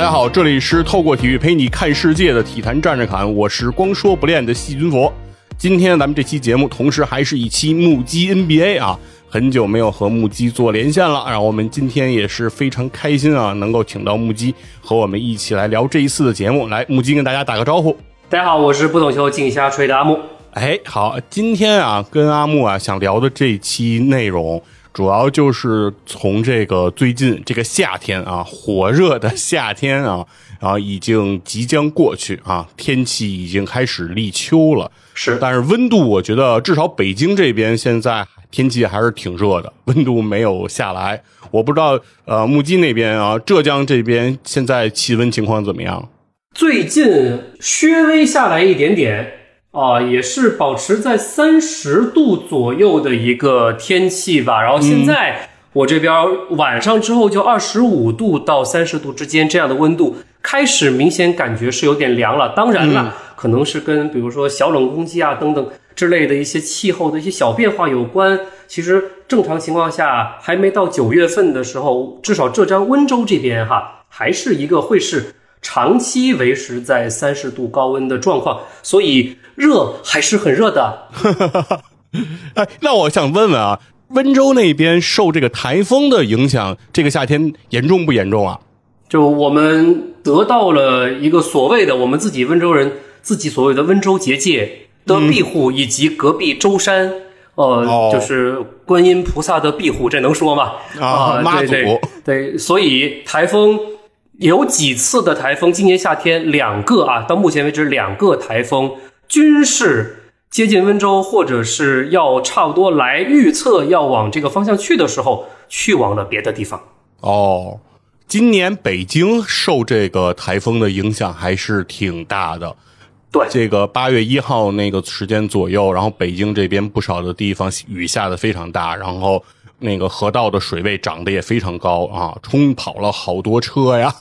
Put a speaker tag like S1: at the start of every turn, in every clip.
S1: 家好，这里是透过体育陪你看世界的体坛站着侃，我是光说不练的细菌佛。今天咱们这期节目，同时还是一期目击 NBA 啊，很久没有和目击做连线了，然后我们今天也是非常开心啊，能够请到目击和我们一起来聊这一次的节目。来，目击跟大家打个招呼。
S2: 大家好，我是不懂球净瞎吹的阿木。
S1: 哎，好，今天啊，跟阿木啊想聊的这一期内容，主要就是从这个最近这个夏天啊，火热的夏天啊，然后已经即将过去啊，天气已经开始立秋了，
S2: 是
S1: 但是温度我觉得至少北京这边现在天气还是挺热的，温度没有下来。我不知道呃，木屐那边啊，浙江这边现在气温情况怎么样？
S2: 最近略微下来一点点啊、也是保持在三十度左右的一个天气吧。然后现在我这边晚上之后就二十五度到三十度之间这样的温度，开始明显感觉是有点凉了。当然了，可能是跟比如说小冷空气啊等等之类的一些气候的一些小变化有关。其实正常情况下，还没到九月份的时候，至少浙江温州这边哈，还是一个会是长期维持在三十度高温的状况，所以热还是很热的。
S1: 哎，那我想问问啊，温州那边受这个台风的影响，这个夏天严重不严重啊？
S2: 就我们得到了一个所谓的我们自己温州人自己所谓的温州结界的庇护，以及隔壁舟山，
S1: 哦
S2: 呃，就是观音菩萨的庇护，这能说吗？
S1: 啊妈
S2: 对
S1: 祖
S2: 对对，所以台风有几次的台风，今年夏天两个啊，到目前为止两个台风均是接近温州，或者是要差不多来预测要往这个方向去的时候，去往了别的地方。
S1: 哦，今年北京受这个台风的影响还是挺大的。
S2: 对
S1: 这个八月一号那个时间左右，然后北京这边不少的地方雨下的非常大，然后那个河道的水位涨得也非常高啊，冲跑了好多车呀。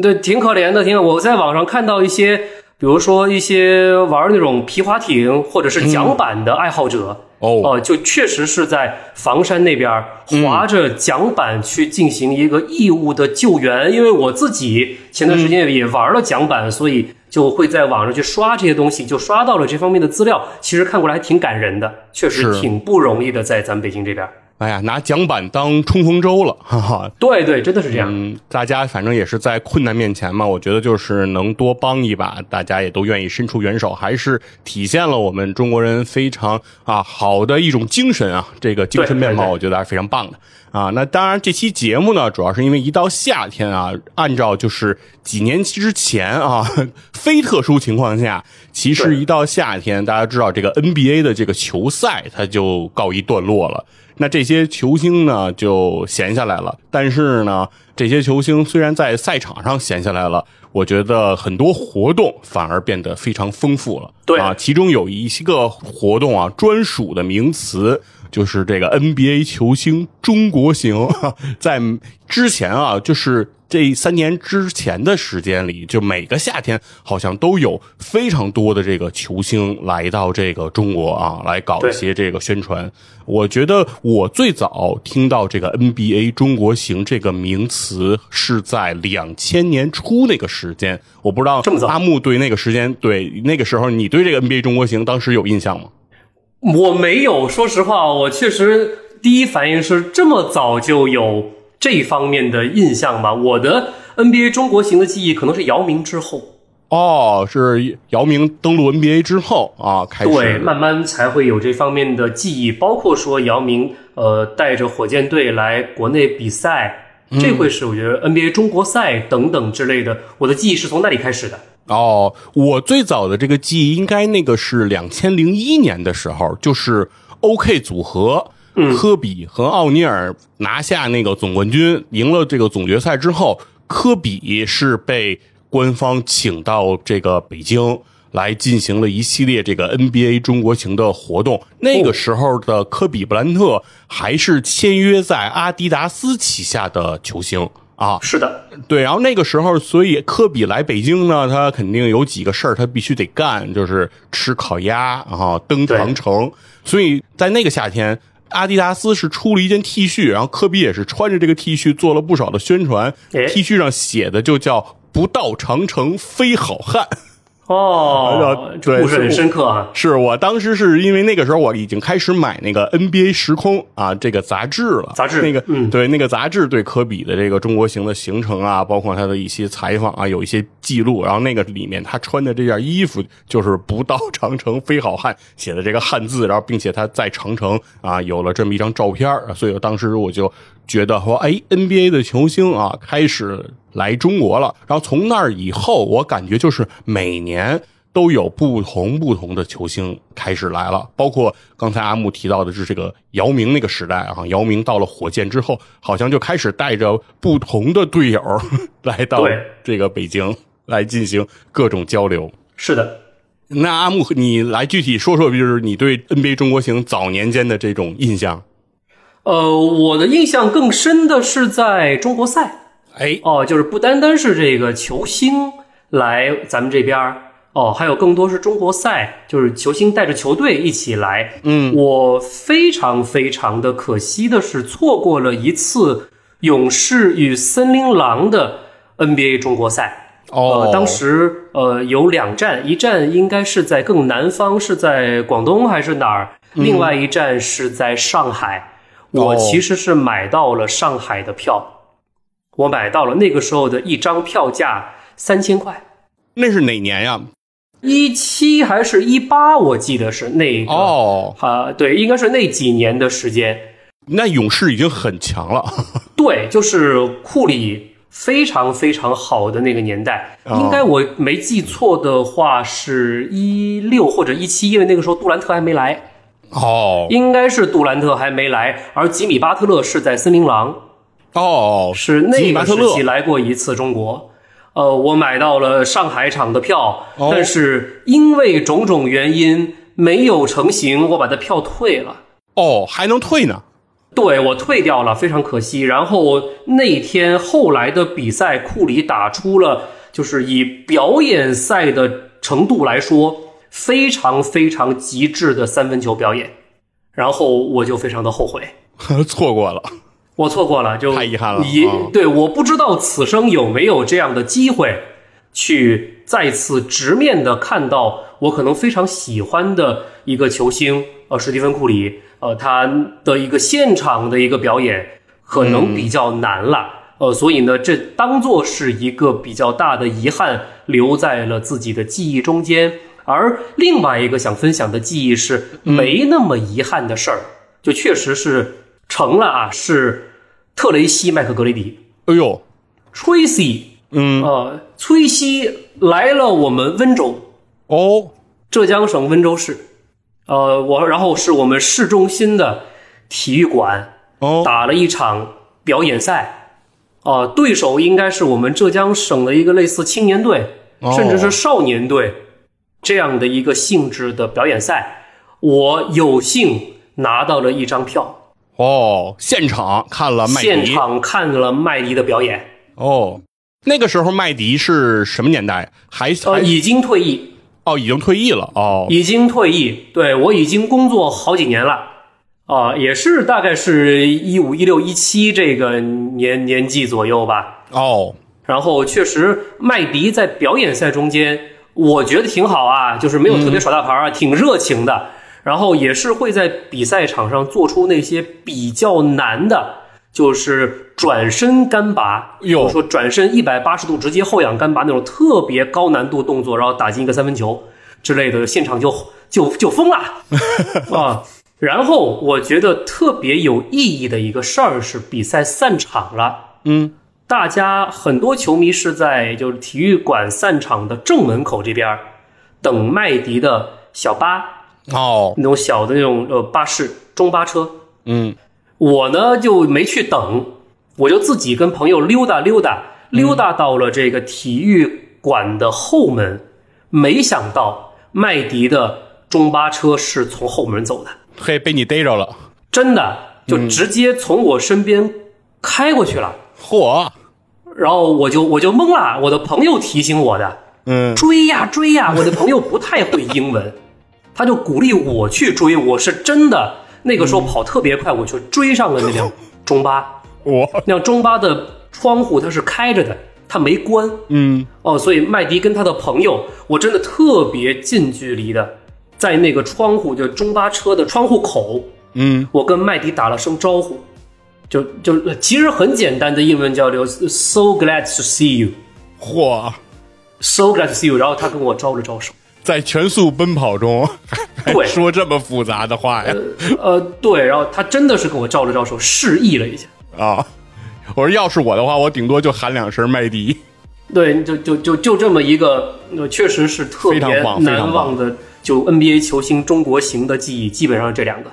S2: 对，挺可怜的，挺可我在网上看到一些，比如说一些玩那种皮划艇或者是桨板的爱好者，
S1: 嗯哦，嗯
S2: 呃，就确实是在房山那边儿划着桨板去进行一个义务的救援。因为我自己前
S1: 嗯
S2: 段时间也玩了桨板，所以就会在网上去刷这些东西，就刷到了这方面的资料。其实看过来还挺感人的，确实
S1: 是
S2: 挺不容易的，在咱们北京这边儿。
S1: 哎呀，拿桨板当冲锋舟了，哈哈，
S2: 对对，真的是这样。
S1: 嗯，大家反正也是在困难面前嘛，我觉得就是能多帮一把，大家也都愿意伸出援手，还是体现了我们中国人非常啊好的一种精神啊，这个精神面
S2: 对对
S1: 貌，
S2: 对
S1: 我觉得还是非常棒的啊。那当然，这期节目呢，主要是因为一到夏天啊，按照就是几年之前啊，非特殊情况下，其实
S2: 对
S1: 一到夏天，大家知道这个 NBA 的这个球赛它就告一段落了。那这些球星呢就闲下来了，但是呢，这些球星虽然在赛场上闲下来了，我觉得很多活动反而变得非常丰富了。
S2: 对
S1: 啊，其中有一个活动啊，专属的名词就是这个 NBA 球星中国行， 在之前啊，就是。这三年之前的时间里，就每个夏天好像都有非常多的这个球星来到这个中国啊，来搞一
S2: 对
S1: 些这个宣传。我觉得我最早听到这个 NBA 中国行这个名词是在两千年初那个时间，我不知道
S2: 这么早
S1: 阿木对那个时间，对那个时候你对这个 NBA 中国行当时有印象吗？
S2: 我没有，说实话，我确实第一反应是这么早就有这方面的印象吧。我的 NBA 中国行的记忆可能是姚明之后，
S1: 哦，是姚明登陆 NBA 之后啊，开始
S2: 对，慢慢才会有这方面的记忆，包括说姚明呃带着火箭队来国内比赛，这会是我觉得 NBA 中国赛等等之类的，我的记忆是从那里开始的。
S1: 哦，我最早的这个记忆应该那个是两千零一年的时候，就是 OK 组合，科比和奥尼尔拿下那个总冠军，赢了这个总决赛之后，科比是被官方请到这个北京。来进行了一系列这个 NBA 中国行的活动。那个时候的科比布兰特还是签约在阿迪达斯旗下的球星啊，
S2: 是的，
S1: 对，然后那个时候，所以科比来北京呢，他肯定有几个事儿他必须得干，就是吃烤鸭，然后登长城。所以在那个夏天，阿迪达斯是出了一件 T 恤，然后科比也是穿着这个 T 恤做了不少的宣传。
S2: 哎
S1: T 恤上写的就叫不到长城非好汉。
S2: 哦，这
S1: 对
S2: 故事很
S1: 是
S2: 深刻啊。
S1: 是我当时是因为那个时候我已经开始买那个 NBA 时空啊这个杂志了，
S2: 杂志
S1: 那个
S2: 嗯
S1: 对那个杂志对科比的这个中国行的行程啊，包括他的一些采访啊，有一些记录。然后那个里面他穿的这件衣服就是“不到长城非好汉”写的这个汉字，然后并且他在长城啊有了这么一张照片儿，啊所以我当时我就觉得说，哎，NBA 的球星啊开始来中国了。然后从那儿以后，我感觉就是每年。都有不同不同的球星开始来了，包括刚才阿木提到的是这个姚明那个时代啊，姚明到了火箭之后，好像就开始带着不同的队友 来到
S2: 对
S1: 这个北京来进行各种交流。
S2: 是的，
S1: 那阿木，你来具体说说，就是你对 NBA 中国行早年间的这种印象？
S2: 呃，我的印象更深的是在中国赛。
S1: 哎，
S2: 哦，就是不单单是这个球星来咱们这边儿哦，还有更多是中国赛，就是球星带着球队一起来。嗯，我非常非常的可惜的是，错过了一次勇士与森林狼的 NBA 中国赛。
S1: 哦
S2: 呃，当时呃有两站，一站应该是在更南方，是在广东还是哪儿？另外一站是在上海。我
S1: 嗯哦
S2: 其实是买到了上海的票，我买到了那个时候的一张票价三千块，
S1: 那是哪年呀？
S2: 一七还是一八？我记得是那个
S1: 哦，
S2: 啊，对，应该是那几年的时间。
S1: 那勇士已经很强了。
S2: 对，就是库里非常非常好的那个年代，
S1: 哦
S2: 应该我没记错的话是一六或者一七，因为那个时候杜兰特还没来，
S1: 哦
S2: 应该是杜兰特还没来，而吉米巴特勒是在森林狼，
S1: 哦，
S2: 是
S1: 吉
S2: 那
S1: 米巴
S2: 个
S1: 特
S2: 时期
S1: 勒
S2: 来过一次中国。呃，我买到了上海场的票，
S1: 哦
S2: 但是因为种种原因没有成型，我把它票退了。
S1: 哦，还能退呢。
S2: 对我退掉了，非常可惜。然后那天后来的比赛，库里打出了就是以表演赛的程度来说非常非常极致的三分球表演，然后我就非常的后悔，
S1: 错过了。
S2: 我错过了，就
S1: 太遗憾了
S2: 也
S1: 嗯
S2: 对，我不知道此生有没有这样的机会去再次直面的看到我可能非常喜欢的一个球星，呃，史蒂芬库里，呃，他的一个现场的一个表演，可能比较难了。呃，所以呢，这当做是一个比较大的遗憾，留在了自己的记忆中间。而另外一个想分享的记忆是没那么遗憾的事儿，就确实是成了啊，是特雷西·麦克格雷迪
S1: 哎呦，
S2: ，Tracy，
S1: 嗯，
S2: 呃，崔西来了我们温州，
S1: 哦，
S2: 浙江省温州市，呃，我然后是我们市中心的体育馆
S1: 哦，
S2: 打了一场表演赛，啊、对手应该是我们浙江省的一个类似青年队，
S1: 哦
S2: 甚至是少年队这样的一个性质的表演赛，我有幸拿到了一张票，
S1: 哦，现场看了麦迪，
S2: 现场看了麦迪的表演，
S1: 哦，那个时候麦迪是什么年代？还
S2: 呃，
S1: 还
S2: 已经退役，
S1: 哦，已经退役了哦，
S2: 已经退役，对我已经工作好几年了，啊、也是大概是一五一六一七这个年年纪左右吧。
S1: 哦，
S2: 然后确实，麦迪在表演赛中间，我觉得挺好啊，就是没有特别耍大牌啊，挺热情的。然后也是会在比赛场上做出那些比较难的，就是转身干拔，
S1: 哟
S2: 或者说转身一百八十度直接后仰干拔那种特别高难度动作，然后打进一个三分球之类的，现场就就就疯了啊！然后我觉得特别有意义的一个事儿是，比赛散场了，
S1: 嗯，
S2: 大家很多球迷是在就是体育馆散场的正门口这边儿等麦迪的小巴，
S1: 哦，
S2: 那种小的那种呃巴士中巴车，
S1: 嗯，
S2: 我呢就没去等，我就自己跟朋友溜达溜达，溜达到了这个体育馆的后门，没想到麦迪的中巴车是从后门走的，
S1: 嘿，被你逮着了，
S2: 真的就直接从我身边开过去了，
S1: 嚯，
S2: 然后我就我就懵了，我的朋友提醒我的，
S1: 嗯，
S2: 追呀追呀！我的朋友不太会英文，他就鼓励我去追，我是真的那个时候跑特别快，我就追上了那辆中巴。
S1: 我
S2: 那辆中巴的窗户它是开着的，它没关
S1: 嗯
S2: 哦，所以麦迪跟他的朋友，我真的特别近距离的在那个窗户，就中巴车的窗户口，
S1: 嗯
S2: 我跟麦迪打了声招呼，就就其实很简单的英文交流，so glad to see you，so
S1: 嚯，
S2: glad to see you，然后他跟我招了招手。
S1: 在全速奔跑中还
S2: 对
S1: 说这么复杂的话呀
S2: 呃，对，然后他真的是跟我招了招手，示意了一下。
S1: 啊！我说要是我的话，我顶多就喊两声麦迪。
S2: 对，就就就就这么一个，呃确实是特别
S1: 非常棒非常
S2: 难忘的，就 NBA 球星中国行的记忆，基本上这两个。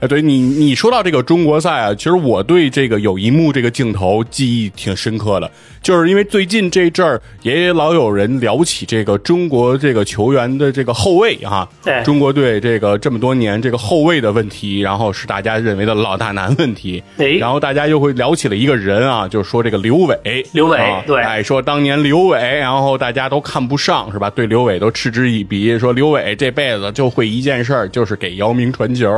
S1: 哎，对你，你说到这个中国赛啊，其实我对这个有一幕这个镜头记忆挺深刻的，就是因为最近这阵儿也老有人聊起这个中国这个球员的这个后卫啊
S2: 对，
S1: 中国队这个这么多年这个后卫的问题，然后是大家认为的老大难问题，
S2: 哎
S1: 然后大家又会聊起了一个人啊，就是说这个刘伟，
S2: 刘伟
S1: 啊
S2: 对
S1: 哎，说当年刘伟，然后大家都看不上是吧？对刘伟都嗤之以鼻，说刘伟这辈子就会一件事儿，就是给姚明传球。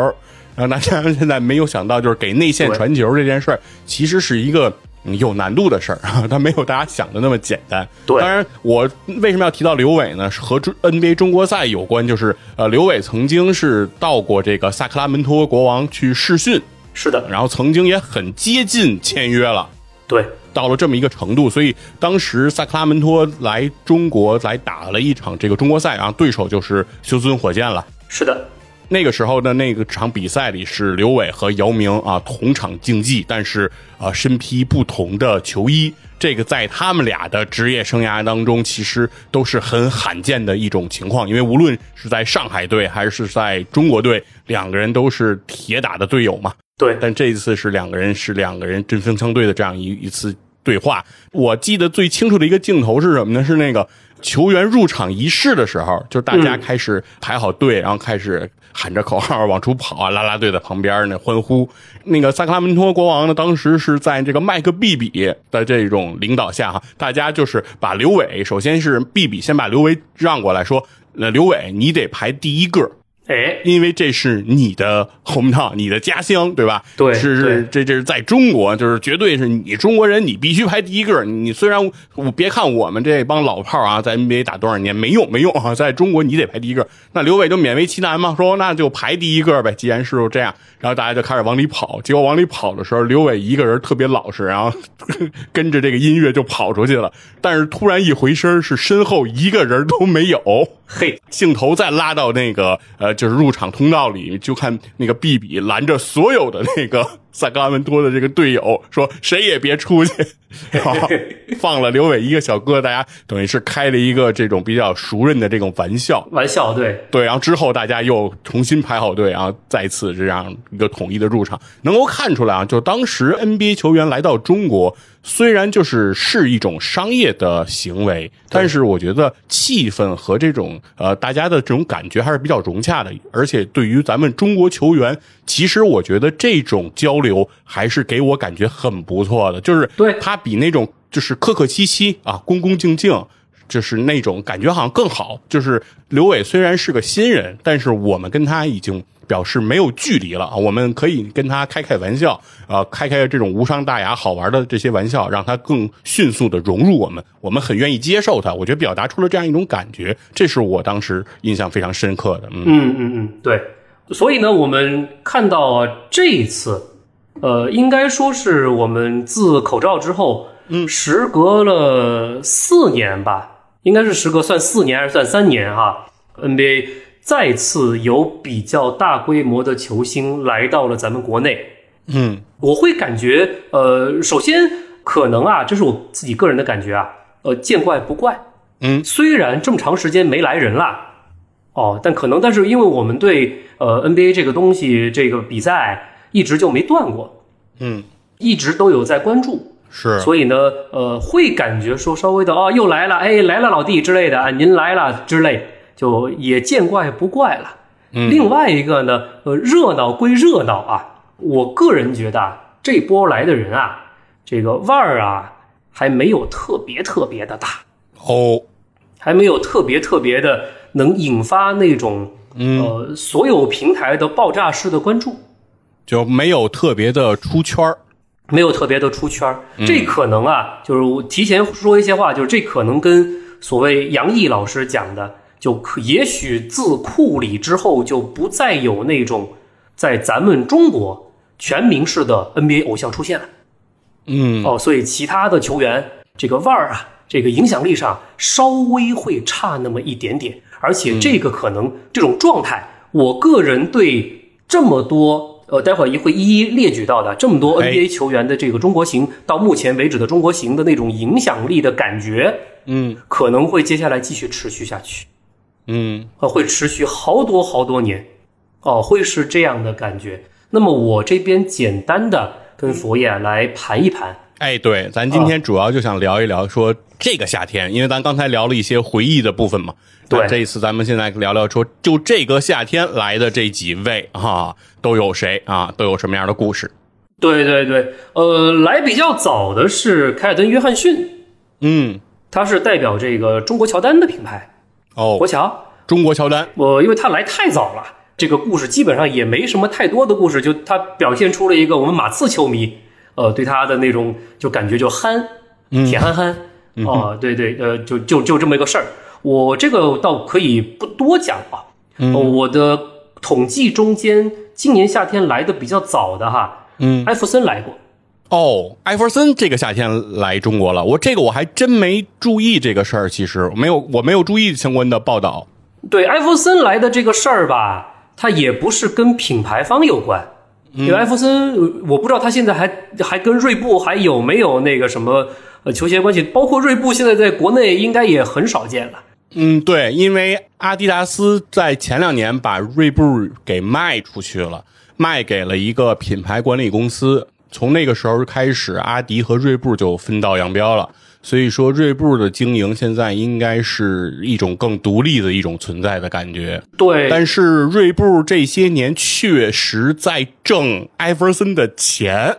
S1: 然后大家现在没有想到，就是给内线
S2: 对
S1: 传球这件事儿，其实是一个嗯有难度的事儿，啊它没有大家想的那么简单。
S2: 对
S1: 当然我为什么要提到刘伟呢？是和中 NBA 中国赛有关，就是呃，刘伟曾经是到过这个萨克拉门托国王去试训，
S2: 是的，
S1: 然后曾经也很接近签约了。
S2: 对，
S1: 到了这么一个程度，所以当时萨克拉门托来中国来打了一场这个中国赛，然后对手就是休斯顿火箭了。
S2: 是的，
S1: 那个时候的那个场比赛里是刘伟和姚明啊同场竞技，但是啊、呃身披不同的球衣，这个在他们俩的职业生涯当中其实都是很罕见的一种情况，因为无论是在上海队还是在中国队，两个人都是铁打的队友嘛。
S2: 对，
S1: 但这一次是两个人是两个人针锋相对的这样一一次对话。我记得最清楚的一个镜头是什么呢？是那个球员入场仪式的时候，就是大家开始排好队，然后开始喊着口号往出跑啊，啦啦队在旁边那欢呼。那个萨克拉门托国王呢，当时是在这个麦克毕比的这种领导下哈，大家就是把刘伟，首先是毕比先把刘伟让过来说，呃，刘伟你得排第一个。
S2: 哎，
S1: 因为这是你的 hometown，你的家乡，对吧？
S2: 对
S1: 是是，这这是在中国，就是绝对是你中国人，你必须排第一个。你虽然我别看我们这帮老炮儿啊，在 NBA 打多少年没用没用啊，在中国你得排第一个。那刘伟就勉为其难嘛，说那就排第一个呗。既然是这样，然后大家就开始往里跑。结果往里跑的时候，刘伟一个人特别老实，然后跟着这个音乐就跑出去了。但是突然一回身，是身后一个人都没有。
S2: 嘿，
S1: 镜头再拉到那个呃，就是入场通道里，就看那个毕比拦着所有的那个 萨格拉门托的这个队友，说谁也别出去， 然后放了刘伟一个小哥，大家等于是开了一个这种比较熟人的这种玩笑。
S2: 玩笑，对，
S1: 对，然后之后大家又重新排好队，然后再次这样一个统一的入场，能够看出来啊，就当时 NBA 球员来到中国，虽然就是是一种商业的行为，但是我觉得气氛和这种呃大家的这种感觉还是比较融洽的，而且对于咱们中国球员，其实我觉得这种交流还是给我感觉很不错的，就是
S2: 对
S1: 他比那种就是客客气气啊，恭恭敬敬。就是那种感觉好像更好。就是刘伟虽然是个新人，但是我们跟他已经表示没有距离了啊，我们可以跟他开开玩笑啊、呃开开这种无伤大雅、好玩的这些玩笑，让他更迅速的融入我们，我们很愿意接受他。我觉得表达出了这样一种感觉，这是我当时印象非常深刻的。嗯，
S2: 嗯嗯嗯，对。所以呢，我们看到啊这一次，呃，应该说是我们自口罩之后，嗯，时隔了四年吧，应该是时隔算四年还是算三年哈，NBA 再次有比较大规模的球星来到了咱们国内。
S1: 嗯，
S2: 我会感觉，呃，首先可能啊，这是我自己个人的感觉啊，呃，见怪不怪。
S1: 嗯
S2: 虽然这么长时间没来人了，哦，但可能，但是因为我们对呃 NBA 这个东西这个比赛一直就没断过，
S1: 嗯，
S2: 一直都有在关注，
S1: 是，
S2: 所以呢，呃，会感觉说稍微的哦，又来了，哎，来了老弟之类的啊，您来了之类，就也见怪不怪了。
S1: 嗯
S2: 另外一个呢，呃，热闹归热闹啊，我个人觉得啊，这波来的人啊，这个腕儿啊，还没有特别特别的大。
S1: 哦，
S2: 还没有特别特别的能引发那种、呃所有平台的爆炸式的关注。
S1: 就没有特别的出圈儿。
S2: 没有特别的出圈儿。这可能啊，就是我提前说一些话，就是这可能跟所谓杨毅老师讲的，就可也许自库里之后就不再有那种在咱们中国全民式的 NBA 偶像出现了。
S1: 嗯，
S2: 哦，所以其他的球员这个腕儿啊，这个影响力上稍微会差那么一点点，而且
S1: 嗯
S2: 这个可能这种状态，我个人对这么多呃，待会儿也会一一列举到的这么多
S1: 哎
S2: NBA 球员的这个中国行到目前为止的中国行的那种影响力的感觉，
S1: 嗯
S2: 可能会接下来继续持续下去，
S1: 嗯
S2: 呃，会持续好多好多年，哦，会是这样的感觉。那么我这边简单的跟佛爷来盘一盘。
S1: 哎，对，咱今天主要就想聊一聊说这个夏天，因为咱刚才聊了一些回忆的部分嘛。
S2: 对
S1: 那这一次咱们现在聊聊说，就这个夏天来的这几位啊，都有谁啊，都有什么样的故事？
S2: 对对对，呃，来比较早的是凯尔登·约翰逊，
S1: 嗯，
S2: 他是代表这个中国乔丹的品牌
S1: 哦
S2: 国，乔。
S1: 中国乔丹，
S2: 我、因为他来太早了，这个故事基本上也没什么太多的故事，就他表现出了一个我们马刺球迷呃对他的那种就感觉就憨，
S1: 嗯
S2: 铁憨憨啊、对对，呃，就就就这么一个事儿。我这个倒可以不多讲啊，
S1: 嗯
S2: 呃我的统计中间今年夏天来的比较早的哈，
S1: 嗯，
S2: 艾弗森来过。
S1: 哦，艾弗森这个夏天来中国了，我这个我还真没注意这个事儿，其实没有，我没有注意相关的报道。
S2: 对艾弗森来的这个事儿吧，它也不是跟品牌方有关，
S1: 嗯
S2: 因为艾弗森，呃我不知道他现在还还跟锐步还有没有那个什么呃球鞋关系，包括锐步现在在国内应该也很少见了。
S1: 嗯，对，因为阿迪达斯在前两年把锐步给卖出去了，卖给了一个品牌管理公司。从那个时候开始，阿迪和锐步就分道扬镳了。所以说，锐步的经营现在应该是一种更独立的一种存在的感觉。
S2: 对，
S1: 但是锐步这些年确实在挣艾弗森的钱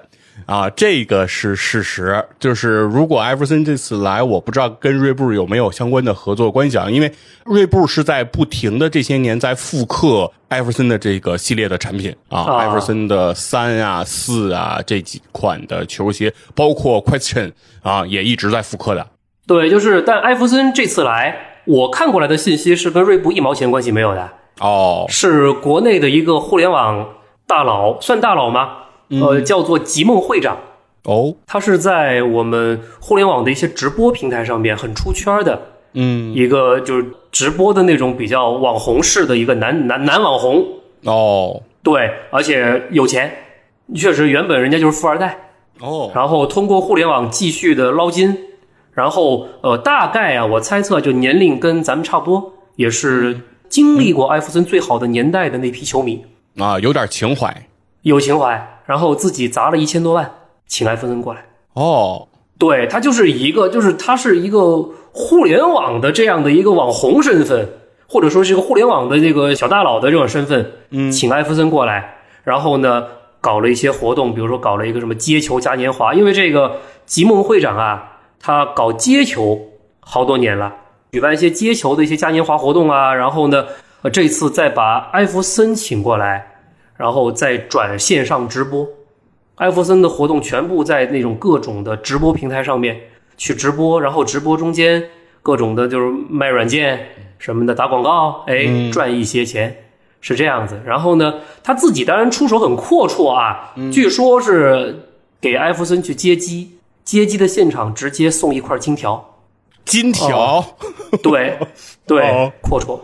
S1: 啊，这个是事实。就是如果艾弗森这次来，我不知道跟锐步有没有相关的合作关系啊，因为锐步是在不停的这些年在复刻艾弗森的这个系列的产品啊，
S2: 啊
S1: 艾弗森的三啊、四啊这几款的球鞋，包括 Question 啊，也一直在复刻的。
S2: 对，就是，但艾弗森这次来，我看过来的信息是跟锐步一毛钱关系没有的，
S1: 哦，
S2: 是国内的一个互联网大佬，算大佬吗？
S1: 嗯
S2: 呃，叫做吉梦会长。
S1: 哦，
S2: 他是在我们互联网的一些直播平台上面很出圈的，
S1: 嗯，
S2: 一个就是直播的那种比较网红式的一个男男男网红，
S1: 哦，
S2: 对，而且有钱，确实原本人家就是富二代，
S1: 哦，
S2: 然后通过互联网继续的捞金，然后呃，大概啊，我猜测就年龄跟咱们差不多，也是经历过艾弗森最好的年代的那批球迷，
S1: 啊，有点情怀。
S2: 有情怀，然后自己砸了一千多万请艾弗森过来。
S1: 哦，
S2: 对他就是一个，就是他是一个互联网的这样的一个网红身份，或者说是一个互联网的这个小大佬的这种身份，嗯，请艾弗森过来，然后呢，搞了一些活动，比如说搞了一个什么接球嘉年华，因为这个吉梦会长啊，他搞接球好多年了，举办一些接球的一些嘉年华活动啊，然后呢，呃，这次再把艾弗森请过来，然后再转线上直播，艾弗森的活动全部在那种各种的直播平台上面去直播，然后直播中间各种的就是卖软件什么的打广告，哎，
S1: 嗯
S2: 赚一些钱是这样子。然后呢，他自己当然出手很阔绰啊，
S1: 嗯
S2: 据说是给艾弗森去接机，接机的现场直接送一块金条，
S1: 金条。
S2: 哦对对
S1: 哦，
S2: 阔绰。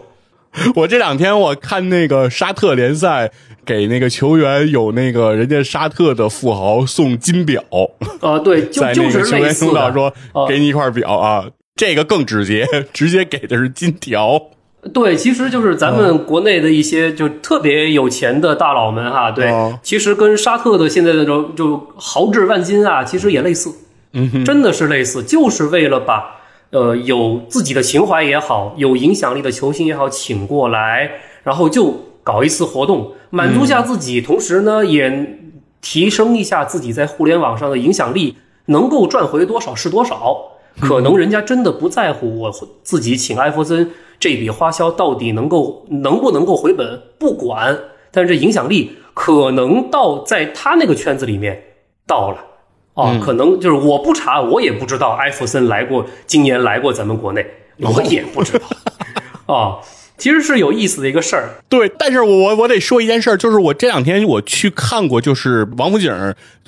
S1: 我这两天我看那个沙特联赛，给那个球员有那个人家沙特的富豪送金表，
S2: 呃，对，就
S1: 在
S2: 就
S1: 那个
S2: 是
S1: 球
S2: 类
S1: 员
S2: 似
S1: 通道
S2: 的，
S1: 说
S2: 哦
S1: 给你一块表啊，这个更直接， 直接给的是金条。
S2: 对，其实就是咱们国内的一些就特别有钱的大佬们哈，对
S1: 哦，
S2: 其实跟沙特的现在的这种就豪掷万金啊，其实也类似，嗯，真的是类似，就是为了把呃有自己的情怀也好，有影响力的球星也好请过来，然后就搞一次活动，满足下自己，同时呢也提升一下自己在互联网上的影响力，能够赚回多少是多少。可能人家真的不在乎我自己请艾弗森这笔花销到底能够能不能够回本，不管。但是这影响力可能到在他那个圈子里面到了，啊，可能就是我不查，我也不知道艾弗森来过，今年来过咱们国内，我也不知道啊。其实是有意思的一个事儿，
S1: 对，但是我我得说一件事儿，就是我这两天我去看过，就是王府井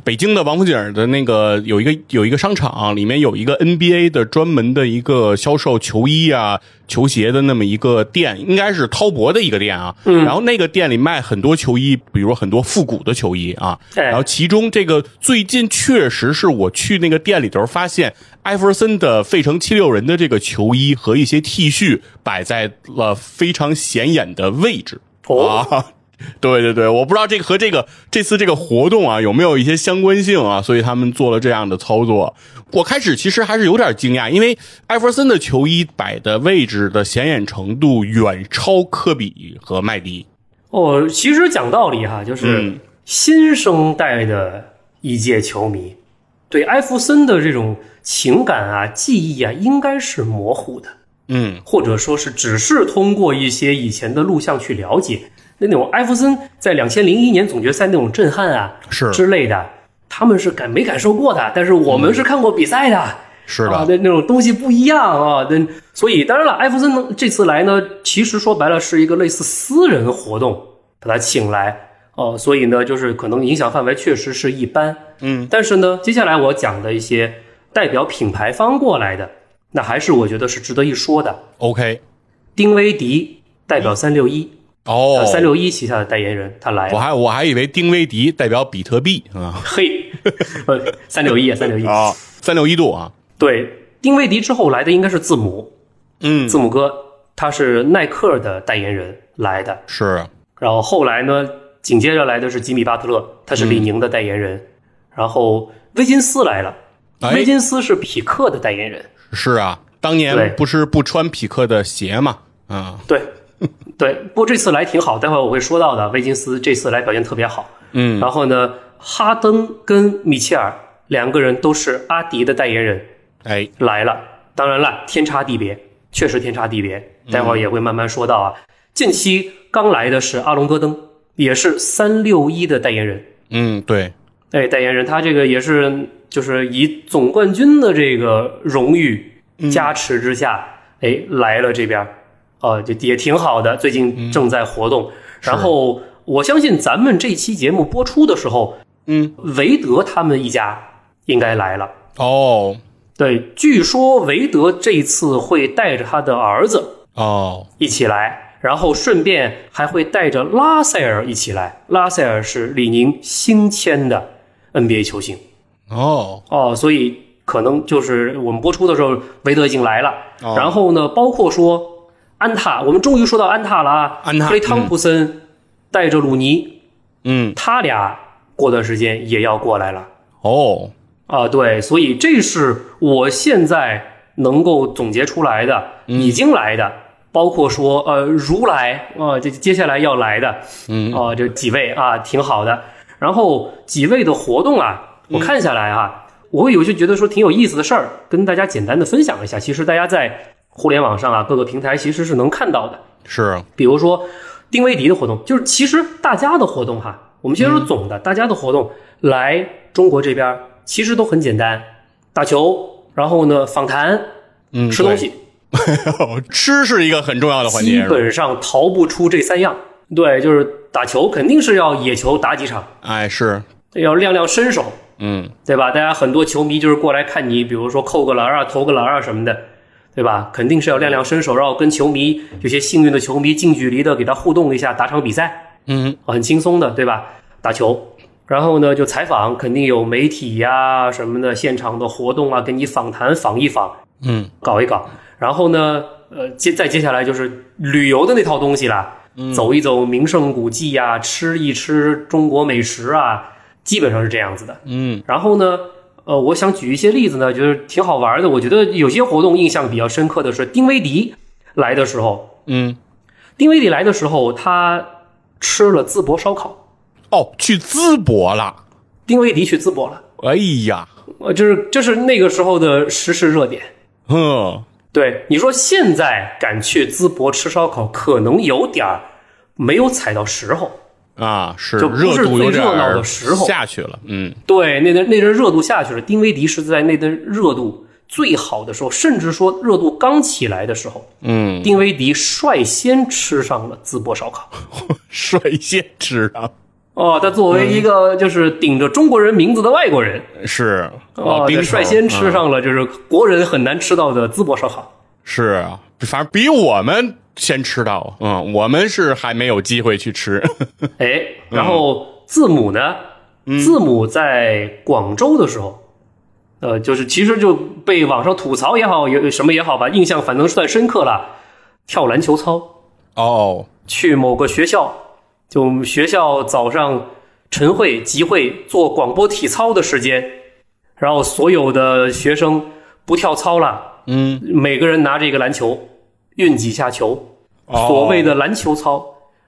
S1: 北京的王府井的那个有一个有一个商场，里面有一个 NBA 的专门的一个销售球衣啊、球鞋的那么一个店，应该是滔博的一个店啊。嗯、然后那个店里卖很多球衣，比如很多复古的球衣啊。
S2: 哎
S1: 然后其中这个最近确实是我去那个店里头发现，艾弗森的费城七六人的这个球衣和一些 T 恤摆在了非常显眼的位置。
S2: 哦
S1: 啊， 对对对，我不知道这个和这个这次这个活动啊有没有一些相关性啊，所以他们做了这样的操作。我开始其实还是有点惊讶，因为艾弗森的球衣摆的位置的显眼程度远超科比和麦迪。
S2: 哦，其实讲道理哈，就是
S1: 嗯
S2: 新生代的一届球迷、对艾弗森的这种情感啊、记忆啊，应该是模糊的，
S1: 嗯，
S2: 或者说是只是通过一些以前的录像去了解那那种艾弗森在两千零一年总决赛那种震撼啊，
S1: 是
S2: 之类的，他们是感没感受过的，但是我
S1: 嗯
S2: 们是看过比赛的。
S1: 是的，
S2: 啊，那那种东西不一样啊，那所以当然了，艾弗森能这次来呢，其实说白了是一个类似私人活动，把他请来哦、所以呢，就是可能影响范围确实是一般，
S1: 嗯，
S2: 但是呢，接下来我讲的一些代表品牌方过来的，那还是我觉得是值得一说的，
S1: OK，
S2: 丁威迪代表三六一，
S1: 哦，
S2: 呃三六一旗下的代言人，他来
S1: 我
S2: 了，
S1: 还我还以为丁威迪代表比特币啊
S2: 嘿，呃，三六一啊，三六一，
S1: 啊，三六一度啊，
S2: 对，丁威迪之后来的应该是字母，
S1: 嗯，
S2: 字母哥他是耐克的代言人来的，
S1: 是
S2: 然后后来呢，紧接着来的是吉米巴特勒，他是李宁的代言人，然后威金斯来了，
S1: 嗯哎
S2: 威金斯是匹克的代言人，
S1: 是啊，当
S2: 对
S1: 年不是不穿匹克的鞋嘛，啊，
S2: 对， 对，不过这次来挺好，待会儿我会说到的，威金斯这次来表现特别好，
S1: 嗯，
S2: 然后呢，哈登跟米切尔两个人都是阿迪的代言人，
S1: 哎，
S2: 来了。当然了，天差地别，确实天差地别。待会儿也会慢慢说到啊。近期刚来的是阿隆戈登，也是三六一的代言人。
S1: 嗯，对，
S2: 哎，代言人他这个也是就是以总冠军的这个荣誉加持之下，哎来了这边，呃，就也挺好的。最近正在活动，然后我相信咱们这期节目播出的时候，
S1: 嗯，
S2: 韦德他们一家应该来了。
S1: 哦
S2: 对，据说韦德这次会带着他的儿子
S1: 哦，
S2: 一起来，然后顺便还会带着拉塞尔一起来。拉塞尔是李宁新签的 NBA 球星
S1: 哦，
S2: 哦，所以可能就是我们播出的时候，韦德已经来了。
S1: 哦
S2: 然后呢，包括说安踏，我们终于说到安踏了啊，
S1: 安踏
S2: 克雷汤普森带着鲁尼，
S1: 嗯，
S2: 他俩过段时间也要过来了。
S1: 哦，
S2: 啊，对，所以这是我现在能够总结出来的，已经来的，包括说呃如来啊，这、接下来要来的，
S1: 嗯，
S2: 啊，这几位啊挺好的。然后几位的活动啊，我看下来啊，我有些觉得说挺有意思的事儿，跟大家简单的分享一下。其实大家在互联网上啊各个平台其实是能看到的，
S1: 是，
S2: 比如说丁威迪的活动，就是其实大家的活动哈，我们先说总的，
S1: 嗯
S2: 大家的活动来中国这边儿其实都很简单，打球，然后呢访谈，
S1: 嗯，
S2: 吃东西，
S1: 对，吃是一个很重要的环
S2: 基
S1: 节，是吧
S2: 本上逃不出这三样。对，就是打球肯定是要野球打几场，
S1: 哎，是，
S2: 要亮亮身手，
S1: 嗯，
S2: 对吧？大家很多球迷就是过来看你，比如说扣个篮啊、投个篮啊什么的，对吧？肯定是要亮亮身手，然后跟球迷有些幸运的球迷近距离的给他互动一下，打场比赛。哦
S1: 嗯，
S2: 很轻松的，对吧？打球，然后呢就采访，肯定有媒体呀、什么的，现场的活动啊，跟你访谈访一访，
S1: 嗯，
S2: 搞一搞。然后呢，呃，接再接下来就是旅游的那套东西啦，
S1: 嗯
S2: 走一走名胜古迹呀、吃一吃中国美食啊，基本上是这样子的。
S1: 嗯，
S2: 然后呢，呃，我想举一些例子呢，就是挺好玩的。我觉得有些活动印象比较深刻的是丁威迪来的时候，
S1: 嗯，
S2: 丁威迪来的时候，他吃了淄博烧烤。
S1: 哦，去淄博了，
S2: 丁威迪去淄博了，
S1: 哎呀，
S2: 呃，就是这是那个时候的时事热点。
S1: 哼，
S2: 对，你说现在敢去淄博吃烧烤，可能有点儿没有踩到时候。
S1: 啊，是
S2: 就不是
S1: 热度有
S2: 最
S1: 点
S2: 热闹
S1: 儿
S2: 的时候
S1: 下去了， 嗯，
S2: 对，那阵那阵热度下去了，丁威迪是在那阵热度最好的时候，甚至说热度刚起来的时候，
S1: 嗯，
S2: 丁威迪率先吃上了淄博烧烤。
S1: 率先吃啊，
S2: 哦，他作为
S1: 嗯
S2: 一个就是顶着中国人名字的外国人，
S1: 是
S2: 哦，
S1: 丁
S2: 他率先
S1: 手
S2: 吃
S1: 嗯
S2: 上了就是国人很难吃到的淄博烧烤。
S1: 是啊，反正比我们先吃到，嗯，我们是还没有机会去吃，
S2: 哎，
S1: 嗯
S2: 然后字母呢？字母在广州的时候，呃，就是其实就被网上吐槽也好，有什么也好吧，印象反正算深刻了。跳篮球操，
S1: 哦，
S2: 去某个学校，就学校早上晨会集会做广播体操的时间，然后所有的学生不跳操了，
S1: 嗯，
S2: 每个人拿着一个篮球，运几下球，
S1: 哦
S2: 所谓的篮球操，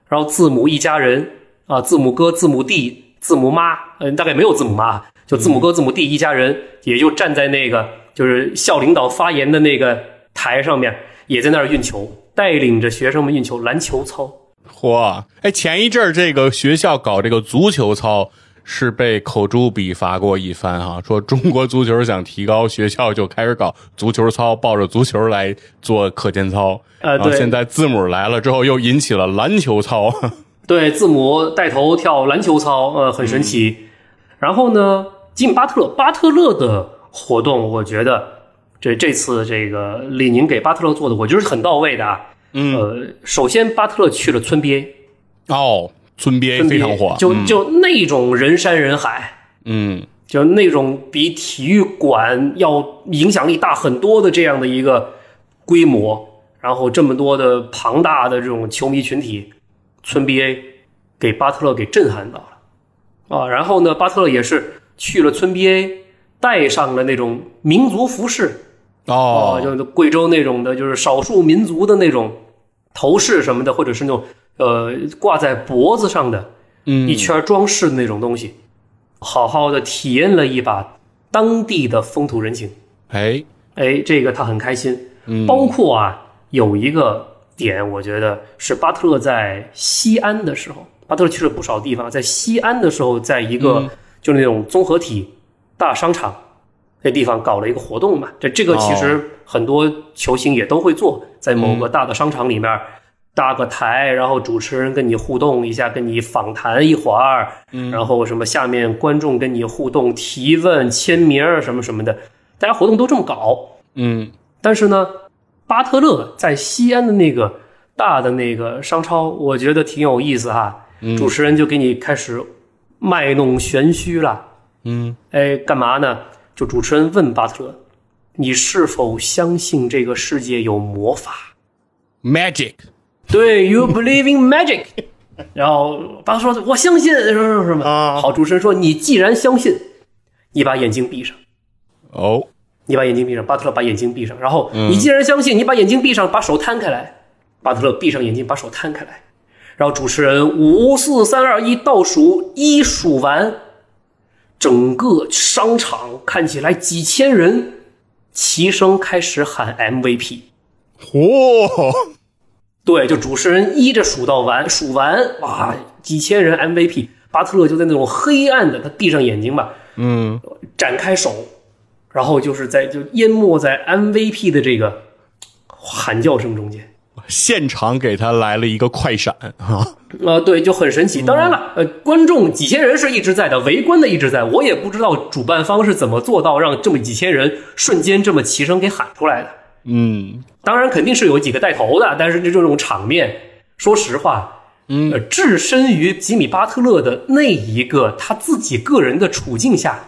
S2: 然后字母一家人啊，字母哥、字母弟、字母妈，嗯、大概没有字母妈，就字母哥、字母弟一家人，也就站在那个就是校领导发言的那个台上面，也在那儿运球，带领着学生们运球，篮球操。
S1: 嚯，哎，前一阵儿这个学校搞这个足球操是被口诛笔伐过一番哈、说中国足球想提高，学校就开始搞足球操，抱着足球来做课间操。
S2: 呃
S1: 然后
S2: 对
S1: 现在字母来了之后，又引起了篮球操。
S2: 对，字母带头跳篮球操，呃，很神奇。
S1: 嗯
S2: 然后呢，吉姆巴特勒，巴特勒的活动，我觉得这这次这个李宁给巴特勒做的，我觉得是很到位的啊。嗯，呃，首先巴特勒去了村 BA，
S1: 哦，村 BA
S2: 村 BA
S1: 非常火，
S2: 就就那种人山人海，
S1: 嗯
S2: 就那种比体育馆要影响力大很多的这样的一个规模，然后这么多的庞大的这种球迷群体，村 BA 给巴特勒给震撼到了啊！然后呢，巴特勒也是去了村 BA，带上了那种民族服饰，
S1: 哦
S2: 哦，就是贵州那种的，就是少数民族的那种头饰什么的，或者是那种呃挂在脖子上的，
S1: 嗯
S2: 一圈装饰的那种东西，好好的体验了一把当地的风土人情。
S1: 哎
S2: 哎，这个他很开心。包括啊，有一个点，我觉得是巴特勒在西安的时候，巴特勒去了不少地方，在西安的时候，在一个、就是那种综合体大商场那地方搞了一个活动嘛。这这个其实很多球星也都会做，在某个大的商场里面。搭个台，然后主持人跟你互动一下，跟你访谈一会儿，然后什么下面观众跟你互动、提问、签名儿什么什么的，大家活动都这么搞。
S1: 嗯
S2: 但是呢，巴特勒在西安的那个大的那个商超，我觉得挺有意思哈。
S1: 嗯
S2: 主持人就给你开始卖弄玄虚了。
S1: 嗯
S2: 哎，干嘛呢？就主持人问巴特勒：“你是否相信这个世界有魔法
S1: ，Magic，？”
S2: 对，You believe in magic。然 后巴特勒说：“我相信什么什么什么。”
S1: 啊
S2: 好，主持人说：“你既然相信，你把眼睛闭上。”
S1: 哦
S2: 你把眼睛闭上，巴特勒把眼睛闭上，然后你既然相信，你把眼睛闭上，把手摊开来。巴特勒闭上眼睛，把手摊开来，然后主持人五四三二一倒数一数完，整个商场看起来几千人齐声开始喊 MVP。
S1: 嚯，
S2: 对，就主持人依着数到完，数完哇，几千人 MVP，巴特勒就在那种黑暗的，他闭上眼睛吧，
S1: 嗯
S2: 展开手，然后就是在就淹没在 MVP 的这个喊叫声中间。
S1: 现场给他来了一个快闪啊，
S2: 啊、对，就很神奇。
S1: 嗯
S2: 当然了，呃，观众几千人是一直在的，围观的一直在，我也不知道主办方是怎么做到让这么几千人瞬间这么齐声给喊出来的。
S1: 嗯
S2: 当然，肯定是有几个带头的，但是这种场面，说实话，嗯、呃，置身于吉米巴特勒的那一个他自己个人的处境下，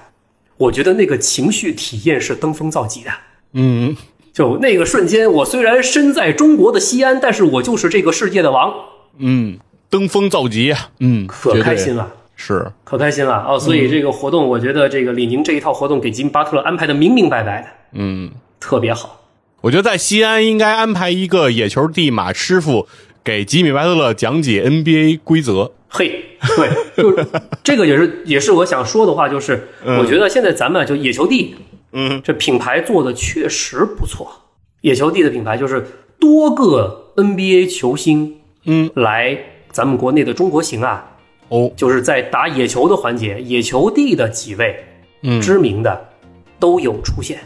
S2: 我觉得那个情绪体验是登峰造极的。
S1: 嗯，
S2: 就那个瞬间，我虽然身在中国的西安，但是我就是这个世界的王，
S1: 嗯，登峰造极啊，嗯，
S2: 可
S1: 绝对
S2: 开心了，
S1: 是，
S2: 可开心了哦！所
S1: 嗯
S2: 以这个活动，我觉得这个李宁这一套活动给吉姆巴特勒安排的明明白白的，
S1: 嗯，
S2: 特别好。
S1: 我觉得在西安应该安排一个野球帝马师傅给吉米巴特勒讲解 NBA 规则。
S2: 嘿，对， 就是这个也是也是我想说的话，就是我觉得现在咱们就野球帝，
S1: 嗯，
S2: 这品牌做的确实不错。野球帝的品牌就是多个 NBA 球星，
S1: 嗯，
S2: 来咱们国内的中国行啊，
S1: 哦，
S2: 就是在打野球的环节，野球帝的几位
S1: 嗯，
S2: 知名的都有出现。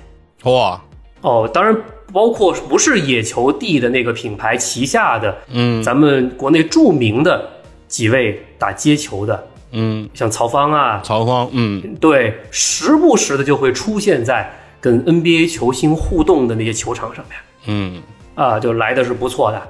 S1: 哇，
S2: 哦，当然包括不是野球帝的那个品牌旗下的，
S1: 嗯
S2: 咱们国内著名的几位打街球的，
S1: 嗯，
S2: 像曹芳啊，
S1: 曹芳，嗯
S2: 对，时不时的就会出现在跟 NBA 球星互动的那些球场上面
S1: 嗯，
S2: 啊，就来的是不错的。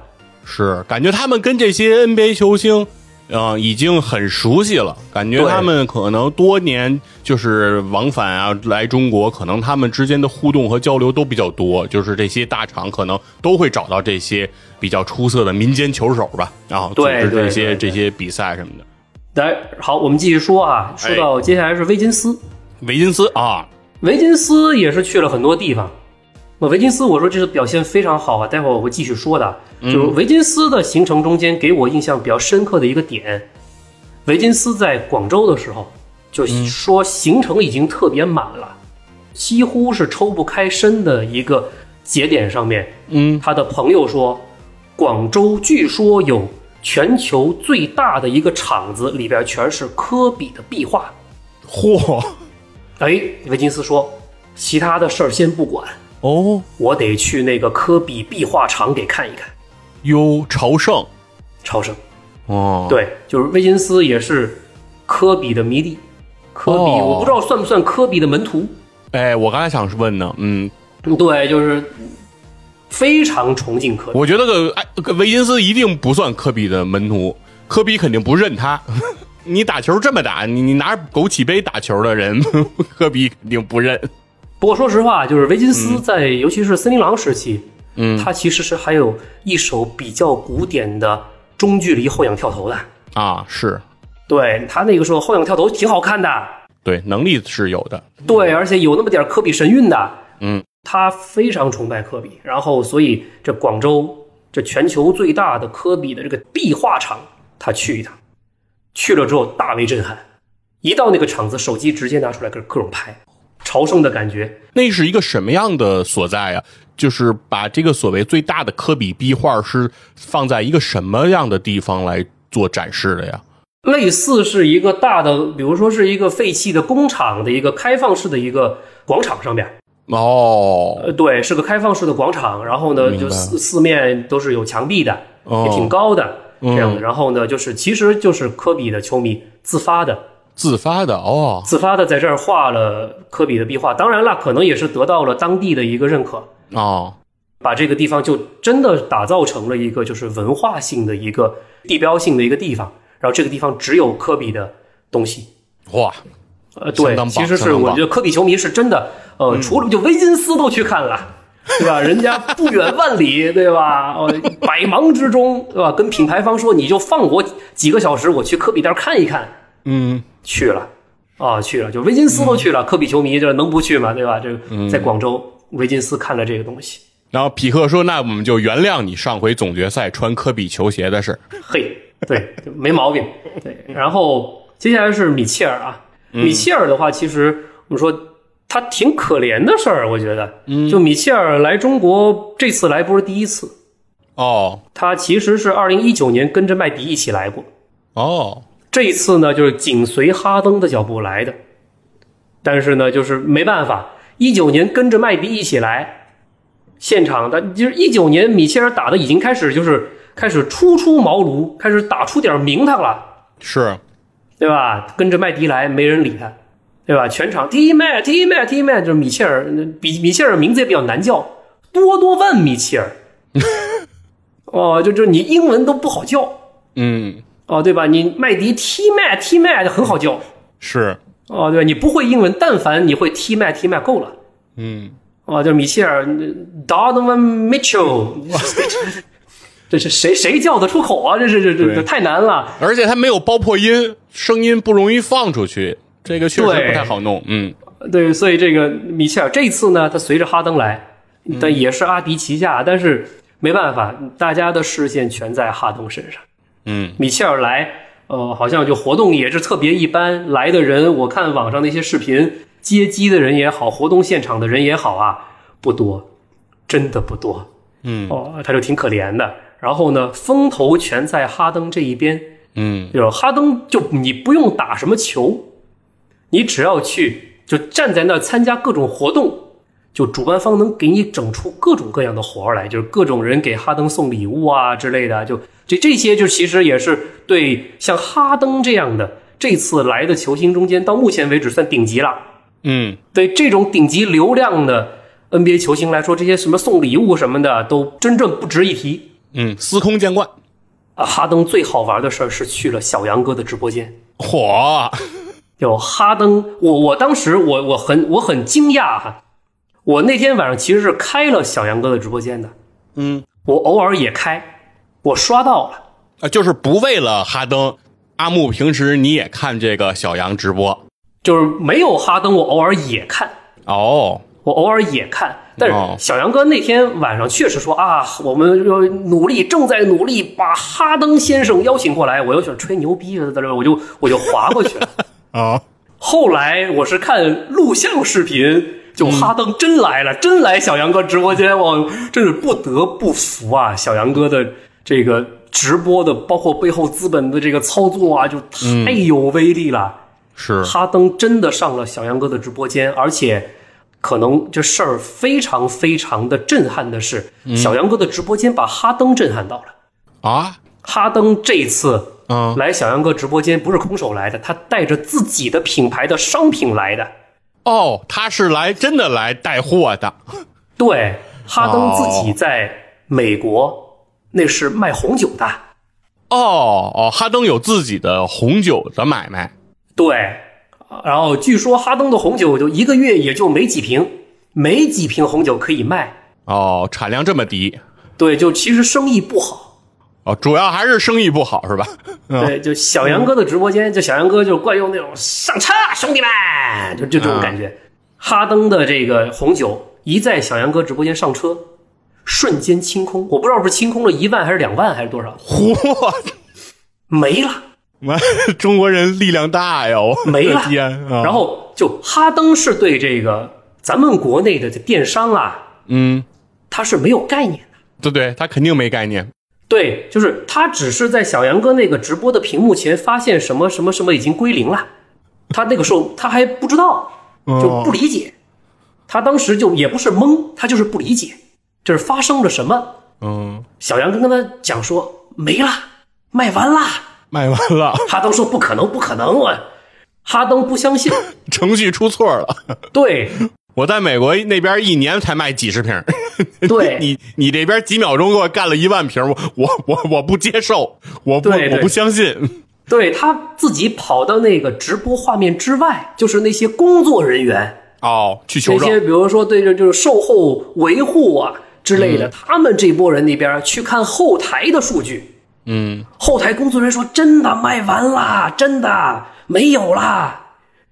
S1: 是，感觉他们跟这些 NBA 球星。啊、已经很熟悉了，感觉
S2: 对
S1: 他们可能多年就是往返啊来中国，可能他们之间的互动和交流都比较多，就是这些大厂可能都会找到这些比较出色的民间球手吧，然后组
S2: 对
S1: 织
S2: 对
S1: 这些
S2: 对对
S1: 这些比赛什么的。
S2: 来，好，我们继续说啊，说
S1: 哎
S2: 到接下来是维金斯，
S1: 维金斯啊，
S2: 维金斯也是去了很多地方。那维金斯，我说这是表现非常好啊，待会儿我会继续说的。就是维金斯的行程中间，给我印象比较深刻的一个点，维金斯在广州的时候，就说行程已经特别满了，几乎是抽不开身的一个节点上面，
S1: 嗯，
S2: 他的朋友说，广州据说有全球最大的一个厂子，里边全是科比的壁画。
S1: 嚯，
S2: 哎，维金斯说，其他的事儿先不管，
S1: 哦，
S2: 我得去那个科比壁画厂给看一看。
S1: 哟，朝圣，
S2: 超生，
S1: 哦，，
S2: 对，就是维金斯也是科比的迷弟，科比、
S1: 哦
S2: 我不知道算不算科比的门徒，
S1: 哎，我刚才想问呢，嗯，
S2: 对，就是非常崇敬科比。
S1: 我觉得个哎，个维金斯一定不算科比的门徒，科比肯定不认他。你打球这么打，你你拿着枸杞杯打球的人， 科比肯定不认。
S2: 不过说实话，就是维金
S1: 嗯
S2: 斯在、尤其是森林狼时期，嗯，他其实是还有一手比较古典的中距离后仰跳投的，
S1: 啊，是
S2: 对他那个时候后仰跳投挺好看的，
S1: 对，能力是有的。
S2: 对，而且有那么点儿科比神韵的，
S1: 嗯，
S2: 他非常崇拜科比，然后所以这广州这全球最大的科比的这个壁画厂，他去一趟，去了之后大为震撼，一到那个厂子，手机直接拿出来各各种拍，朝圣的感觉，
S1: 那是一个什么样的所在啊？就是把这个所谓最大的科比壁画是放在一个什么样的地方来做展示的呀？
S2: 类似是一个大的，比如说是一个废弃的工厂的一个开放式的一个广场上边，
S1: 哦，
S2: 呃，对，是个开放式的广场，然后呢，
S1: 明白
S2: 就四四面都是有墙壁的，
S1: 哦嗯
S2: 也挺高的这样的。然后呢，就是其实就是科比的球迷自发的，
S1: 自发的哦，
S2: 自发的在这儿画了科比的壁画。当然了，可能也是得到了当地的一个认可，
S1: 哦，
S2: 把这个地方就真的打造成了一个就是文化性的一个地标性的一个地方。然后这个地方只有科比的东西，
S1: 哇，
S2: 呃，
S1: 相
S2: 对
S1: 当，棒
S2: 其实
S1: 相
S2: 是
S1: 当
S2: 我
S1: 棒嗯
S2: 觉得科比球迷是真的，呃，除了就维金斯都去看了， 对吧？人家不远万里，对吧？呃，百忙之中，对吧？跟品牌方说，你就放我几个小时，我去科比那儿看一看，
S1: 嗯，
S2: 去了，啊，去了，就维金斯都去了，科比球迷这能不去吗？对吧？这
S1: 嗯
S2: 个在广州，维金斯看了这个东西，
S1: 然后匹克说：“那我们就原谅你上回总决赛穿科比球鞋的事儿。
S2: 嘿，对， 没毛病。对，然后接下来是米切尔啊，米切尔的话，其实我们说他挺可怜的事儿，我觉得，嗯，就米切尔来中国这次来不是第一次，
S1: 哦
S2: 他其实是二零一九年跟着麦迪一起来过，
S1: 哦，
S2: 这一次呢就是紧随哈登的脚步来的，但是呢就是没办法，一九年跟着麦迪一起来，现场的就是一九年米切尔打的已经开始就是开始初出茅庐，开始打出点名堂了。
S1: 是
S2: 对吧？跟着麦迪来，没人理他，对吧？全场 T 麦 T 麦 T 麦，就是米切尔，比米切尔名字也比较难叫，多多万米切 尔。哦，就就你英文都不好叫
S1: 嗯
S2: 哦，对吧？你麦迪 T 麦 T 麦很好叫
S1: 是
S2: 哦，对吧？你不会英文，但凡你会 T 麦 T 麦够了。
S1: 嗯，
S2: 哦，就是米切尔嗯 Donovan Mitchell，这是谁谁叫得出口啊？这是这这
S1: 对
S2: 这太难了。
S1: 而且他没有爆破音，声音不容易放出去，这个确实
S2: 对
S1: 不太好弄。嗯
S2: 对，所以这个米切尔这次呢，他随着哈登来，
S1: 嗯
S2: 但也是阿迪旗下，但是没办法，大家的视线全在哈登身上。
S1: 嗯，
S2: 米切尔来，呃，好像就活动也是特别一般，来的人我看网上那些视频，接机的人也好，活动现场的人也好啊，不多，真的不多。
S1: 嗯，
S2: 哦，他就挺可怜的。然后呢，风头全在哈登这一边，
S1: 嗯，
S2: 就是哈登就你不用打什么球，你只要去就站在那儿参加各种活动，就主办方能给你整出各种各样的活儿来，就是各种人给哈登送礼物啊之类的，就这这些就其实也是对像哈登这样的这次来的球星中间到目前为止算顶级了。
S1: 嗯，
S2: 对这种顶级流量的 NBA 球星来说，这些什么送礼物什么的都真正不值一提。
S1: 嗯，司空见惯。
S2: 啊，哈登最好玩的事儿是去了小杨哥的直播间。
S1: 火，
S2: 有哈登，我我当时我我很我很惊讶哈，我那天晚上其实是开了小杨哥的直播间的，
S1: 嗯
S2: 我偶尔也开，我刷到了，
S1: 啊，就是不为了哈登，阿木平时你也看这个小杨直播
S2: 就是没有哈登，我偶尔也看，
S1: 哦，
S2: 我偶尔也看，但是
S1: 哦
S2: 小杨哥那天晚上确实说啊，我们要努力，正在努力把哈登先生邀请过来，我又想吹牛逼，在这我就我就划过去了。
S1: 啊，
S2: 后来我是看录像视频，就哈登真来了，真来小杨哥直播间，我真是不得不服啊！小杨哥的这个直播的，包括背后资本的这个操作啊，就太有威力了。
S1: 是，
S2: 哈登真的上了小杨哥的直播间，而且可能这事儿非常非常的震撼的是，小杨哥的直播间把哈登震撼到了。
S1: 啊，
S2: 哈登这次
S1: 嗯，
S2: 来小杨哥直播间不是空手来的，他带着自己的品牌的商品来的。
S1: 哦，他是来真的来带货的，
S2: 对，哈登自己在美国、那是卖红酒的。
S1: 哦哦，哈登有自己的红酒的买卖，
S2: 对，然后据说哈登的红酒就一个月也就没几瓶，没几瓶红酒可以卖。
S1: 哦，产量这么低，
S2: 对，就其实生意不好。
S1: 哦，主要还是生意不好是吧？嗯，
S2: 对，就小杨哥的直播间，就小杨哥就惯用那种上车，兄弟们，就就这种感觉。哈登的这个红酒一在小杨哥直播间上车，瞬间清空，我不知道是清空了一万还是两万还是多少，
S1: 嚯，
S2: 没了。
S1: 妈中国人力量大呀，我
S2: 没 了
S1: 的天啊！
S2: 然后就哈登是对这个咱们国内的这电商啊，
S1: 嗯，
S2: 他是没有概念的。
S1: 对对，他肯定没概念，
S2: 对，就是他只是在小杨哥那个直播的屏幕前发现什么什么什么已经归零了，他那个时候他还不知道，
S1: 哦
S2: 就不理解。他当时就也不是懵，他就是不理解，这是发生了什么？
S1: 嗯，
S2: 小杨哥跟他讲说没了，卖完啦。
S1: 卖完了，
S2: 哈登说不可能，不可能啊！哈登不相信，
S1: 程序出错了。
S2: 对
S1: 我在美国那边一年才卖几十瓶，
S2: 对，
S1: 你你这边几秒钟给我干了一万瓶，我我我我不接受，我不
S2: 对对
S1: 我不相信。
S2: 对他自己跑到那个直播画面之外，就是那些工作人员，
S1: 哦，去
S2: 那
S1: 求
S2: 些
S1: 证，
S2: 比如说对着就是售后维护啊之类的，他们这波人那边去看后台的数据，
S1: 嗯，
S2: 后台工作人员说真的卖完啦，真的没有啦。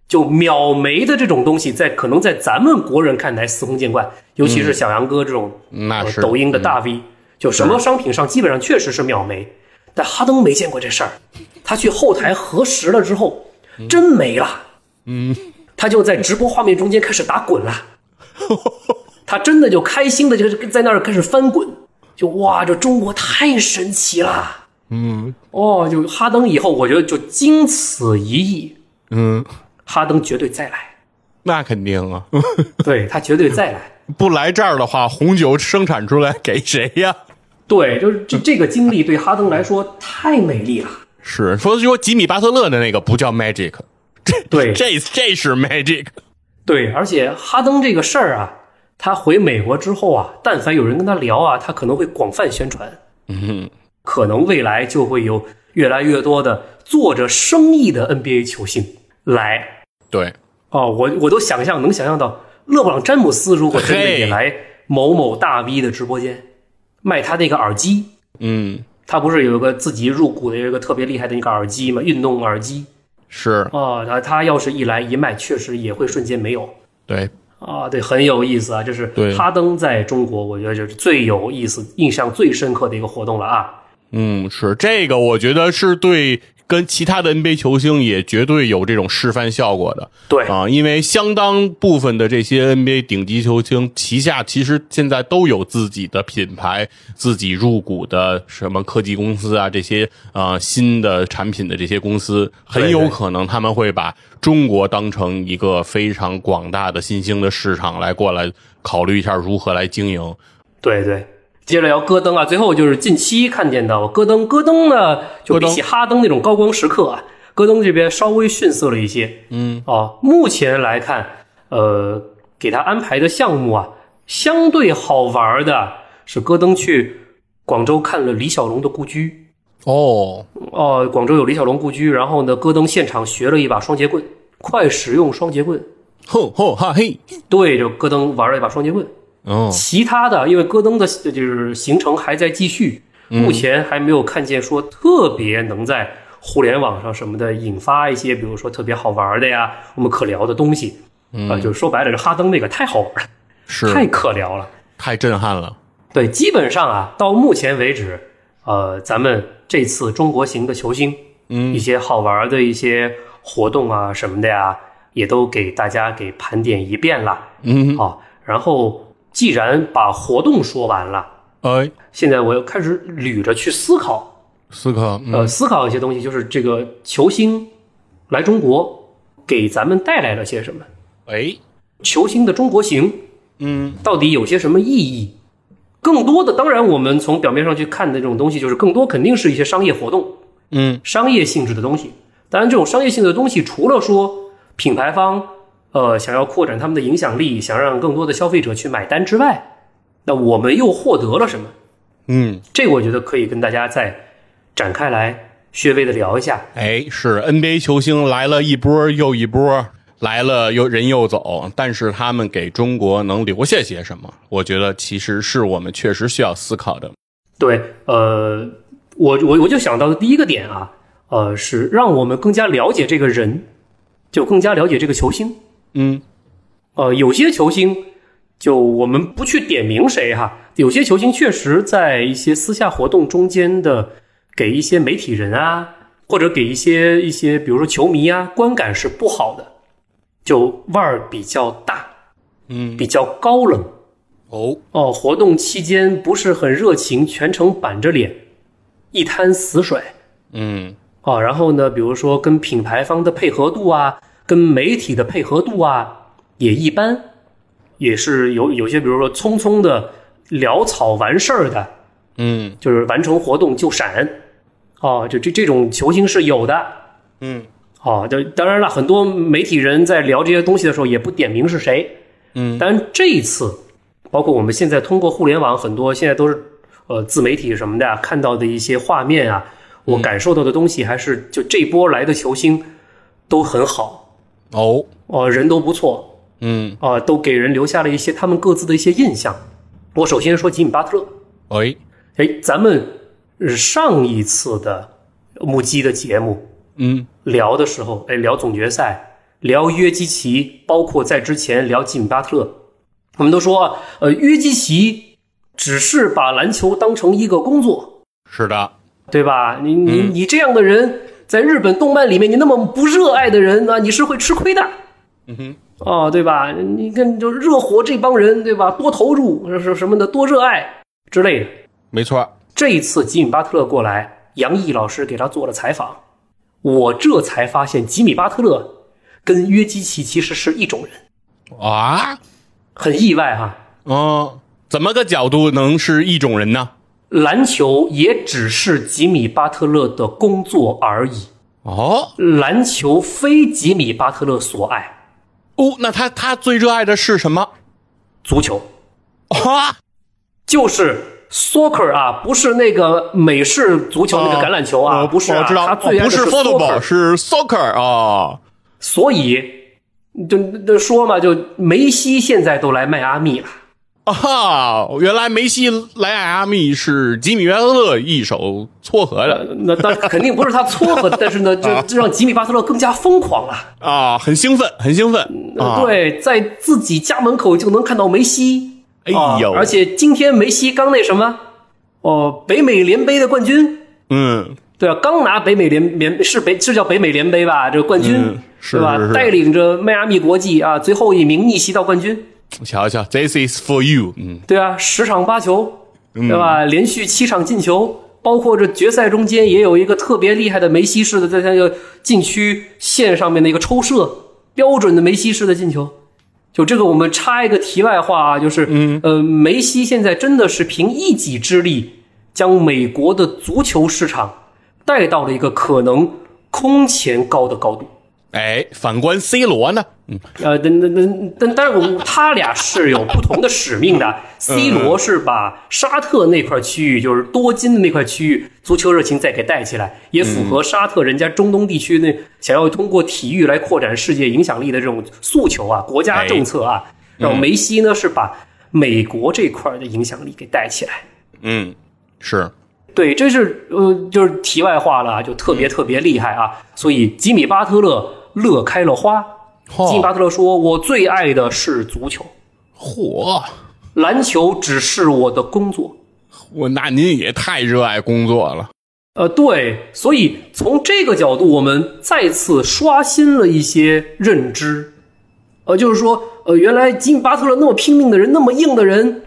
S2: 就秒没的这种东西在，可能在咱们国人看来司空见惯，尤其是小杨哥这种、
S1: 那
S2: 呃
S1: 是
S2: 抖音的大 V，、就什么商品上基本上确实是秒没，但哈登没见过这事儿，他去后台核实了之后，真没了，嗯，他就在直播画面中间开始打滚了，他真的就开心的就是在那儿开始翻滚，就哇，这中国太神奇了，嗯，哦，就哈登以后我觉得就经此一役，
S1: 嗯，
S2: 哈登绝对再来，
S1: 那肯定啊，
S2: 对他绝对再来。
S1: 不来这儿的话，红酒生产出来给谁呀？
S2: 对，就是这这个经历对哈登来说太美丽了。
S1: 是说说吉米巴特勒的那个不叫 magic，
S2: 对
S1: 这这是 magic，
S2: 对，而且哈登这个事儿啊，他回美国之后啊，但凡有人跟他聊啊，他可能会广泛宣传，
S1: 嗯，
S2: 可能未来就会有越来越多的做着生意的 NBA 球星来
S1: 对，
S2: 哦，我我都想象能想象到勒布朗詹姆斯如果真的
S1: 嘿
S2: 也来某某大 V 的直播间卖他那个耳机，
S1: 嗯，
S2: 他不是有一个自己入股的有一个特别厉害的那个耳机嘛，运动耳机。
S1: 是
S2: 啊，他他要是一来一卖，确实也会瞬间没有
S1: 对，
S2: 啊。对，很有意思啊，这是
S1: 对
S2: 哈登在中国，我觉得就是最有意思、印象最深刻的一个活动了啊。
S1: 嗯，是这个，我觉得是对跟其他的 NBA 球星也绝对有这种示范效果的。
S2: 对
S1: 啊，因为相当部分的这些 NBA 顶级球星旗下其实现在都有自己的品牌、自己入股的什么科技公司啊，这些呃新的产品的这些公司，很有可能他们会把中国当成一个非常广大的新兴的市场来过来考虑一下如何来经营。
S2: 对对，接着聊戈登啊，最后就是近期看见的戈登，戈登呢，就
S1: 戈
S2: 比
S1: 登
S2: 起哈登那种高光时刻啊，戈登这边稍微逊色了一些。嗯，啊，目前来看，呃，给他安排的项目啊，相对好玩的是戈登去广州看了李小龙的故居。
S1: 哦，
S2: 哦、广州有李小龙故居，然后呢，戈登现场学了一把双截棍，快使用双截棍。
S1: 吼吼哈嘿，
S2: 对，就戈登玩了一把双截棍。
S1: 嗯，
S2: 其他的，因为戈登的呃就是行程还在继续，目前还没有看见说特别能在互联网上什么的引发一些，比如说特别好玩的呀，我们可聊的东西。啊、就是说白了，这哈登那个太好玩了，
S1: 是
S2: 太可聊了。
S1: 太震撼了。
S2: 对，基本上啊，到目前为止，呃，咱们这次中国行的球星，嗯，一些好玩的一些活动啊什么的呀，也都给大家给盘点一遍了。
S1: 嗯，
S2: 啊，然后既然把活动说完了，
S1: 哎，
S2: 现在我又开始捋着去思考，
S1: 思考，嗯
S2: 呃，思考一些东西，就是这个球星来中国给咱们带来了些什么？
S1: 哎，
S2: 球星的中国行
S1: 嗯，
S2: 到底有些什么意义？更多的，当然我们从表面上去看的这种东西，就是更多肯定是一些商业活动，
S1: 嗯，
S2: 商业性质的东西。当然，这种商业性质的东西，除了说品牌方呃想要扩展他们的影响力，想让更多的消费者去买单之外，那我们又获得了什么？
S1: 嗯，
S2: 这个我觉得可以跟大家再展开来略微的聊一下。
S1: 哎，是 NBA 球星来了一波又一波，来了又人又走，但是他们给中国能留下些什么？我觉得其实是我们确实需要思考的。
S2: 对，呃，我我我就想到的第一个点啊，呃，是让我们更加了解这个人，就更加了解这个球星。
S1: 嗯，
S2: 呃，有些球星，就我们不去点名谁哈，有些球星确实在一些私下活动中间的，给一些媒体人啊，或者给一些一些，比如说球迷啊，观感是不好的，就腕儿比较大，
S1: 嗯，
S2: 比较高冷。
S1: 哦，
S2: 哦，活动期间不是很热情，全程板着脸，一滩死水
S1: 嗯，
S2: 啊、然后呢，比如说跟品牌方的配合度啊，跟媒体的配合度啊，也一般，也是有有些，比如说匆匆的潦草完事儿的，
S1: 嗯，
S2: 就是完成活动就闪，啊、就这这种球星是有的。
S1: 嗯，
S2: 啊，就当然了，很多媒体人在聊这些东西的时候也不点名是谁。
S1: 嗯，
S2: 但这一次，包括我们现在通过互联网，很多现在都是呃自媒体什么的啊看到的一些画面啊，我感受到的东西还是就这波来的球星都很好，
S1: 哦，
S2: 哦、人都不错，
S1: 嗯，
S2: 啊、都给人留下了一些他们各自的一些印象。我首先说吉米巴特勒，
S1: 哎，
S2: 哎，咱们呃上一次的目击的节目
S1: 嗯，
S2: 聊的时候，哎，聊总决赛，聊约基奇，包括在之前聊吉米巴特勒，我们都说，呃，约基奇只是把篮球当成一个工作，
S1: 是的，
S2: 对吧？你你
S1: 嗯
S2: 你这样的人，在日本动漫里面，你那么不热爱的人啊，你是会吃亏的。
S1: 嗯哼，
S2: 哦，对吧？你看，就是热火这帮人，对吧？多投入，什什什么的，多热爱之类的。
S1: 没错儿，
S2: 这一次吉米巴特勒过来，杨毅老师给他做了采访，我这才发现吉米巴特勒跟约基奇其实是一种人，
S1: 啊，
S2: 很意外哈、
S1: 嗯、怎么个角度能是一种人呢？
S2: 篮球也只是吉米巴特勒的工作而已，
S1: 哦，
S2: 篮球非吉米巴特勒所爱，
S1: 哦，那他他最热爱的是什么？
S2: 足球
S1: 啊，
S2: 就是 soccer 啊，不是那个美式足球那个橄榄球啊，
S1: 我
S2: 不是、啊，
S1: 哦我知道，哦
S2: 他最爱
S1: 不
S2: 的
S1: 是 football，
S2: soccer，
S1: 是 soccer 哦。
S2: 所以就就说嘛，就梅西现在都来迈阿密了。
S1: 啊，原来梅西来迈阿密是吉米约勒一手撮合的
S2: 那当然肯定不是他撮合，但是呢，这这让吉米巴特勒更加疯狂了。呃
S1: 啊，很兴奋，很兴奋啊！，
S2: 嗯对，在自己家门口就能看到梅西，
S1: 哎
S2: 啊
S1: 呦，
S2: 而且今天梅西刚那什么，哦、北美联杯的冠军
S1: 嗯，
S2: 对啊，刚拿北美联联是北是叫北美联杯吧？这个冠军、
S1: 嗯是
S2: 对吧？
S1: 是是
S2: 带领着迈阿密国际啊，最后一名逆袭到冠军。
S1: 瞧瞧，This is for you，嗯，
S2: 对啊，十场八球，对吧？连续七场进球，包括这决赛中间也有一个特别厉害的梅西式的，在那个禁区线上面的一个抽射，标准的梅西式的进球。就这个，我们插一个题外话啊，就是，嗯，呃，梅西现在真的是凭一己之力，将美国的足球市场带到了一个可能空前高的高度。
S1: 哎，反观 C 罗呢，
S2: 呃，但但但但但是我他俩是有不同的使命的。C 罗是把沙特那块区域，就是多金的那块区域，足球热情再给带起来，也符合沙特人家中东地区那想要通过体育来扩展世界影响力的这种诉求啊，国家政策啊。然后梅西呢是把美国这块的影响力给带起来。
S1: 嗯，是，
S2: 对，这是呃，就是题外话了啊，就特别特别厉害啊。所以吉米巴特勒乐开了花。
S1: 哦
S2: 吉米巴特勒说：“我最爱的是足球，
S1: 嚯，
S2: 篮球只是我的工作。
S1: 我那您也太热爱工作了，”
S2: 呃，对，所以从这个角度，我们再次刷新了一些认知。呃，就是说，呃，原来吉米巴特勒那么拼命的人，那么硬的人，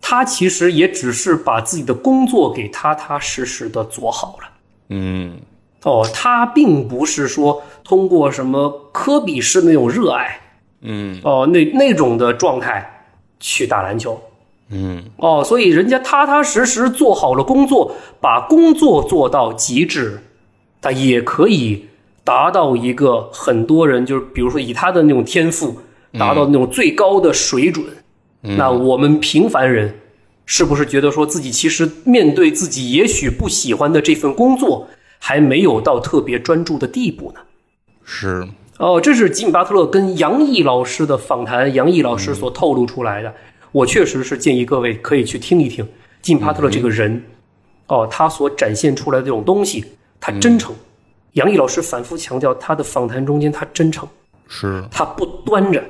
S2: 他其实也只是把自己的工作给踏踏实实的做好了。
S1: 嗯，
S2: 哦，他并不是说通过什么科比式那种热爱，
S1: 嗯，
S2: 哦，那那种的状态去打篮球，
S1: 嗯，
S2: 哦，所以人家踏踏实实做好了工作，把工作做到极致，他也可以达到一个很多人就是，比如说以他的那种天赋，达到那种最高的水准。那我们平凡人是不是觉得说自己其实面对自己也许不喜欢的这份工作，还没有到特别专注的地步呢？
S1: 是，
S2: 哦，这是吉米巴特勒跟杨毅老师的访谈，杨毅老师所透露出来的。我确实是建议各位可以去听一听吉米巴特勒这个人，哦，他所展现出来的这种东西，他真诚。杨毅老师反复强调，他的访谈中间他真诚，
S1: 是，
S2: 他不端着，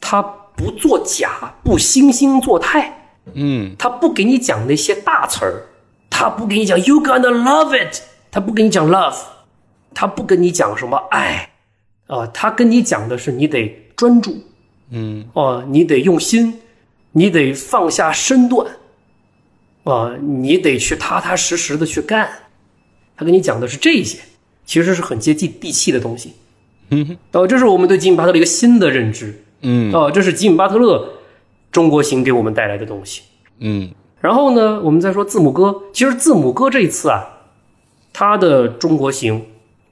S2: 他不作假，不惺惺作态，
S1: 嗯，
S2: 他不给你讲那些大词儿，他不给你讲 “you gonna love it”，他不给你讲 “love”，他不跟你讲什么爱，啊、他跟你讲的是你得专注，嗯，哦、你得用心，你得放下身段，啊、你得去踏踏实实的去干，他跟你讲的是这些，其实是很接近地气的东西。嗯，哦，这是我们对吉姆巴特勒一个新的认知。
S1: 嗯，
S2: 哦，这是吉姆巴特勒中国行给我们带来的东西。
S1: 嗯，
S2: 然后呢，我们再说字母哥。其实字母哥这一次啊，他的中国行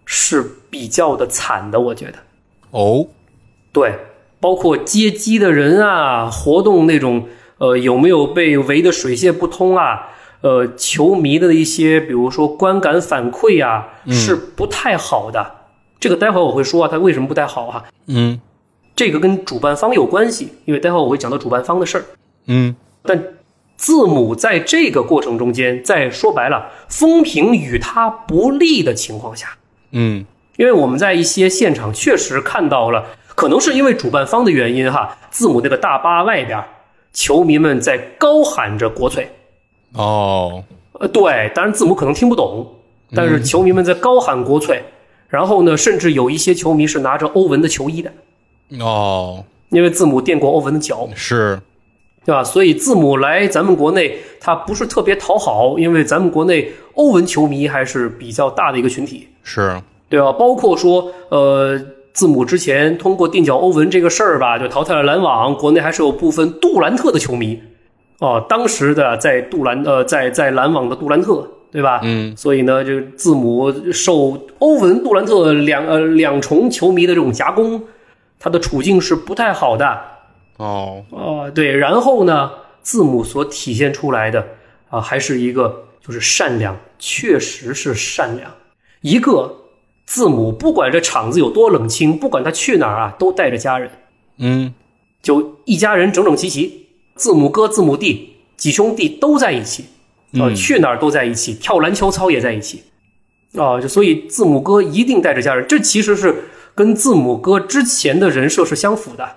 S2: 是比较的惨的，我觉得。
S1: 哦，
S2: 对，包括接机的人啊，活动那种呃有没有被围得水泄不通啊？呃，球迷的一些比如说观感反馈啊，是不太好的。这个待会儿我会说啊，他为什么不太好啊？
S1: 嗯，
S2: 这个跟主办方有关系，因为待会儿我会讲到主办方的事儿。
S1: 嗯，
S2: 但字母在这个过程中间，在说白了，风评与他不利的情况下，
S1: 嗯，
S2: 因为我们在一些现场确实看到了，可能是因为主办方的原因哈，字母那个大巴外边，球迷们在高喊着国粹。
S1: 哦，
S2: 呃，对，当然字母可能听不懂，但是球迷们在高喊国粹。然后呢，甚至有一些球迷是拿着欧文的球衣的，
S1: 哦，
S2: 因为字母垫过欧文的脚。
S1: 是，
S2: 对吧？所以字母来咱们国内，它不是特别讨好，因为咱们国内欧文球迷还是比较大的一个群体，
S1: 是，
S2: 对吧？包括说，呃，字母之前通过垫脚欧文这个事儿吧，就淘汰了篮网，国内还是有部分杜兰特的球迷，哦、当时的在杜兰呃在在篮网的杜兰特，对吧？
S1: 嗯，
S2: 所以呢，这个字母受欧文、杜兰特两呃两重球迷的这种夹攻，他的处境是不太好的。
S1: 哦，
S2: 呃，对，然后呢，字母所体现出来的啊、还是一个就是善良，确实是善良。一个字母，不管这场子有多冷清，不管他去哪儿啊，都带着家人，
S1: 嗯，
S2: 就一家人整整齐齐，字母哥、字母弟几兄弟都在一起，啊、去哪儿都在一起，跳篮球操也在一起，啊、就所以字母哥一定带着家人，这其实是跟字母哥之前的人设是相符的。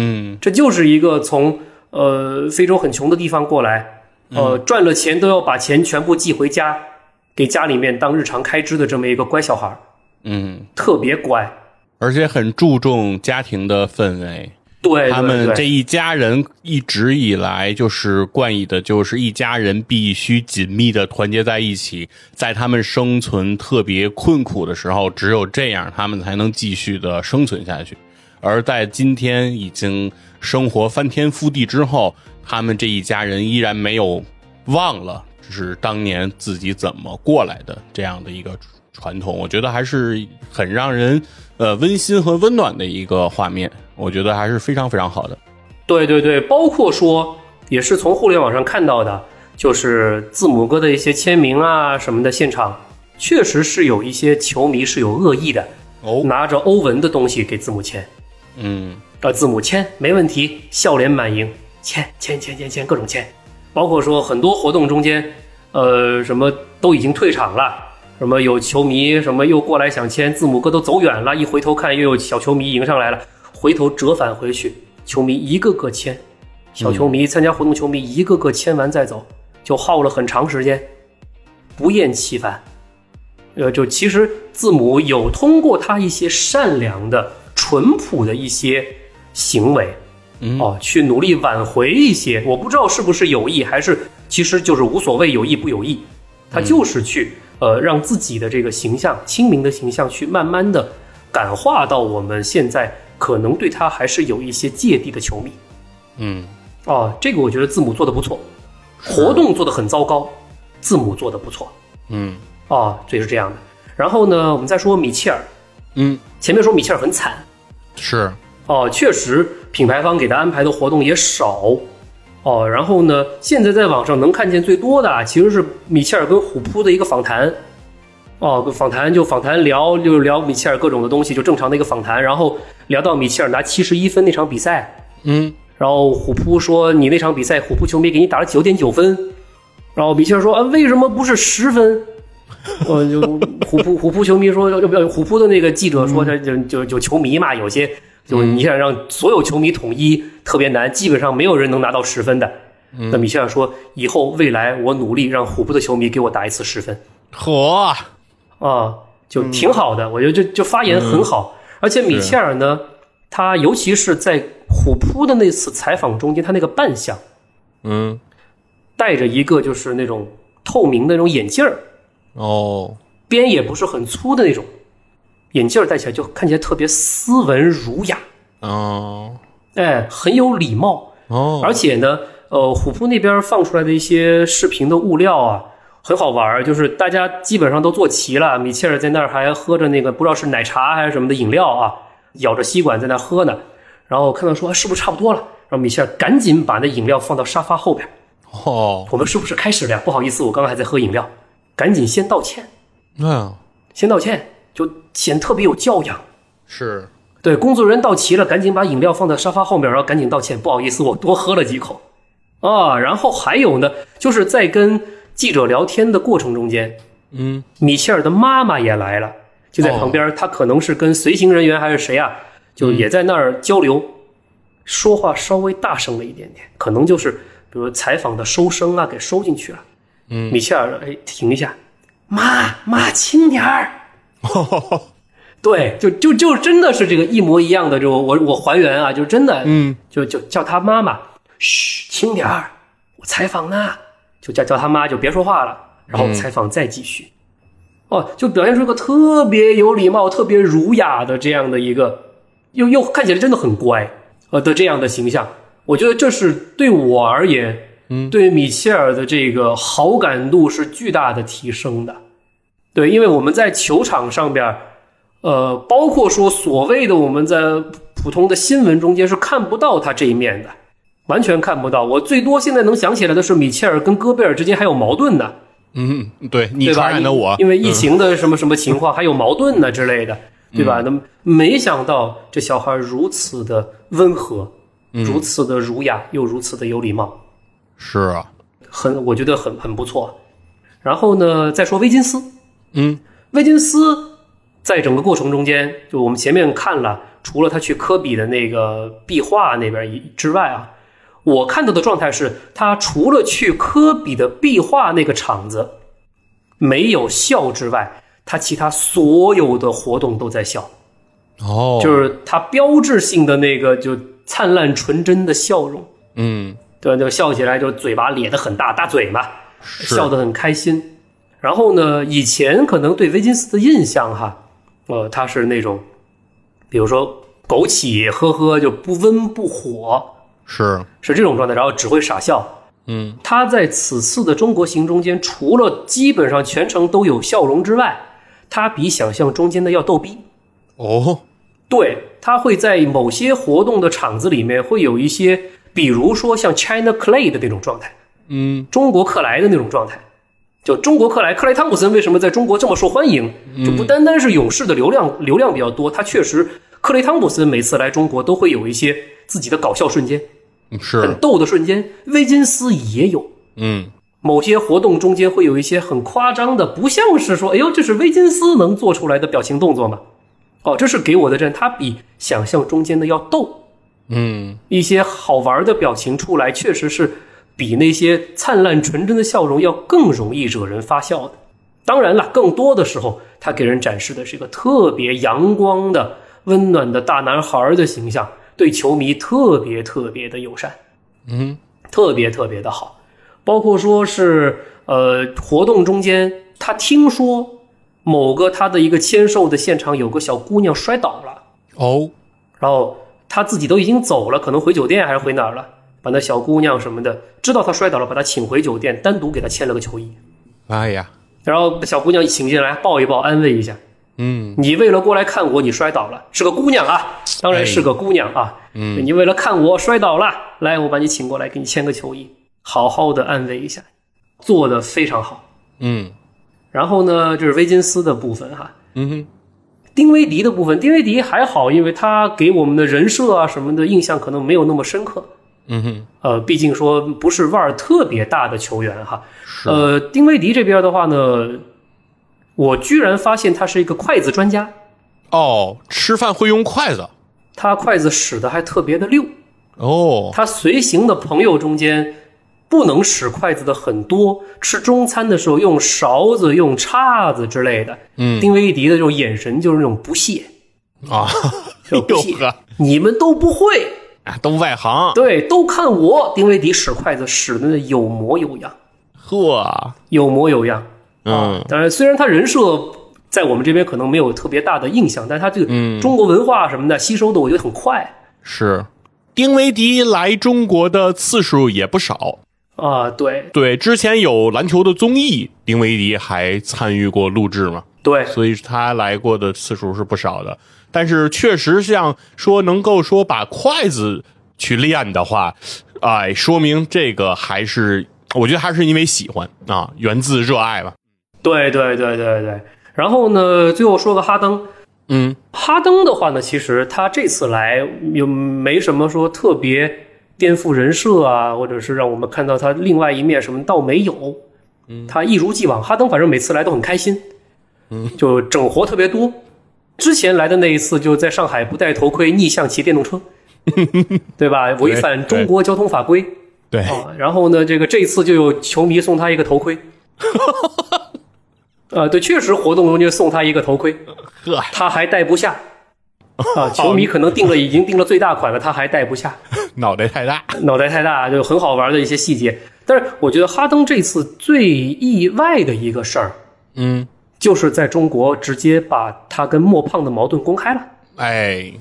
S1: 嗯，
S2: 这就是一个从
S1: 嗯
S2: 呃非洲很穷的地方过来，呃赚了钱都要把钱全部寄回家，给家里面当日常开支的这么一个乖小孩儿，
S1: 嗯，
S2: 特别乖。
S1: 而且很注重家庭的氛围。
S2: 哎对，
S1: 他
S2: 对
S1: 们
S2: 对
S1: 这一家人一直以来就是冠以的，就是一家人必须紧密的团结在一起，在他们生存特别困苦的时候，只有这样他们才能继续的生存下去。而在今天已经生活翻天覆地之后，他们这一家人依然没有忘了，就是当年自己怎么过来的这样的一个传统，我觉得还是很让人呃温馨和温暖的一个画面，我觉得还是非常非常好的。
S2: 对对对，包括说也是从互联网上看到的，就是字母哥的一些签名啊什么的，现场确实是有一些球迷是有恶意的，
S1: 哦，
S2: 拿着欧文的东西给字母签，
S1: 嗯，
S2: 呃，字母签没问题，笑脸满盈，签签签签签各种签，包括说很多活动中间，呃，什么都已经退场了。什么有球迷什么又过来想签，字母哥都走远了，一回头看又有小球迷迎上来了，回头折返回去，球迷一个个签，小球迷参加活动球迷一个个签完再走，就耗了很长时间，不厌其烦。呃，就其实字母有通过他一些善良的、淳朴的一些行为，
S1: 嗯
S2: 哦，去努力挽回一些。我不知道是不是有意，还是其实就是无所谓有意不有意，他就是去、呃让自己的这个形象、亲民的形象去慢慢的感化到我们现在可能对他还是有一些芥蒂的球迷。
S1: 嗯，
S2: 哦，这个我觉得字母做的不错，活动做的很糟糕，字母做的不错。
S1: 嗯，
S2: 哦，这是这样的。然后呢，我们再说米切尔，
S1: 嗯，
S2: 前面说米切尔很惨
S1: 是，
S2: 哦，确实品牌方给他安排的活动也少哦。然后呢，现在在网上能看见最多的啊，其实是米切尔跟虎扑的一个访谈。哦，访谈就访谈聊，就聊米切尔各种的东西，就正常的一个访谈，然后聊到米切尔拿七十一分那场比赛，
S1: 嗯，
S2: 然后虎扑说你那场比赛，虎扑球迷给你打了九点九分。然后米切尔说啊，为什么不是十分？呃，就 虎扑虎扑球迷说，要不要虎扑的那个记者说，他就就就球迷嘛，有些就你想让所有球迷统一特别难，基本上没有人能拿到十分的。那米切尔说，以后未来我努力让虎扑的球迷给我打一次十分。
S1: 嚯，
S2: 啊，就挺好的。我觉得这就发言很好，而且米切尔呢，他尤其是在虎扑的那次采访中间，他那个扮相
S1: 嗯，
S2: 戴着一个就是那种透明的那种眼镜儿，
S1: 哦，
S2: 边也不是很粗的那种，眼镜儿戴起来就看起来特别斯文儒雅，
S1: 哦，
S2: 哎，很有礼貌。
S1: 哦，
S2: 而且呢，呃，虎扑那边放出来的一些视频的物料啊，很好玩儿，就是大家基本上都坐齐了，米切尔在那儿还喝着那个不知道是奶茶还是什么的饮料啊，咬着吸管在那儿喝呢。然后看到说、啊是不是差不多了，然后米切尔赶紧把那饮料放到沙发后边。
S1: 哦，
S2: 我们是不是开始了呀？不好意思，我刚刚还在喝饮料，赶紧先道歉，
S1: 那
S2: 先道歉，就显得特别有教养。
S1: 是，
S2: 对，工作人员到齐了，赶紧把饮料放在沙发后面，然后赶紧道歉，不好意思，我多喝了几口。啊，然后还有呢，就是在跟记者聊天的过程中间，
S1: 嗯，
S2: 米切尔的妈妈也来了，就在旁边，她可能是跟随行人员还是谁啊，就也在那儿交流，说话稍微大声了一点点，可能就是比如采访的收声啊，给收进去了。
S1: 嗯，
S2: 米切尔哎停一下，妈妈轻点儿。
S1: 哦，
S2: 对，就就就真的是这个一模一样的，就我我还原啊，就真的，
S1: 嗯，
S2: 就就叫他妈妈，嘘，轻点儿，我采访呢，就叫叫他妈就别说话了，然后采访再继续，哦，就表现出一个特别有礼貌、特别儒雅的这样的一个，又又看起来真的很乖，呃的这样的形象，我觉得这是对我而言，嗯，对米切尔的这个好感度是巨大的提升的，对，因为我们在球场上边儿。呃，包括说所谓的我们在普通的新闻中间是看不到他这一面的，完全看不到。我最多现在能想起来的是米切尔跟戈贝尔之间还有矛盾呢，
S1: 嗯，对你
S2: 对吧？
S1: 传染的
S2: 因
S1: 我，嗯
S2: 因为疫情的什么什么情况，还有矛盾呢之类的，对
S1: 嗯
S2: 吧？那么没想到这小孩如此的温和，
S1: 嗯
S2: 如此的儒雅，又如此的有礼貌，
S1: 是啊，
S2: 很我觉得很很不错。然后呢，再说威金斯，
S1: 嗯，
S2: 威金斯在整个过程中间，就我们前面看了，除了他去科比的那个壁画那边以之外啊，我看到的状态是他除了去科比的壁画那个场子，没有笑之外，它其他所有的活动都在笑，
S1: 哦，
S2: 就是它标志性的那个就灿烂纯真的笑容，
S1: 嗯，
S2: 对吧？就笑起来就嘴巴咧得很大，大嘴嘛，笑得很开心。然后呢，以前可能对威金斯的印象哈，呃，他是那种，比如说枸杞呵呵就不温不火，
S1: 是，
S2: 是这种状态，然后只会傻笑。
S1: 嗯，
S2: 他在此次的中国行中间，除了基本上全程都有笑容之外，他比想象中间的要逗逼。
S1: 哦，
S2: 对，他会在某些活动的场子里面会有一些，比如说像 China Clay 的那种状态，
S1: 嗯，
S2: 中国克莱的那种状态。就中国克莱，克莱汤普森为什么在中国这么受欢迎？就不单单是勇士的流量流量比较多，他确实克莱汤普森每次来中国都会有一些自己的搞笑瞬间，很
S1: 是，
S2: 逗的瞬间。威金斯也有，
S1: 嗯，
S2: 某些活动中间会有一些很夸张的，不像是说，哎呦，这是威金斯能做出来的表情动作吗？哦，这是给我的赞，他比想象中间的要逗，
S1: 嗯，
S2: 一些好玩的表情出来，确实是比那些灿烂纯真的笑容要更容易惹人发笑的。当然了，更多的时候，他给人展示的是一个特别阳光的、温暖的大男孩的形象，对球迷特别特别的友善。
S1: 嗯，
S2: 特别特别的好，包括说是呃活动中间，他听说某个他的一个签售的现场有个小姑娘摔倒了，
S1: 哦，
S2: 然后他自己都已经走了，可能回酒店还是回哪儿了，把那小姑娘什么的知道她摔倒了，把她请回酒店，单独给她签了个球衣，
S1: 哎呀，
S2: 然后小姑娘请进来抱一抱，安慰一下。
S1: 嗯，
S2: 你为了过来看我，你摔倒了，是个姑娘啊，当然是个姑娘啊。嗯，你为了看我摔倒了，来，我把你请过来，给你签个球衣，好好的安慰一下，做的非常好。
S1: 嗯，
S2: 然后呢，这是威金斯的部分哈，
S1: 嗯哼，
S2: 丁威迪的部分，丁威迪还好，因为他给我们的人设啊什么的印象可能没有那么深刻。
S1: 嗯哼，
S2: 呃，毕竟说不是腕儿特别大的球员哈。呃，丁威迪这边的话呢，我居然发现他是一个筷子专家，
S1: 哦，吃饭会用筷子，
S2: 他筷子使得还特别的溜。
S1: 哦，
S2: 他随行的朋友中间，不能使筷子的很多，吃中餐的时候用勺子、用叉子之类的。
S1: 嗯
S2: 丁威迪的这种眼神就是那种不屑，
S1: 啊，
S2: 有
S1: 哟
S2: 屁
S1: 呵，
S2: 你们都不会，
S1: 啊都外行，
S2: 对，都看我。丁威迪使筷子使的那有模有样，
S1: 呵，
S2: 有模有样。
S1: 嗯，
S2: 当然，虽然他人设在我们这边可能没有特别大的印象，但他这个中国文化什么的吸收的，我觉得很快。
S1: 是，丁威迪来中国的次数也不少。
S2: 啊，对
S1: 对，之前有篮球的综艺，丁威迪还参与过录制嘛，
S2: 对，
S1: 所以他来过的次数是不少的。但是确实像说能够说把筷子去练的话，哎，说明这个还是我觉得还是因为喜欢啊，源自热爱吧。
S2: 对对对对对。然后呢，最后说个哈登，
S1: 嗯，
S2: 哈登的话呢，其实他这次来也没什么说特别颠覆人设啊，或者是让我们看到他另外一面什么倒没有。嗯，他一如既往，哈登反正每次来都很开心，嗯，就整活特别多。之前来的那一次就在上海不戴头盔逆向骑电动 车，对吧？违反中国交通法规
S1: 对，
S2: 啊。然后呢，这个这一次就有球迷送他一个头盔，呃，对，确实活动中就送他一个头盔。
S1: 呵，
S2: 他还戴不下。啊，球迷可能定了，已经定了最大款了，他还戴不下，
S1: 脑袋太大。
S2: 脑袋太大，就很好玩的一些细节。但是我觉得哈登这次最意外的一个事儿，
S1: 嗯，
S2: 就是在中国直接把他跟莫胖的矛盾公开了。
S1: 哎，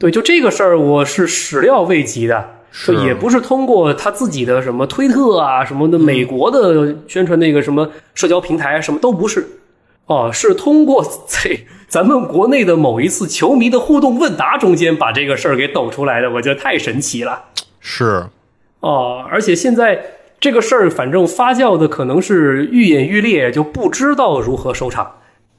S2: 对，就这个事儿，我是始料未及的，
S1: 是
S2: 就也不是通过他自己的什么推特啊、什
S1: 嗯
S2: 么的美国的宣传那个什么社交平台，什么都不是，哦、是通过 在咱们国内的某一次球迷的互动问答中间把这个事儿给抖出来的，我觉得太神奇了
S1: 是，
S2: 哦、而且现在这个事儿，反正发酵的可能是愈演愈烈，就不知道如何收场，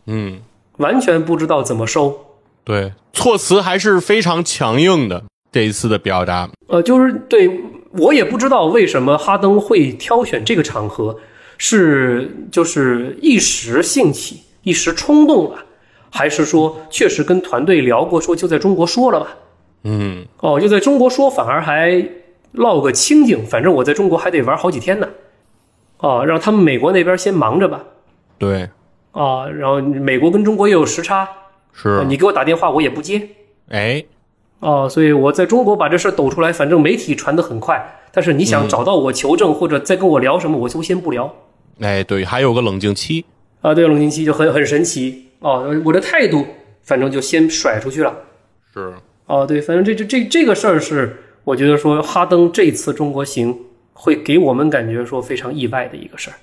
S1: 嗯，
S2: 完全不知道怎么收。
S1: 对，措辞还是非常强硬的。这一次的表达，
S2: 呃，就是对我也不知道为什么哈登会挑选这个场合，是就是一时兴起、一时冲动了，还是说确实跟团队聊过，说就在中国说了吧？
S1: 嗯，
S2: 哦，就在中国说，反而还落个清净，反正我在中国还得玩好几天呢。哦，让他们美国那边先忙着吧。
S1: 对，
S2: 啊、然后美国跟中国又有时差，
S1: 是，
S2: 你给我打电话我也不接
S1: 哎，
S2: 啊、所以我在中国把这事儿抖出来，反正媒体传得很快，但是你想找到我求证或者再跟我聊什么，我就先不聊。
S1: 哎，对，还有个冷静期，
S2: 啊，对，冷静期就很很神奇哦，我的态度反正就先甩出去了。
S1: 是，
S2: 哦，对，反正这这这这个事儿是，我觉得说哈登这次中国行会给我们感觉说非常意外的一个事儿。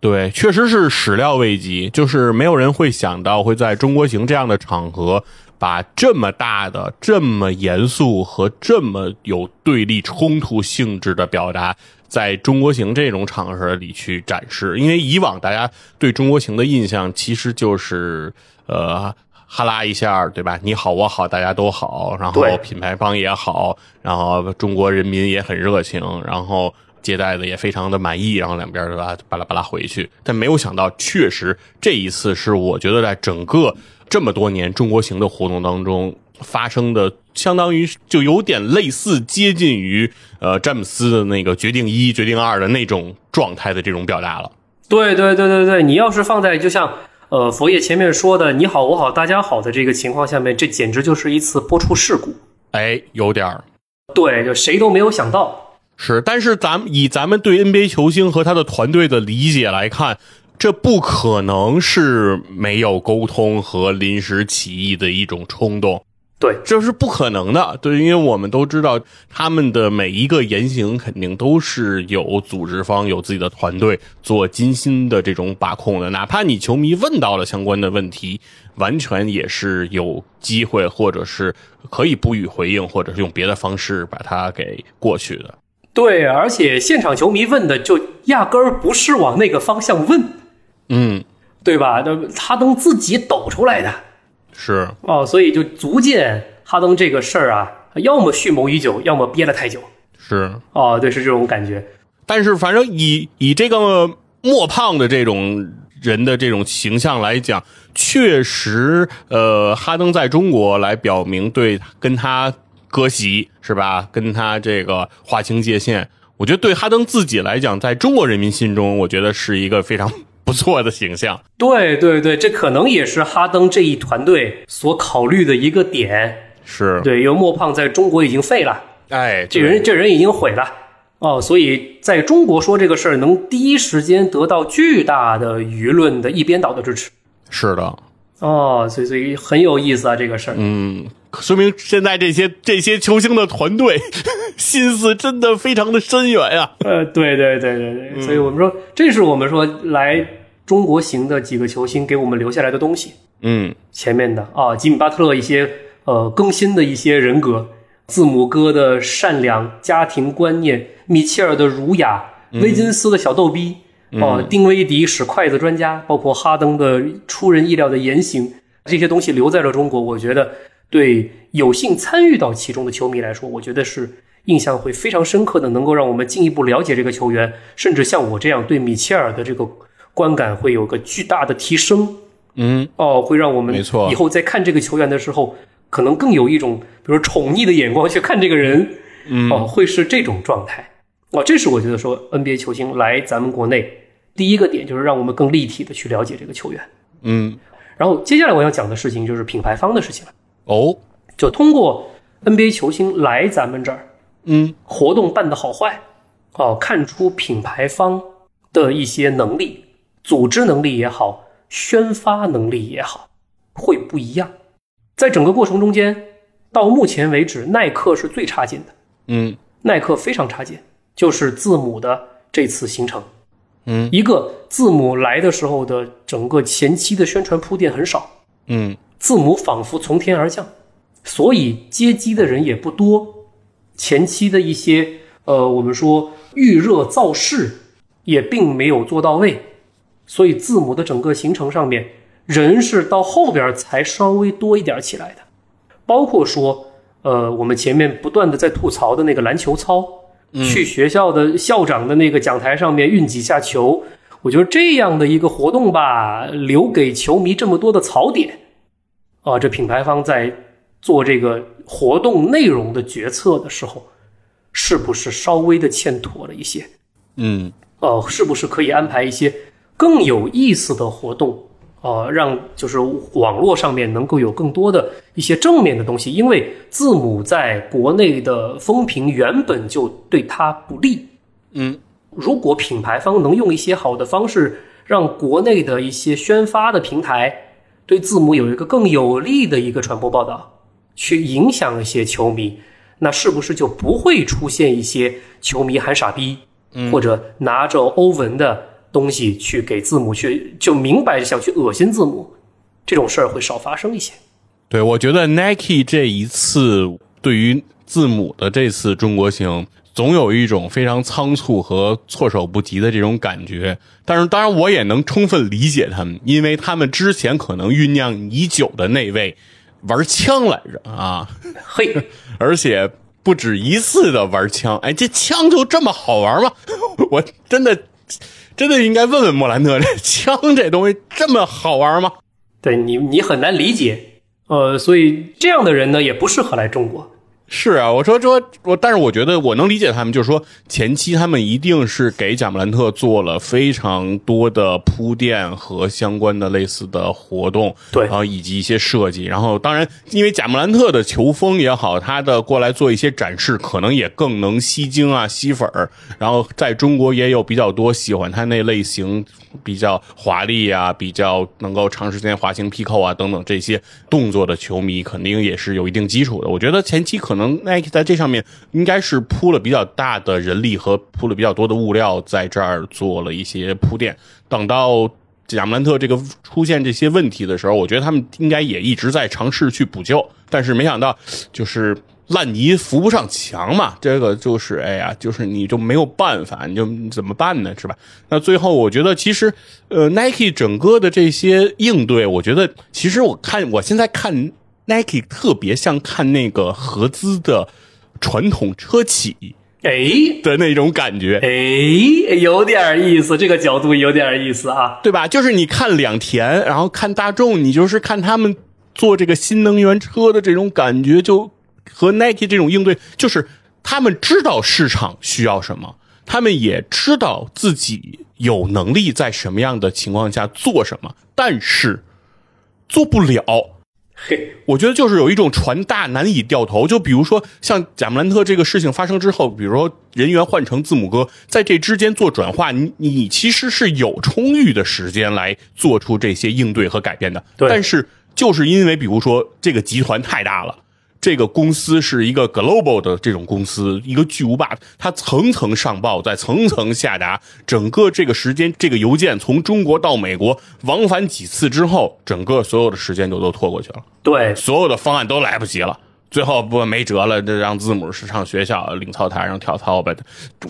S1: 对，确实是始料未及，就是没有人会想到会在中国行这样的场合，把这么大的、这么严肃和这么有对立冲突性质的表达，在中国行这种场合里去展示。因为以往大家对中国行的印象其实就是，呃。哈拉一下，对吧？你好，我好，大家都好，然后
S2: 对
S1: 品牌方也好，然后中国人民也很热情，然后接待的也非常的满意，然后两边儿巴拉巴拉巴拉回去。但没有想到，确实这一次是我觉得在整个这么多年中国行的活动当中发生的，相当于就有点类似接近于呃詹姆斯的那个决定一、决定二的那种状态的这种表达了。
S2: 对对对对对，你要是放在就像呃佛爷前面说的“你好我好大家好”的这个情况下面，这简直就是一次播出事故。
S1: 哎，有点儿。
S2: 对，就谁都没有想到，
S1: 是，但是咱们以咱们对 NBA 球星和他的团队的理解来看，这不可能是没有沟通和临时起意的一种冲动。
S2: 对
S1: 这是不可能的。对，因为我们都知道他们的每一个言行肯定都是有组织方、有自己的团队做精心的这种把控的。哪怕你球迷问到了相关的问题，完全也是有机会，或者是可以不予回应，或者是用别的方式把它给过去的。
S2: 对，而且现场球迷问的就压根儿不是往那个方向问，
S1: 嗯，
S2: 对吧？那哈登自己抖出来的
S1: 是。
S2: 哦，所以就足见哈登这个事儿啊，要么蓄谋已久，要么憋了太久。
S1: 是，
S2: 哦，对，是这种感觉。
S1: 但是反正以以这个莫胖的这种人的这种形象来讲，确实，呃，哈登在中国来表明对跟他割席是吧，跟他这个划清界限，我觉得对哈登自己来讲，在中国人民心中，我觉得是一个非常不错的形象。
S2: 对对对，这可能也是哈登这一团队所考虑的一个点。
S1: 是，
S2: 对，因为莫胖在中国已经废了，
S1: 哎，
S2: 这
S1: 对
S2: 人这人已经毁了。哦，所以在中国说这个事儿，能第一时间得到巨大的舆论的一边倒的支持。
S1: 是的，
S2: 哦，所以所以很有意思啊，这个事儿。
S1: 嗯，说明现在这些这些球星的团队 心思真的非常的深远啊呀、
S2: 呃，对对对对对，所以我们说，这是我们说来中国行的几个球星给我们留下来的东西。
S1: 嗯，
S2: 前面的啊，吉米巴特勒一些呃更新的一些人格，字母哥的善良、家庭观念，米切尔的儒雅，威金斯的小逗逼，哦、丁威迪使筷子专家，包括哈登的出人意料的言行，这些东西留在了中国，我觉得对有幸参与到其中的球迷来说，我觉得是。印象会非常深刻的，能够让我们进一步了解这个球员，甚至像我这样对米切尔的这个观感会有个巨大的提升。
S1: 嗯，
S2: 哦，会让我们
S1: 没错
S2: 以后在看这个球员的时候，可能更有一种比如说宠溺的眼光去看这个人，嗯，哦，会是这种状态。哦，这是我觉得说 NBA 球星来咱们国内第一个点，就是让我们更立体的去了解这个球员。
S1: 嗯，
S2: 然后接下来我想讲的事情就是品牌方的事情了，
S1: 哦，
S2: 就通过 NBA 球星来咱们这儿，
S1: 嗯，
S2: 活动办的好坏，哦，看出品牌方的一些能力，组织能力也好，宣发能力也好，会不一样。在整个过程中间，到目前为止，耐克是最差劲的，
S1: 嗯
S2: 耐克非常差劲，就是字母的这次行程。
S1: 嗯，
S2: 一个字母来的时候的整个前期的宣传铺垫很少，
S1: 嗯，
S2: 字母仿佛从天而降，所以接机的人也不多。前期的一些呃，我们说预热造势也并没有做到位，所以字母的整个行程上面人是到后边才稍微多一点起来的。包括说呃，我们前面不断的在吐槽的那个篮球操，去学校的校长的那个讲台上面运几下球。我觉得这样的一个活动吧，留给球迷这么多的槽点，啊，这品牌方在做这个活动内容的决策的时候，是不是稍微的欠妥了一些？
S1: 嗯，
S2: 哦呃，是不是可以安排一些更有意思的活动，呃，让就是网络上面能够有更多的一些正面的东西，因为字母在国内的风评原本就对它不利。
S1: 嗯，
S2: 如果品牌方能用一些好的方式，让国内的一些宣发的平台对字母有一个更有利的一个传播报道，去影响一些球迷，那是不是就不会出现一些球迷喊傻逼，或者拿着欧文的东西去给字母去就明摆着想去恶心字母，这种事儿会少发生一些。
S1: 对，我觉得 Nike 这一次对于字母的这次中国行，总有一种非常仓促和措手不及的这种感觉。但是，当然我也能充分理解他们，因为他们之前可能酝酿已久的那位玩枪来着啊，
S2: 嘿，
S1: 而且不止一次的玩枪。哎，这枪就这么好玩吗？ 我真的真的应该问问莫兰特，这枪这东西这么好玩吗？
S2: 对你你很难理解，呃，所以这样的人呢也不适合来中国。
S1: 是啊，我说说我，但是我觉得我能理解他们，就是说前期他们一定是给贾布兰特做了非常多的铺垫和相关的类似的活动，
S2: 对
S1: 然后以及一些设计，然后当然因为贾布兰特的球风也好，他的过来做一些展示，可能也更能吸睛啊吸粉儿，然后在中国也有比较多喜欢他那类型比较华丽啊，比较能够长时间滑行 P 扣啊等等这些动作的球迷，肯定也是有一定基础的。我觉得前期可能 Nike 在这上面应该是铺了比较大的人力和铺了比较多的物料，在这儿做了一些铺垫。等到贾姆兰特这个出现这些问题的时候，我觉得他们应该也一直在尝试去补救，但是没想到就是烂泥扶不上墙嘛，这个就是哎呀，就是你就没有办法，你就你怎么办呢，是吧？那最后我觉得其实呃，Nike 整个的这些应对，我觉得其实我看我现在看 Nike 特别像看那个合资的传统车企
S2: 哎，
S1: 的那种感觉，
S2: 哎，有点意思，这个角度有点意思啊。
S1: 对吧？就是你看两田，然后看大众，你就是看他们做这个新能源车的这种感觉，就和 Nike 这种应对，就是他们知道市场需要什么，他们也知道自己有能力在什么样的情况下做什么，但是做不了。
S2: 嘿，
S1: 我觉得就是有一种船大难以掉头。就比如说像贾姆兰特这个事情发生之后，比如说人员换成字母哥，在这之间做转化，你你其实是有充裕的时间来做出这些应对和改变的。
S2: 对
S1: 但是就是因为比如说这个集团太大了。这个公司是一个 global 的这种公司，一个巨无霸，它层层上报，再层层下达。整个这个时间，这个邮件从中国到美国往返几次之后，整个所有的时间就都拖过去了。
S2: 对，
S1: 所有的方案都来不及了。最后不没辙了，这让字母是上学校领操台上跳操呗。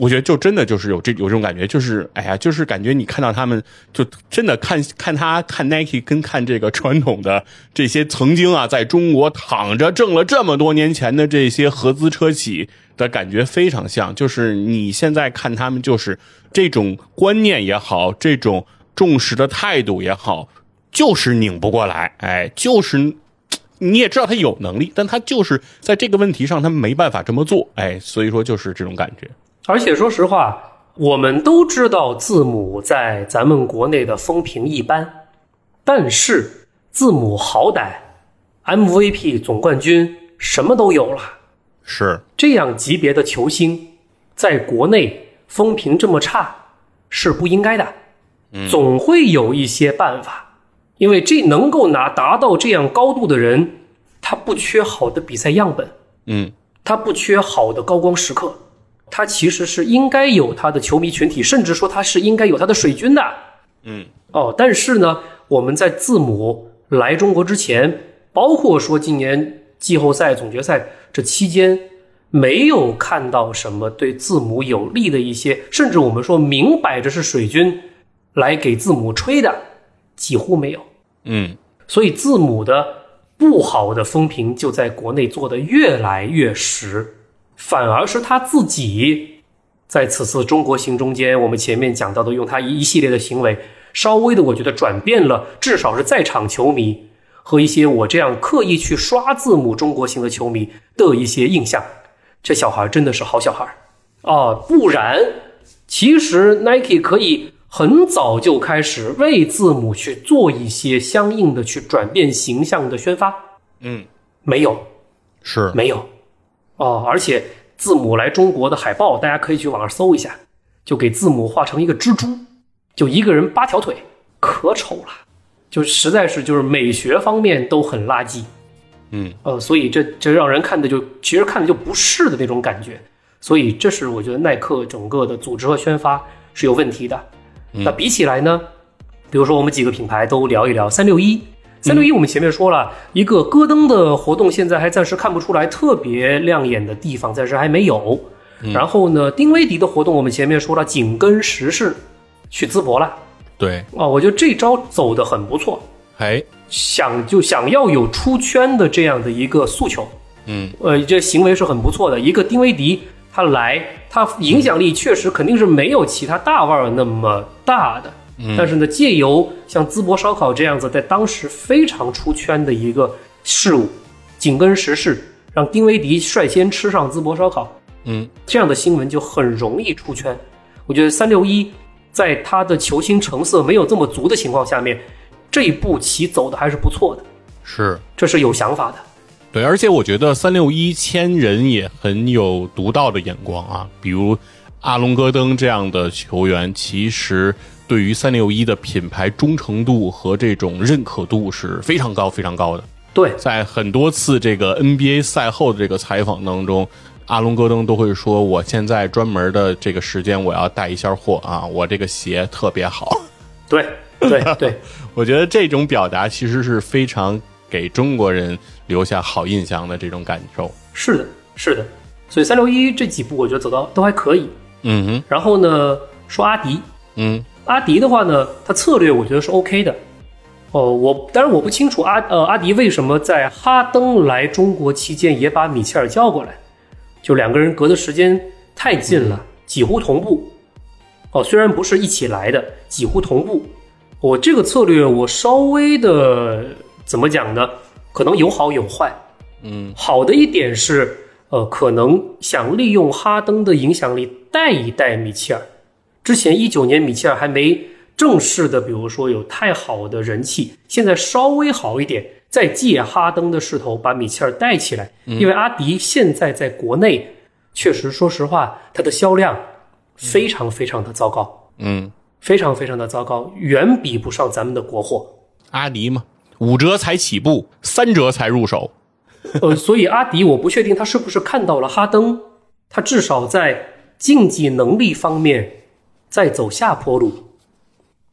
S1: 我觉得就真的就是有这有这种感觉，就是哎呀，就是感觉你看到他们就真的看看他看 Nike 跟看这个传统的这些曾经啊在中国躺着挣了这么多年钱的这些合资车企的感觉非常像，就是你现在看他们就是这种观念也好，这种重视的态度也好，就是拧不过来，哎，就是你也知道他有能力，但他就是在这个问题上他没办法这么做，哎，所以说就是这种感觉。
S2: 而且说实话，我们都知道字母在咱们国内的风评一般，但是字母好歹 MVP 总冠军什么都有了，
S1: 是，
S2: 这样级别的球星在国内风评这么差是不应该的，总会有一些办法，因为这能够拿达到这样高度的人，他不缺好的比赛样本，
S1: 嗯，
S2: 他不缺好的高光时刻，他其实是应该有他的球迷群体，甚至说他是应该有他的水军的。
S1: 嗯，
S2: 哦，但是呢，我们在字母来中国之前，包括说今年季后赛、总决赛这期间，没有看到什么对字母有利的一些，甚至我们说明摆着是水军来给字母吹的，几乎没有。
S1: 嗯，
S2: 所以字母的不好的风评就在国内做得越来越实，反而是他自己在此次中国行中间，我们前面讲到的，用他一一系列的行为，稍微的我觉得转变了，至少是在场球迷和一些我这样刻意去刷字母中国行的球迷的一些印象。这小孩真的是好小孩儿啊！不然，其实 Nike 可以很早就开始为字母去做一些相应的去转变形象的宣发，
S1: 嗯，
S2: 没有，
S1: 是
S2: 没有，哦，而且字母来中国的海报，大家可以去网上搜一下，就给字母画成一个蜘蛛，就一个人八条腿，可丑了，就实在是就是美学方面都很垃圾，
S1: 嗯，
S2: 呃，所以这这让人看的就其实看的就不是的那种感觉，所以这是我觉得耐克整个的组织和宣发是有问题的。
S1: 嗯
S2: 那比起来呢，比如说我们几个品牌都聊一聊三六一。三六一，我们前面说了、一个戈登的活动，现在还暂时看不出来特别亮眼的地方，暂时还没有。然后呢，丁威迪的活动，我们前面说了紧跟时事，去淄博了
S1: 对，
S2: 啊，我觉得这招走的很不错。
S1: 哎，
S2: 想就想要有出圈的这样的一个诉求，
S1: 嗯，
S2: 呃，这行为是很不错的。一个丁威迪他来，他影响力确实肯定是没有其他大腕儿那么大的，嗯、但是呢，借由像淄博烧烤这样子，在当时非常出圈的一个事物，紧跟时事，让丁威迪率先吃上淄博烧烤，
S1: 嗯，
S2: 这样的新闻就很容易出圈。我觉得三六一在它的球星成色没有这么足的情况下面，这一步棋走的还是不错的，
S1: 是
S2: 这是有想法的。
S1: 对，而且我觉得三六一签人也很有独到的眼光啊，比如阿隆戈登这样的球员，其实对于三六一的品牌忠诚度和这种认可度是非常高、非常高的。
S2: 对，
S1: 在很多次这个 NBA 赛后的这个采访当中，阿隆戈登都会说：“我现在专门的这个时间，我要带一下货啊， 我这个鞋特别好。
S2: 对，对， 对，”
S1: 我觉得这种表达其实是非常给中国人留下好印象的这种感受。
S2: 是的，是的。所以三六一这几步，我觉得走到都还可以。
S1: 嗯哼，
S2: 然后呢，说阿迪，
S1: 嗯，
S2: 阿迪的话呢，它策略我觉得是 OK 的。哦，我当然我不清楚阿呃阿迪为什么在哈登来中国期间也把米切尔叫过来，就两个人隔的时间太近了，几乎同步。哦，虽然不是一起来的，几乎同步。我这个策略我稍微的怎么讲呢？可能有好有坏。
S1: 嗯，
S2: 好的一点是，呃，可能想利用哈登的影响力带一带米切尔。之前一九年米切尔还没正式的，比如说有太好的人气，现在稍微好一点，再借哈登的势头把米切尔带起来。因为阿迪现在在国内，确实说实话，它的销量非常非常的糟糕，
S1: 嗯，
S2: 非常非常的糟糕，远比不上咱们的国货。
S1: 阿迪嘛，五折才起步，三折才入手。
S2: 呃，所以阿迪我不确定他是不是看到了哈登，他至少在竞技能力方面在走下坡路。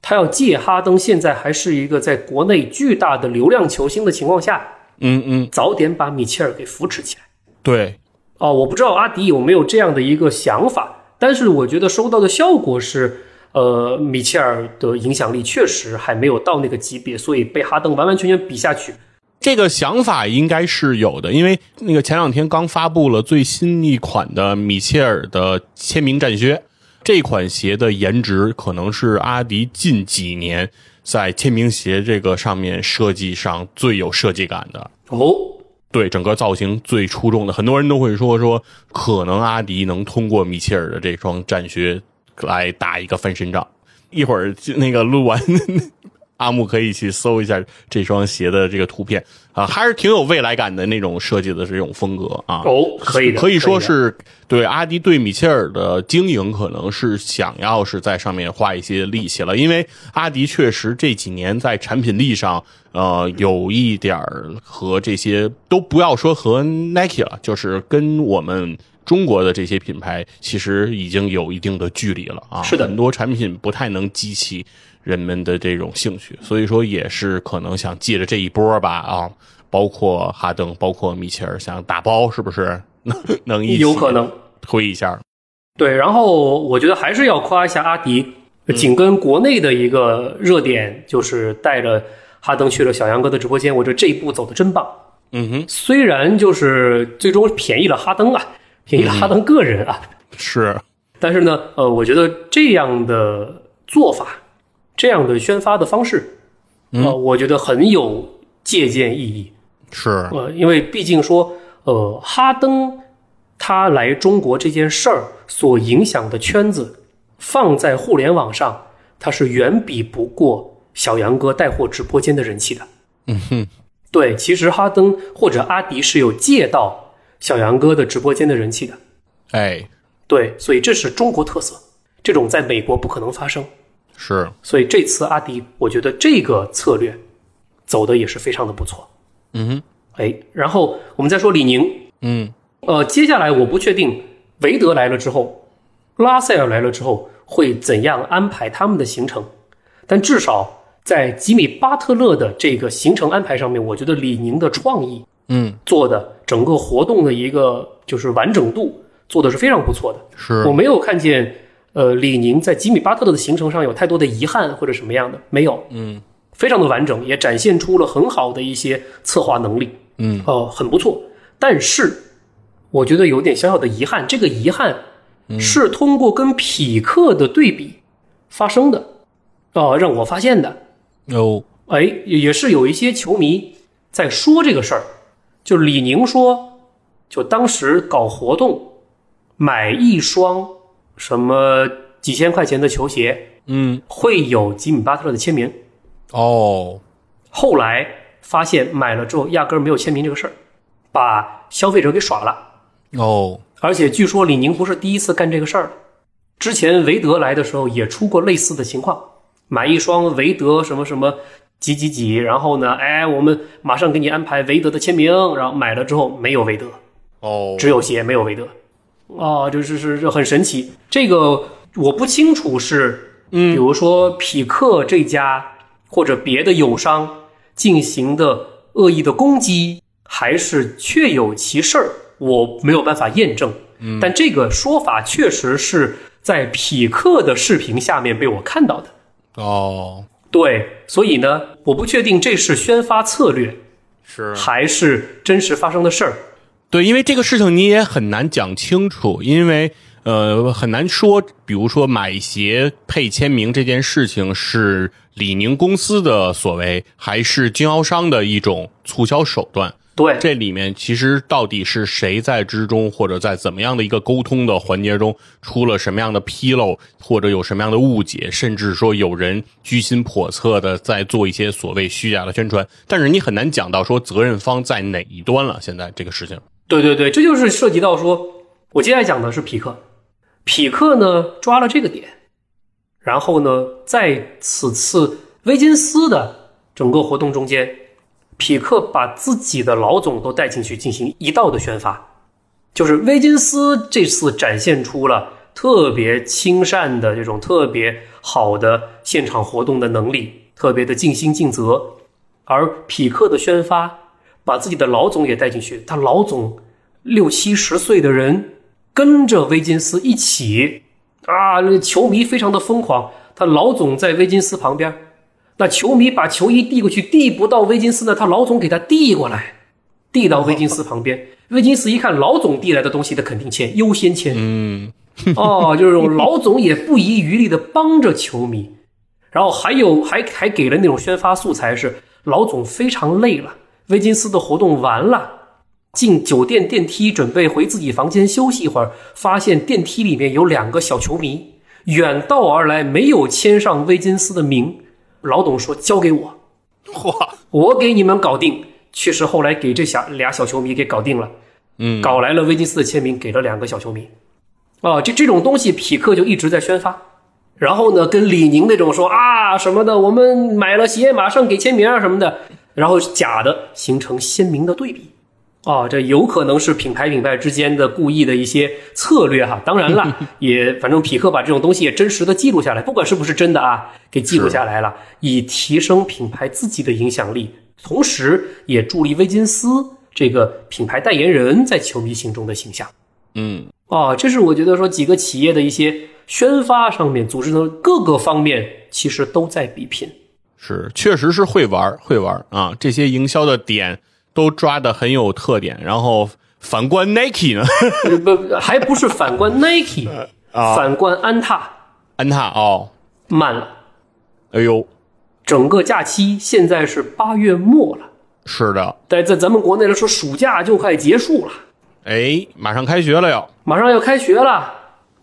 S2: 他要借哈登现在还是一个在国内巨大的流量球星的情况下，
S1: 嗯嗯，
S2: 早点把米切尔给扶持起来。
S1: 对，
S2: 哦，我不知道阿迪有没有这样的一个想法，但是我觉得收到的效果是，呃，米切尔的影响力确实还没有到那个级别，所以被哈登完完全全比下去。
S1: 这个想法应该是有的，因为那个前两天刚发布了最新一款的米切尔的签名战靴，这款鞋的颜值可能是阿迪近几年在签名鞋这个上面设计上最有设计感的。
S2: 哦，
S1: 对整个造型最出众的，很多人都会说说，可能阿迪能通过米切尔的这双战靴来打一个翻身仗。一会儿那个录完， 阿木可以去搜一下这双鞋的这个图片啊，还是挺有未来感的那种设计的这种风格啊。
S2: 哦，可以的，
S1: 可以说
S2: 的
S1: 是对阿迪对米切尔的经营，可能是想要是在上面花一些力气了，因为阿迪确实这几年在产品力上，呃，有一点儿和这些都不要说和 Nike 了，就是跟我们。中国的这些品牌其实已经有一定的距离了啊，
S2: 是的
S1: 很多产品不太能激起人们的这种兴趣，所以说也是可能想借着这一波吧啊，包括哈登，包括米切尔想打包，是不是 能能一起
S2: 有可能。
S1: 推一下？
S2: 对，然后我觉得还是要夸一下阿迪，
S1: 嗯
S2: 紧跟国内的一个热点，就是带着哈登去了小杨哥的直播间，我觉得这一步走的真棒。
S1: 嗯哼，
S2: 虽然就是最终便宜了哈登啊，便宜
S1: 嗯
S2: 了哈登个人啊，
S1: 是
S2: 但是呢，呃，我觉得这样的做法，这样的宣发的方式，
S1: 嗯
S2: 呃，我觉得很有借鉴意义。
S1: 是，
S2: 呃，因为毕竟说，呃，哈登他来中国这件事儿所影响的圈子，放在互联网上，它是远比不过小杨哥带货直播间的人气的。
S1: 嗯哼，
S2: 对，其实哈登或者阿迪是有借到小杨哥的直播间的人气的。
S1: 哎，
S2: 对，所以这是中国特色，这种在美国不可能发生。
S1: 是，
S2: 所以这次阿迪，我觉得这个策略走的也是非常的不错。
S1: 嗯哼，
S2: 哎，然后我们再说李宁，
S1: 嗯，
S2: 呃，接下来我不确定韦德来了之后，拉塞尔来了之后会怎样安排他们的行程，但至少在吉米巴特勒的这个行程安排上面，我觉得李宁的创意
S1: 嗯，
S2: 做的整个活动的一个就是完整度做的是非常不错的。
S1: 是
S2: 我，没有看见呃李宁在吉米巴特勒的行程上有太多的遗憾或者什么样的，没有，
S1: 嗯，
S2: 非常的完整，也展现出了很好的一些策划能力，
S1: 嗯，
S2: 呃，很不错。但是我觉得有点小小的遗憾，这个遗憾是通过跟匹克的对比发生的，哦、让我发现的。
S1: 哦，
S2: 哎，也也是有一些球迷在说这个事儿，就李宁说，就当时搞活动，买一双什么几千块钱的球鞋，
S1: 嗯，
S2: 会有吉米巴特勒的签名。
S1: 哦，
S2: 后来发现买了之后压根儿没有签名这个事儿，把消费者给耍了。
S1: 哦，
S2: 而且据说李宁不是第一次干这个事儿了，之前韦德来的时候也出过类似的情况，买一双韦德什么什么几几几，然后呢，哎，我们马上给你安排韦德的签名，然后买了之后没有韦德，
S1: 哦，
S2: 只有鞋没有韦德，啊，这是是这很神奇。这个我不清楚是，比如说匹克这家或者别的友商进行的恶意的攻击，还是确有其事儿，我没有办法验证。嗯，但这个说法确实是在匹克的视频下面被我看到的。
S1: 哦，
S2: 对，嗯所以呢，我不确定这是宣发策略
S1: 是，
S2: 还是真实发生的事儿。
S1: 对，因为这个事情你也很难讲清楚，因为呃很难说，比如说买鞋配签名这件事情是李宁公司的所为，还是经销商的一种促销手段。
S2: 对，
S1: 这里面其实到底是谁在之中，或者在怎么样的一个沟通的环节中出了什么样的纰漏，或者有什么样的误解，甚至说有人居心叵测的在做一些所谓虚假的宣传，但是你很难讲到说责任方在哪一端了。现在这个事情，
S2: 对对对，这就是涉及到说，我接下来讲的是匹克，匹克呢抓了这个点，然后呢，在此次威金斯的整个活动中间，匹克把自己的老总都带进去进行一道的宣发，就是威金斯这次展现出了特别亲善的这种特别好的现场活动的能力，特别的尽心尽责，而匹克的宣发把自己的老总也带进去，他老总六七十岁的人跟着威金斯一起啊，那球迷非常的疯狂，他老总在威金斯旁边，那球迷把球衣递过去，递不到威金斯呢，他老总给他递过来，递到威金斯旁边。威金斯一看老总递来的东西，他肯定签，优先签。
S1: 嗯，
S2: 哦，就是这种老总也不遗余力的帮着球迷，然后还有还还给了那种宣发素材是老总非常累了，威金斯的活动完了，进酒店电梯准备回自己房间休息一会儿，发现电梯里面有两个小球迷远道而来，没有签上威金斯的名，老总说交给我，
S1: 嚯，
S2: 我给你们搞定。确实后来给这小俩小球迷给搞定了。
S1: 嗯，
S2: 搞来了威金斯的签名，给了两个小球迷。啊，这这种东西，匹克就一直在宣发。然后呢，跟李宁那种说啊什么的，我们买了鞋马上给签名啊什么的，然后假的形成鲜明的对比。啊，这有可能是品牌品牌之间的故意的一些策略哈。当然了，也反正匹克把这种东西也真实的记录下来，不管是不是真的啊，给记录下来了，以提升品牌自己的影响力，同时也助力威金斯这个品牌代言人在球迷心中的形象。
S1: 嗯，
S2: 啊，这是我觉得说几个企业的一些宣发上面，组织的各个方面其实都在比拼。
S1: 是，确实是会玩儿，会玩儿啊！这些营销的点都抓的很有特点。然后反观 Nike 呢，
S2: 呃不，还不是反观 Nike，反观安踏
S1: 安踏哦，
S2: 慢了。
S1: 哎呦，
S2: 整个假期现在是八月末了，
S1: 是的，
S2: 在在咱们国内来说，暑假就快结束了，
S1: 哎，马上开学了要，
S2: 马上要开学了，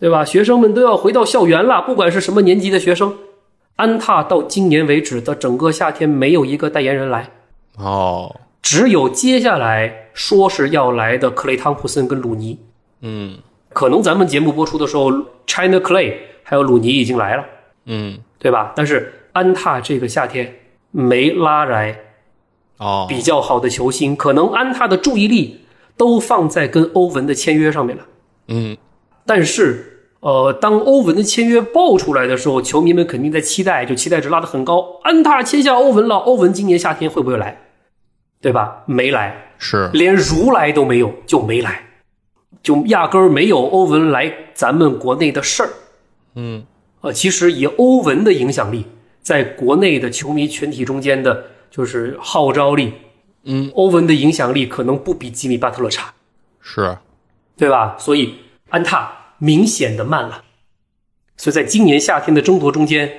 S2: 对吧？学生们都要回到校园了，不管是什么年级的学生，安踏到今年为止的整个夏天没有一个代言人来，
S1: 哦，
S2: 只有接下来说是要来的克雷汤普森跟鲁尼。
S1: 嗯
S2: 可能咱们节目播出的时候，China Clay 还有鲁尼已经来了，
S1: 嗯，
S2: 对吧？但是安踏这个夏天没拉来
S1: 哦，
S2: 比较好的球星，可能安踏的注意力都放在跟欧文的签约上面了。
S1: 嗯
S2: 但是，呃，当欧文的签约爆出来的时候，球迷们肯定在期待，就期待值拉得很高。安踏签下欧文了，欧文今年夏天会不会来？对吧？没来，
S1: 是，
S2: 连如来都没有，就没来，就压根儿没有欧文来咱们国内的事儿。
S1: 嗯
S2: 呃，其实以欧文的影响力，在国内的球迷群体中间的，就是号召力，
S1: 嗯，
S2: 欧文的影响力可能不比吉米巴特勒差，
S1: 是，
S2: 对吧？所以安踏明显的慢了，所以在今年夏天的争夺中间，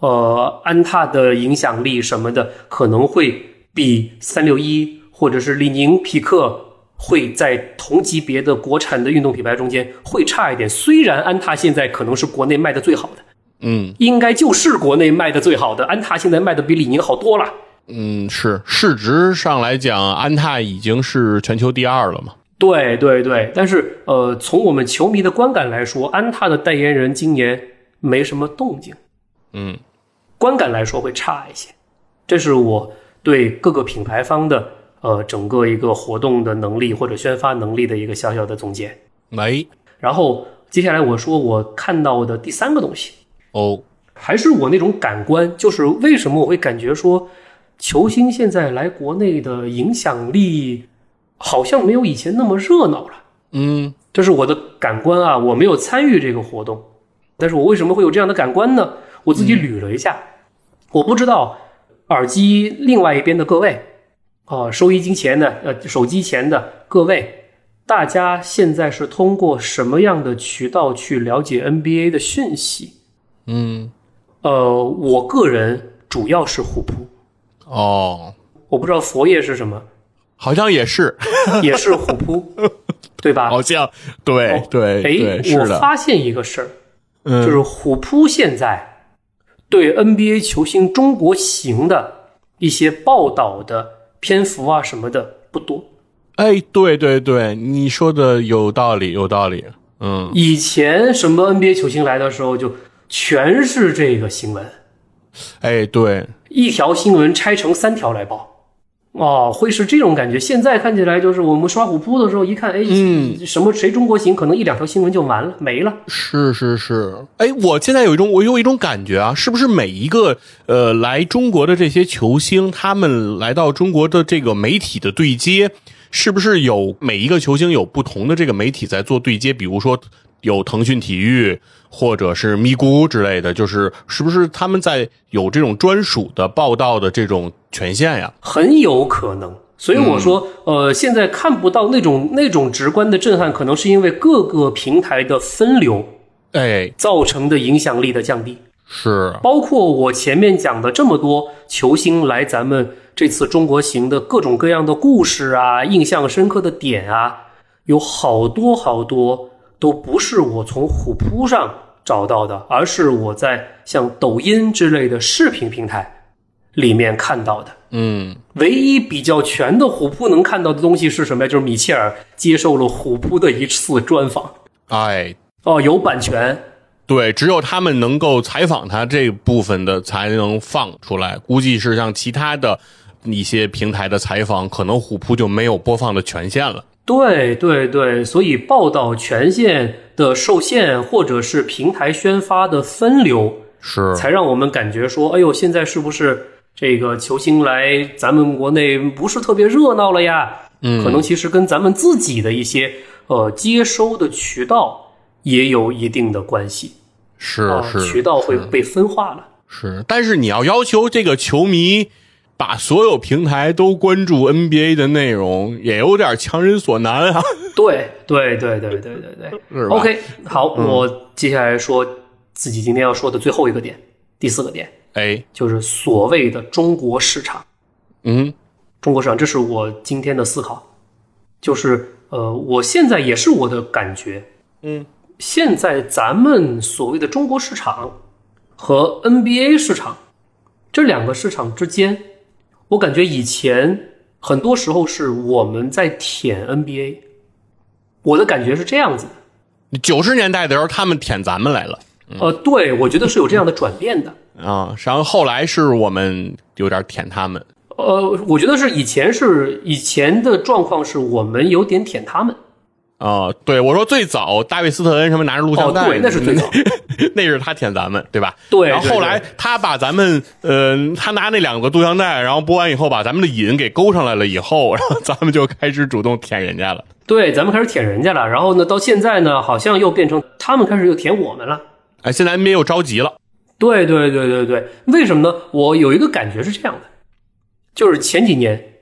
S2: 呃，安踏的影响力什么的可能会比三六一或者是李宁、匹克会在同级别的国产的运动品牌中间会差一点。虽然安踏现在可能是国内卖的最好的。
S1: 嗯
S2: 应该就是国内卖的最好的。安踏现在卖的比李宁好多了。
S1: 嗯是，市值上来讲，安踏已经是全球第二了嘛？
S2: 对对对，但是呃，从我们球迷的观感来说，安踏的代言人今年没什么动静，
S1: 嗯
S2: 观感来说会差一些。这是我对各个品牌方的呃整个一个活动的能力或者宣发能力的一个小小的总结。
S1: 没
S2: 然后接下来我说我看到的第三个东西，
S1: 哦，
S2: 还是我那种感官，就是为什么我会感觉说，球星现在来国内的影响力好像没有以前那么热闹了。
S1: 嗯
S2: 这是我的感官啊，我没有参与这个活动，但是我为什么会有这样的感官呢？我自己捋了一下，我不知道耳机另外一边的各位，啊、收音机前的，呃，手机前的各位，大家现在是通过什么样的渠道去了解 NBA 的讯息？
S1: 嗯
S2: 呃，我个人主要是虎扑，
S1: 哦，
S2: 我不知道佛爷是什么，
S1: 好像也是，
S2: 也是虎扑，对吧？
S1: 好像对哦对对，
S2: 哎，我
S1: 是的，
S2: 发现一个事儿，
S1: 嗯
S2: 就是虎扑现在对 NBA 球星中国行的一些报道的篇幅啊什么的不多。
S1: 哎，对对对，你说的有道理，有道理，嗯，
S2: 以前什么 NBA 球星来的时候，就全是这个新闻，
S1: 哎，对，
S2: 一条新闻拆成三条来报。哦，会是这种感觉。现在看起来就是我们刷虎扑的时候，一看，哎，
S1: 嗯
S2: 什么谁中国行，可能一两条新闻就完了，没了。
S1: 是是是，哎，我现在有一种我有一种感觉啊，是不是每一个呃来中国的这些球星，他们来到中国的这个媒体的对接，是不是有每一个球星有不同的这个媒体在做对接？比如说有腾讯体育或者是咪咕之类的，就是是不是他们在有这种专属的报道的这种权限呀？
S2: 很有可能。所以我说，呃，现在看不到那种那种直观的震撼，可能是因为各个平台的分流
S1: 哎，
S2: 造成的影响力的降低。
S1: 是，
S2: 包括我前面讲的这么多球星来咱们这次中国行的各种各样的故事啊，印象深刻的点啊，有好多好多都不是我从虎扑上找到的，而是我在像抖音之类的视频平台里面看到的。
S1: 嗯，
S2: 唯一比较全的虎扑能看到的东西是什么呀？就是米切尔接受了虎扑的一次专访，
S1: 哎，
S2: 哦，有版权，
S1: 对，只有他们能够采访他这部分的才能放出来。估计是像其他的一些平台的采访，可能虎扑就没有播放的权限了。
S2: 对对对，所以报道权限的受限，或者是平台宣发的分流，
S1: 是
S2: 才让我们感觉说，哎呦，现在是不是这个球星来咱们国内不是特别热闹了呀？嗯，可能其实跟咱们自己的一些呃接收的渠道也有一定的关系
S1: 是
S2: 啊，渠
S1: 是
S2: 道会被分化了。
S1: 是，但是你要要求这个球迷把所有平台都关注 NBA 的内容，也有点强人所难啊。
S2: 对对对对对对对
S1: 是吧
S2: ，OK，好，我接下来说自己今天要说的最后一个点，第四个点
S1: 哎，
S2: 就是所谓的中国市场。
S1: 嗯
S2: 中国市场，这是我今天的思考，就是呃，我现在也是我的感觉，
S1: 嗯，
S2: 现在咱们所谓的中国市场，和 NBA 市场这两个市场之间，我感觉以前很多时候是我们在舔 NBA，我的感觉是这样子的。
S1: 九十年代的时候，他们舔咱们来了
S2: 呃，对，我觉得是有这样的转变的。
S1: 啊，然后后来是我们有点舔他们，
S2: 呃，我觉得是以前是以前的状况是我们有点舔他们。
S1: 啊、对我说最早大卫斯特恩什么拿着录像带，
S2: 哦对那是最早，
S1: 那是他舔咱们，对吧？
S2: 对
S1: 然后后来
S2: 对对
S1: 他把咱们，呃，他拿那两个录像带，然后播完以后把咱们的瘾给勾上来了以后，然后咱们就开始主动舔人家了。
S2: 对，咱们开始舔人家了，然后呢，到现在呢，好像又变成他们开始又舔我们了。
S1: 哎，现在 NBA 又着急了，
S2: 对对对对对，为什么呢？我有一个感觉是这样的，就是前几年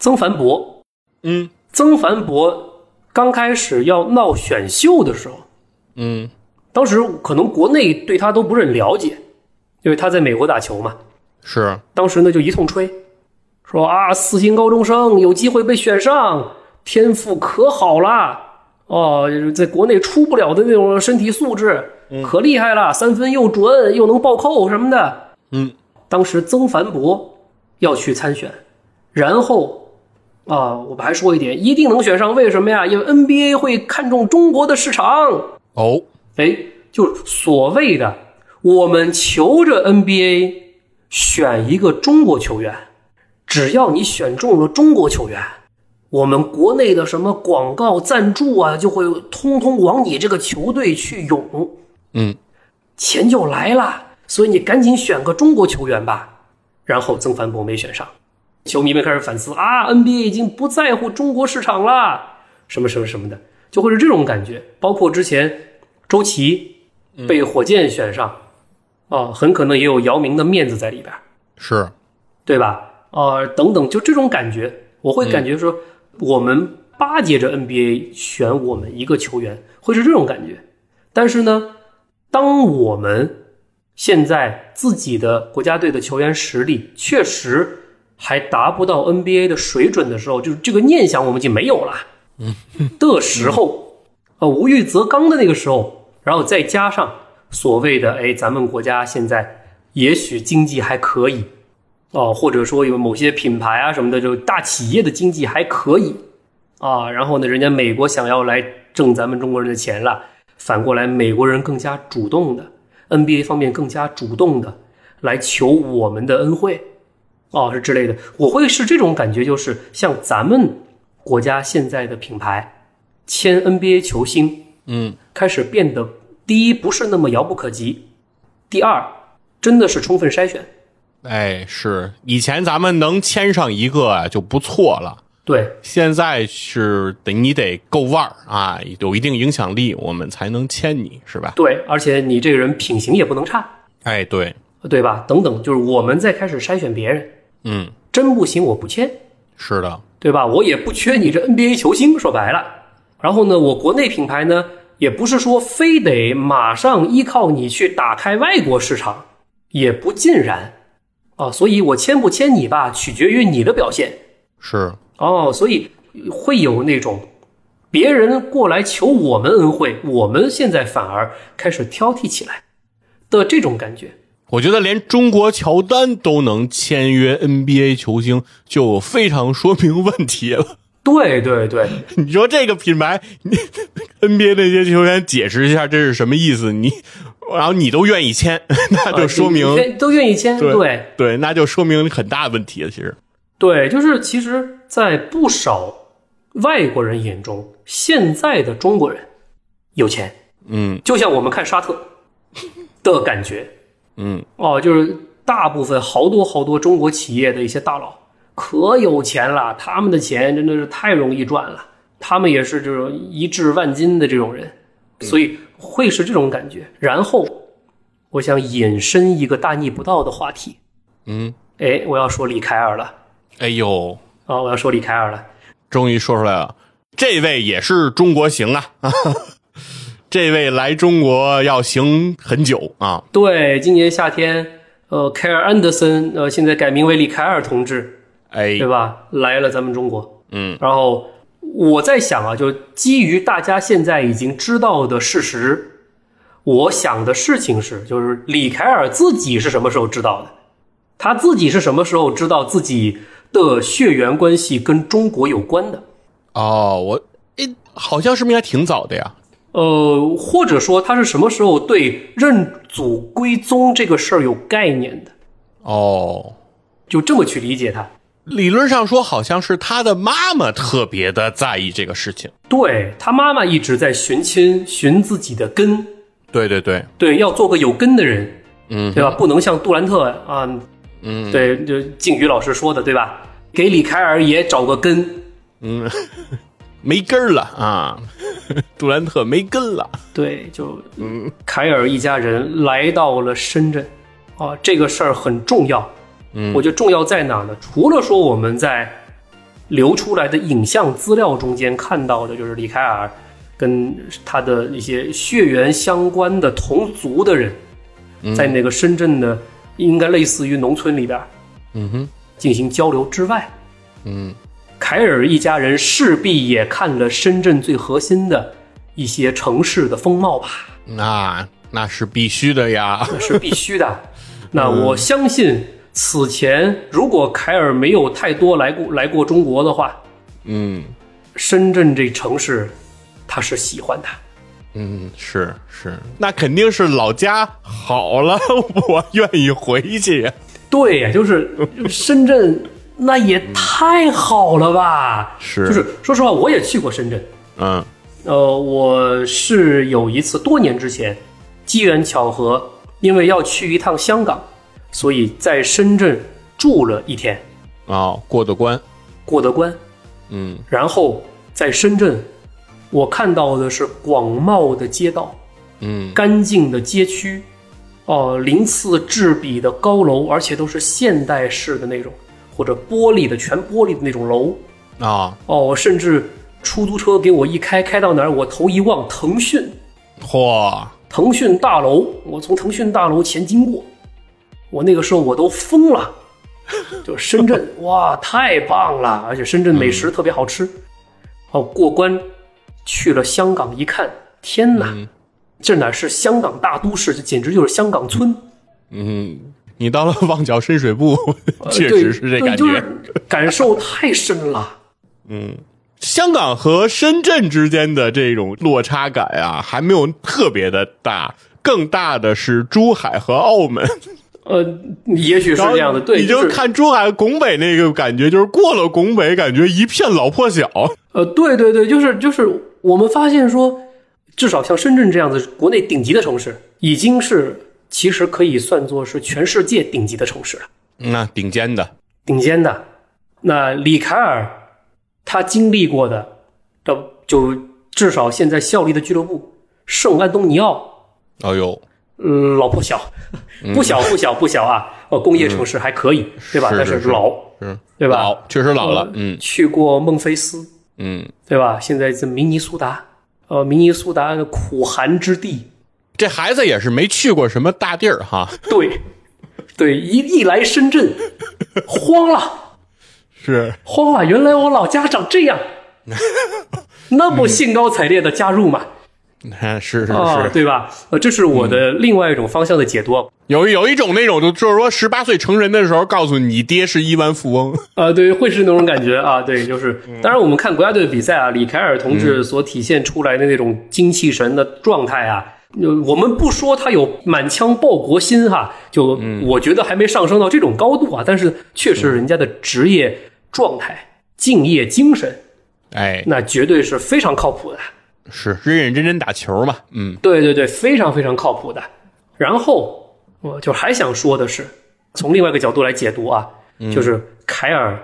S2: 曾凡博，
S1: 嗯
S2: 曾凡博刚开始要闹选秀的时候，
S1: 嗯
S2: 当时可能国内对他都不是很了解，因为他在美国打球嘛。
S1: 是，
S2: 当时呢就一通吹，说啊，四星高中生有机会被选上，天赋可好啦，哦，在国内出不了的那种身体素质，可厉害了，三分又准，又能暴扣什么的。
S1: 嗯，
S2: 当时曾凡博要去参选，然后啊，我们还说一点，一定能选上，为什么呀？因为 NBA 会看重中国的市场。
S1: 哦，
S2: 哎，就是所谓的我们求着 NBA 选一个中国球员，只要你选中了中国球员，我们国内的什么广告赞助啊，就会通通往你这个球队去涌，
S1: 嗯，
S2: 钱就来了。所以你赶紧选个中国球员吧。然后曾凡博没选上，球迷们开始反思啊，NBA 已经不在乎中国市场啦，什么什么什么的，就会是这种感觉。包括之前周琦被火箭选上，啊、很可能也有姚明的面子在里边儿，
S1: 是，
S2: 对吧？啊，等等，就这种感觉，我会感觉说，我们巴结着 NBA 选我们一个球员，会是这种感觉。但是呢，当我们现在自己的国家队的球员实力确实还达不到 NBA 的水准的时候，就是这个念想我们已经没有了。的时候，呃，无欲则刚的那个时候，然后再加上所谓的，哎，咱们国家现在也许经济还可以，哦，或者说有某些品牌啊什么的，就大企业的经济还可以啊。然后呢，人家美国想要来挣咱们中国人的钱了，反过来美国人更加主动的，NBA 方面更加主动的来求我们的恩惠，哦，是之类的。我会是这种感觉，就是像咱们国家现在的品牌签 NBA 球星，
S1: 嗯，
S2: 开始变得第一不是那么遥不可及，第二真的是充分筛选。
S1: 哎，是，以前咱们能签上一个啊就不错了。
S2: 对，
S1: 现在是得你得够腕儿啊，有一定影响力，我们才能签你，是吧？
S2: 对，而且你这个人品行也不能差，
S1: 哎，对，
S2: 对吧？等等，就是我们再开始筛选别人，
S1: 嗯，
S2: 真不行我不签，
S1: 是的，
S2: 对吧？我也不缺你这 NBA 球星，说白了。然后呢，我国内品牌呢，也不是说非得马上依靠你去打开外国市场，也不尽然啊。所以我签不签你吧，取决于你的表现
S1: 是，
S2: 哦。所以会有那种别人过来求我们恩惠，我们现在反而开始挑剔起来的这种感觉。
S1: 我觉得连中国乔丹都能签约 NBA 球星，就非常说明问题了。
S2: 对对对，
S1: 你说这个品牌你，NBA 那些球员解释一下这是什么意思？你，然后你都愿意签， 那 就说明、
S2: 呃都愿意签，
S1: 对
S2: 对
S1: 对，那就说明很大问题了。其实，
S2: 对，就是其实，在不少外国人眼中，现在的中国人有钱，
S1: 嗯
S2: 就像我们看沙特的感觉
S1: 嗯，
S2: 哦，就是大部分好多好多中国企业的一些大佬可有钱了，他们的钱真的是太容易赚了，他们也是这种一掷万金的这种人，
S1: 嗯
S2: 所以会是这种感觉。然后，我想引申一个大逆不道的话题，
S1: 嗯，
S2: 哎，我要说李凯尔了。
S1: 哎呦，
S2: 啊、我要说李凯尔了。
S1: 终于说出来了，这位也是中国行啊， 这位来中国要行很久啊，
S2: 对，今年夏天，呃，凯尔安德森，呃，现在改名为李凯尔同志，
S1: 哎
S2: 对，吧？来了咱们中国，
S1: 嗯，
S2: 然后我在想啊，就基于大家现在已经知道的事实，我想的事情是，就是李凯尔自己是什么时候知道的？他自己是什么时候知道自己的血缘关系跟中国有关的？
S1: 哦，我诶，好像是不是应该挺早的呀？
S2: 呃，或者说他是什么时候对认祖归宗这个事儿有概念的？
S1: 哦，
S2: 就这么去理解他。
S1: 理论上说，好像是他的妈妈特别的在意这个事情。
S2: 对他妈妈一直在寻亲，寻自己的根，
S1: 对对对，
S2: 对，要做个有根的人，
S1: 嗯，
S2: 对吧？不能像杜兰特啊，
S1: 嗯，
S2: 对，就靖宇老师说的，对吧？给李凯尔也找个根，
S1: 没根儿了啊， 杜兰特没根了。
S2: 对，就嗯，凯尔一家人来到了深圳，啊，这个事儿很重要。嗯，我觉得重要在哪儿呢？除了说我们在流出来的影像资料中间看到的，就是李凯尔跟他的一些血缘相关的同族的人，在那个深圳的应该类似于农村里边儿
S1: 嗯哼，
S2: 进行交流之外，
S1: 嗯，
S2: 凯尔一家人势必也看了深圳最核心的一些城市的风貌吧。
S1: 那那是必须的呀。
S2: 是必须的。那我相信，此前如果凯尔没有太多来过来过中国的话，
S1: 嗯
S2: 深圳这城市他是喜欢的。
S1: 嗯，是是，那肯定是老家好了， 我愿意回去。
S2: 对呀，就是深圳，那也太好了吧？
S1: 是
S2: 就是说实话，我也去过深圳。
S1: 嗯
S2: 呃，我是有一次多年之前，机缘巧合，因为要去一趟香港，所以在深圳住了一天，
S1: 哦，过的关。
S2: 过的关。
S1: 嗯
S2: 然后在深圳，我看到的是广袤的街道、
S1: 嗯
S2: 干净的街区，哦、鳞次栉比的高楼，而且都是现代式的那种，或者玻璃的全玻璃的那种楼。
S1: 啊、哦，
S2: 哦，甚至出租车给我一开，开到哪儿我头一望，腾讯，
S1: 嚯，
S2: 腾讯大楼，我从腾讯大楼前经过，我那个时候我都 疯了。就深圳，哇，太棒了！而且深圳美食特别好吃。哦，过关去了香港，一看，天哪，
S1: 嗯
S2: 这哪是香港大都市，这简直就是香港村。
S1: 嗯，你到了旺角深水埗，
S2: 呃
S1: 确
S2: 对
S1: 实是这
S2: 对
S1: 感觉。
S2: 就是感受太深了。
S1: 香港和深圳之间的这种落差感啊，还没有特别的大，更大的是珠海和澳门。
S2: 呃，也许是
S1: 然后
S2: 这样的，对，
S1: 你就是看珠海拱北那个感觉，就是过了拱北，感觉一片老破小。
S2: 呃，对对对，就是就是，我们发现说，至少像深圳这样子国内顶级的城市，已经是其实可以算作是全世界顶级的城市了，
S1: 那顶尖的，
S2: 顶尖的。那李凯尔他经历过的，这就至少现在效力的俱乐部圣安东尼奥，
S1: 哎呦，
S2: 呃老不小， 不小不小不小啊，呃，工业城市还可以，对吧？
S1: 嗯是
S2: 但
S1: 是是
S2: 老，
S1: 是
S2: 对吧？
S1: 嗯老，确实老了
S2: 呃。
S1: 嗯
S2: 去过孟菲斯，
S1: 嗯，
S2: 对吧？现在这明尼苏达，呃，明尼苏达的苦寒之地，
S1: 这孩子也是没去过什么大地儿哈。
S2: 对， 对，一一来深圳，慌了，
S1: 是，
S2: 慌了，原来我老家长这样，那不兴高采烈的加入嘛？
S1: 是嗯是嗯是，
S2: 啊，对吧？呃，这是我的另外一种方向的解读。啊
S1: 有有一种那种，就就是说十八岁成人的时候，告诉你你爹是亿万富翁。
S2: 啊，对，会是那种感觉啊，对，就是，当然我们看国家队的比赛啊，李凯尔同志所体现出来的那种精气神的状态啊，呃我们不说他有满腔报国心哈，就我觉得还没上升到这种高度啊，但是确实人家的职业状态、敬业精神，
S1: 哎，
S2: 那绝对是非常靠谱的。
S1: 是认认真真打球嘛。嗯
S2: 对对对，非常非常靠谱的。然后我就还想说的是，从另外一个角度来解读啊，
S1: 嗯
S2: 就是凯尔，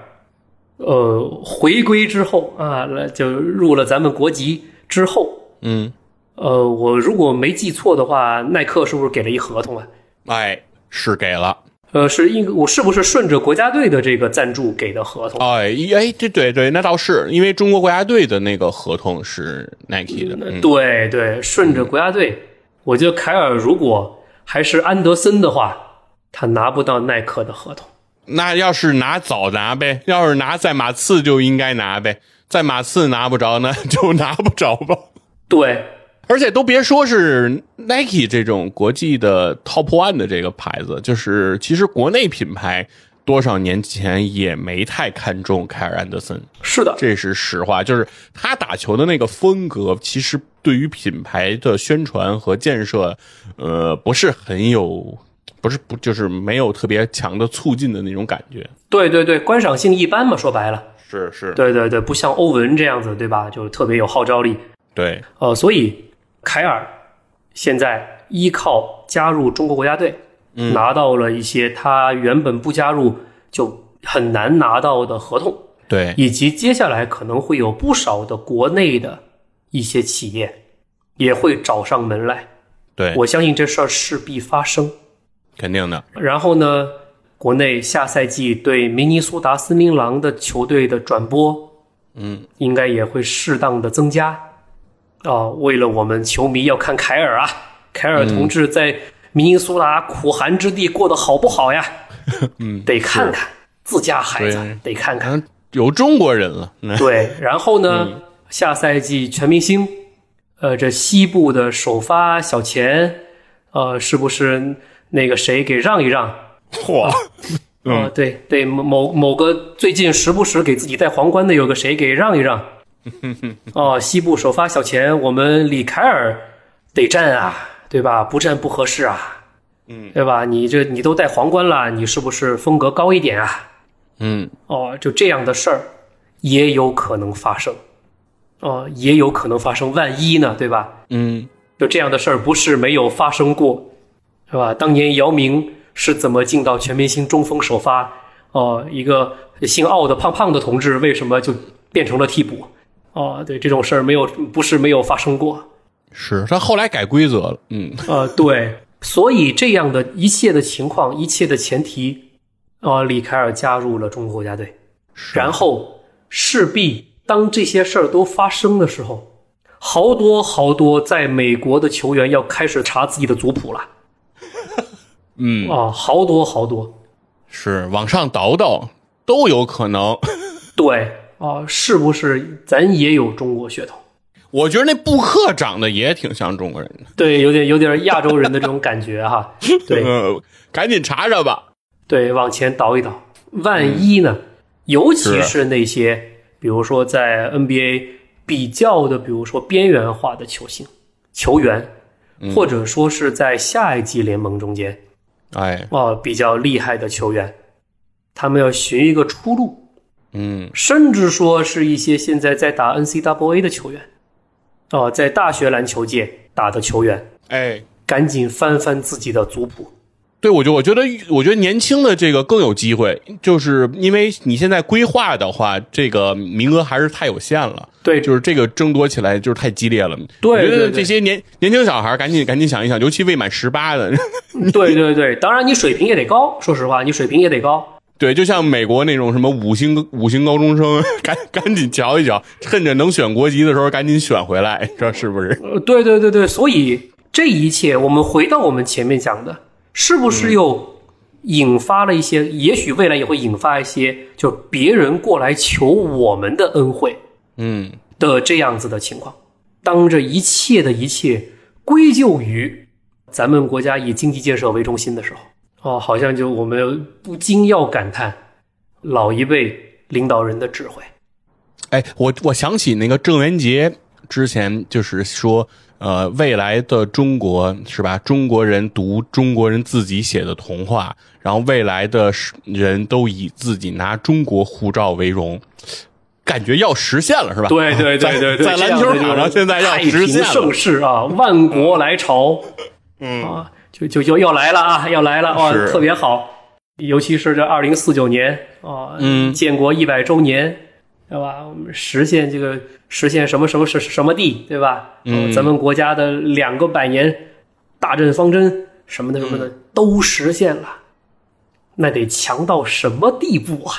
S2: 呃，回归之后啊，来就入了咱们国籍之后，
S1: 嗯，
S2: 呃，我如果没记错的话，耐克是不是给了一合同啊？
S1: 哎，是给了。
S2: 呃，是应我是不是顺着国家队的这个赞助给的合同？
S1: 哎哎，这对对，那倒是因为中国国家队的那个合同是 Nike 的。嗯
S2: 对对，顺着国家队，我觉得凯尔如果还是安德森的话，他拿不到耐克的合同。
S1: 那要是拿早拿呗，要是拿在马刺就应该拿呗，在马刺拿不着呢就拿不着吧。
S2: 对，
S1: 而且都别说是 Nike 这种国际的 Top One 的这个牌子，就是其实国内品牌多少年前也没太看重凯尔安德森，
S3: 是的，
S1: 这是实话。就是他打球的那个风格，其实对于品牌的宣传和建设，呃，不是很有，不是不就是没有特别强的促进的那种感觉。
S2: 对对对，观赏性一般嘛，说白了，
S1: 是是，
S2: 对对对，不像欧文这样子，对吧？就特别有号召力。
S1: 对
S2: 呃，所以凯尔现在依靠加入中国国家队，
S3: 嗯
S2: 拿到了一些他原本不加入就很难拿到的合同，
S1: 对，
S2: 以及接下来可能会有不少的国内的一些企业也会找上门来。
S1: 对，
S2: 我相信这事儿势必发生。
S1: 肯定的，
S2: 然后呢，国内下赛季对明尼苏达森林狼的球队的转播，
S1: 嗯，
S2: 应该也会适当的增加。啊、为了我们球迷要看凯尔啊，凯
S1: 嗯
S2: 尔同志在明尼苏达苦寒之地过得好不好呀？
S1: 嗯，
S2: 得看看自家孩子
S1: 对，
S2: 得 看看。
S1: 嗯，有中国人了， 那
S2: 对，然后呢，
S1: 嗯
S2: 下赛季全明星，呃，这西部的首发小前，呃，是不是那个谁给让一让？
S1: 嚯，
S2: 嗯、
S1: 嗯
S2: 对对，某某某个最近时不时给自己戴皇冠的有个谁给让一让？哦、西部首发小前，我们里凯尔得站啊，对吧？不站不合适啊，
S1: 嗯，
S2: 对吧？你这你都戴皇冠了，你是不是风格高一点啊？
S1: 嗯，
S2: 哦，就这样的事儿也有可能发生，哦，也有可能发生。万一呢，对吧？
S1: 嗯，
S2: 就这样的事儿不是没有发生过，是吧？当年姚明是怎么进到全明星中锋首发？哦、一个姓奥的胖胖的同志为什么就变成了替补？哦、对，这种事儿没有不是没有发生过。
S1: 是他后来改规则了，嗯，
S2: 呃，对，所以这样的一切的情况，一切的前提，呃，里凯尔加入了中国国家队，然后势必当这些事儿都发生的时候，好多好多在美国的球员要开始查自己的族谱了
S1: 嗯，
S2: 啊、好多好多，
S1: 是往上倒倒都有可能。
S2: 对啊、是不是咱也有中国血统？
S1: 我觉得那布克长得也挺像中国人的，
S2: 对，有点有点亚洲人的这种感觉哈，对。
S1: 呃赶紧查查吧。
S2: 对，往前倒一倒。万一呢？尤其是那些，比如说在 NBA 比较的，比如说边缘化的球星、球员，或者说是在下一级联盟中间
S1: 哎，
S2: 啊、比较厉害的球员，他们要寻一个出路，
S1: 嗯，
S2: 甚至说是一些现在在打 NCAA 的球员，哦、在大学篮球界打的球员，
S1: 哎，
S2: 赶紧翻翻自己的族谱。
S1: 对，我就我觉得，我觉得年轻的这个更有机会，就是因为你现在规划的话，这个名额还是太有限了。
S2: 对，
S1: 就是这个争夺起来就是太激烈了，
S2: 对
S1: 我觉
S2: 对
S1: 得这
S2: 对
S1: 些年年轻小孩赶紧赶紧想一想，尤其未满十八的，
S2: 对对对，当然你水平也得高，说实话，你水平也得高。
S1: 对，就像美国那种什么五星五星高中生， 赶赶紧瞧一瞧，趁着能选国籍的时候赶紧选回来，你说是不是？
S2: 呃，对对对对，所以这一切，我们回到我们前面讲的，是不是又引发了一些，也许未来也会引发一些，就别人过来求我们的恩惠
S1: 嗯，
S2: 的这样子的情况？当这一切的一切归咎于咱们国家以经济建设为中心的时候，哦，好像就我们不禁要感叹老一辈领导人的智慧。
S1: 哎，我我想起那个郑渊洁之前就是说，呃，未来的中国是吧？中国人读中国人自己写的童话，然后未来的人都以自己拿中国护照为荣，感觉要实现了是吧？
S2: 对对对对 对，
S1: 在
S2: 这
S1: 在篮
S2: 样
S1: 球
S2: 的就
S1: 场
S2: 是
S1: 上现在要
S2: 太
S1: 实
S2: 平
S1: 现
S2: 盛
S1: 了，
S2: 世啊，万国来朝，嗯啊，就就就要来了啊，要来了哇，
S1: 是
S2: 特别好。尤其是这二零四九年啊，
S1: 嗯
S2: 建国一百周年，对吧？我们实现这个实现什么什么什什么地，对吧？嗯，咱们国家的两个百年大政方针什么的什么的、都实现了，那得强到什么地步啊？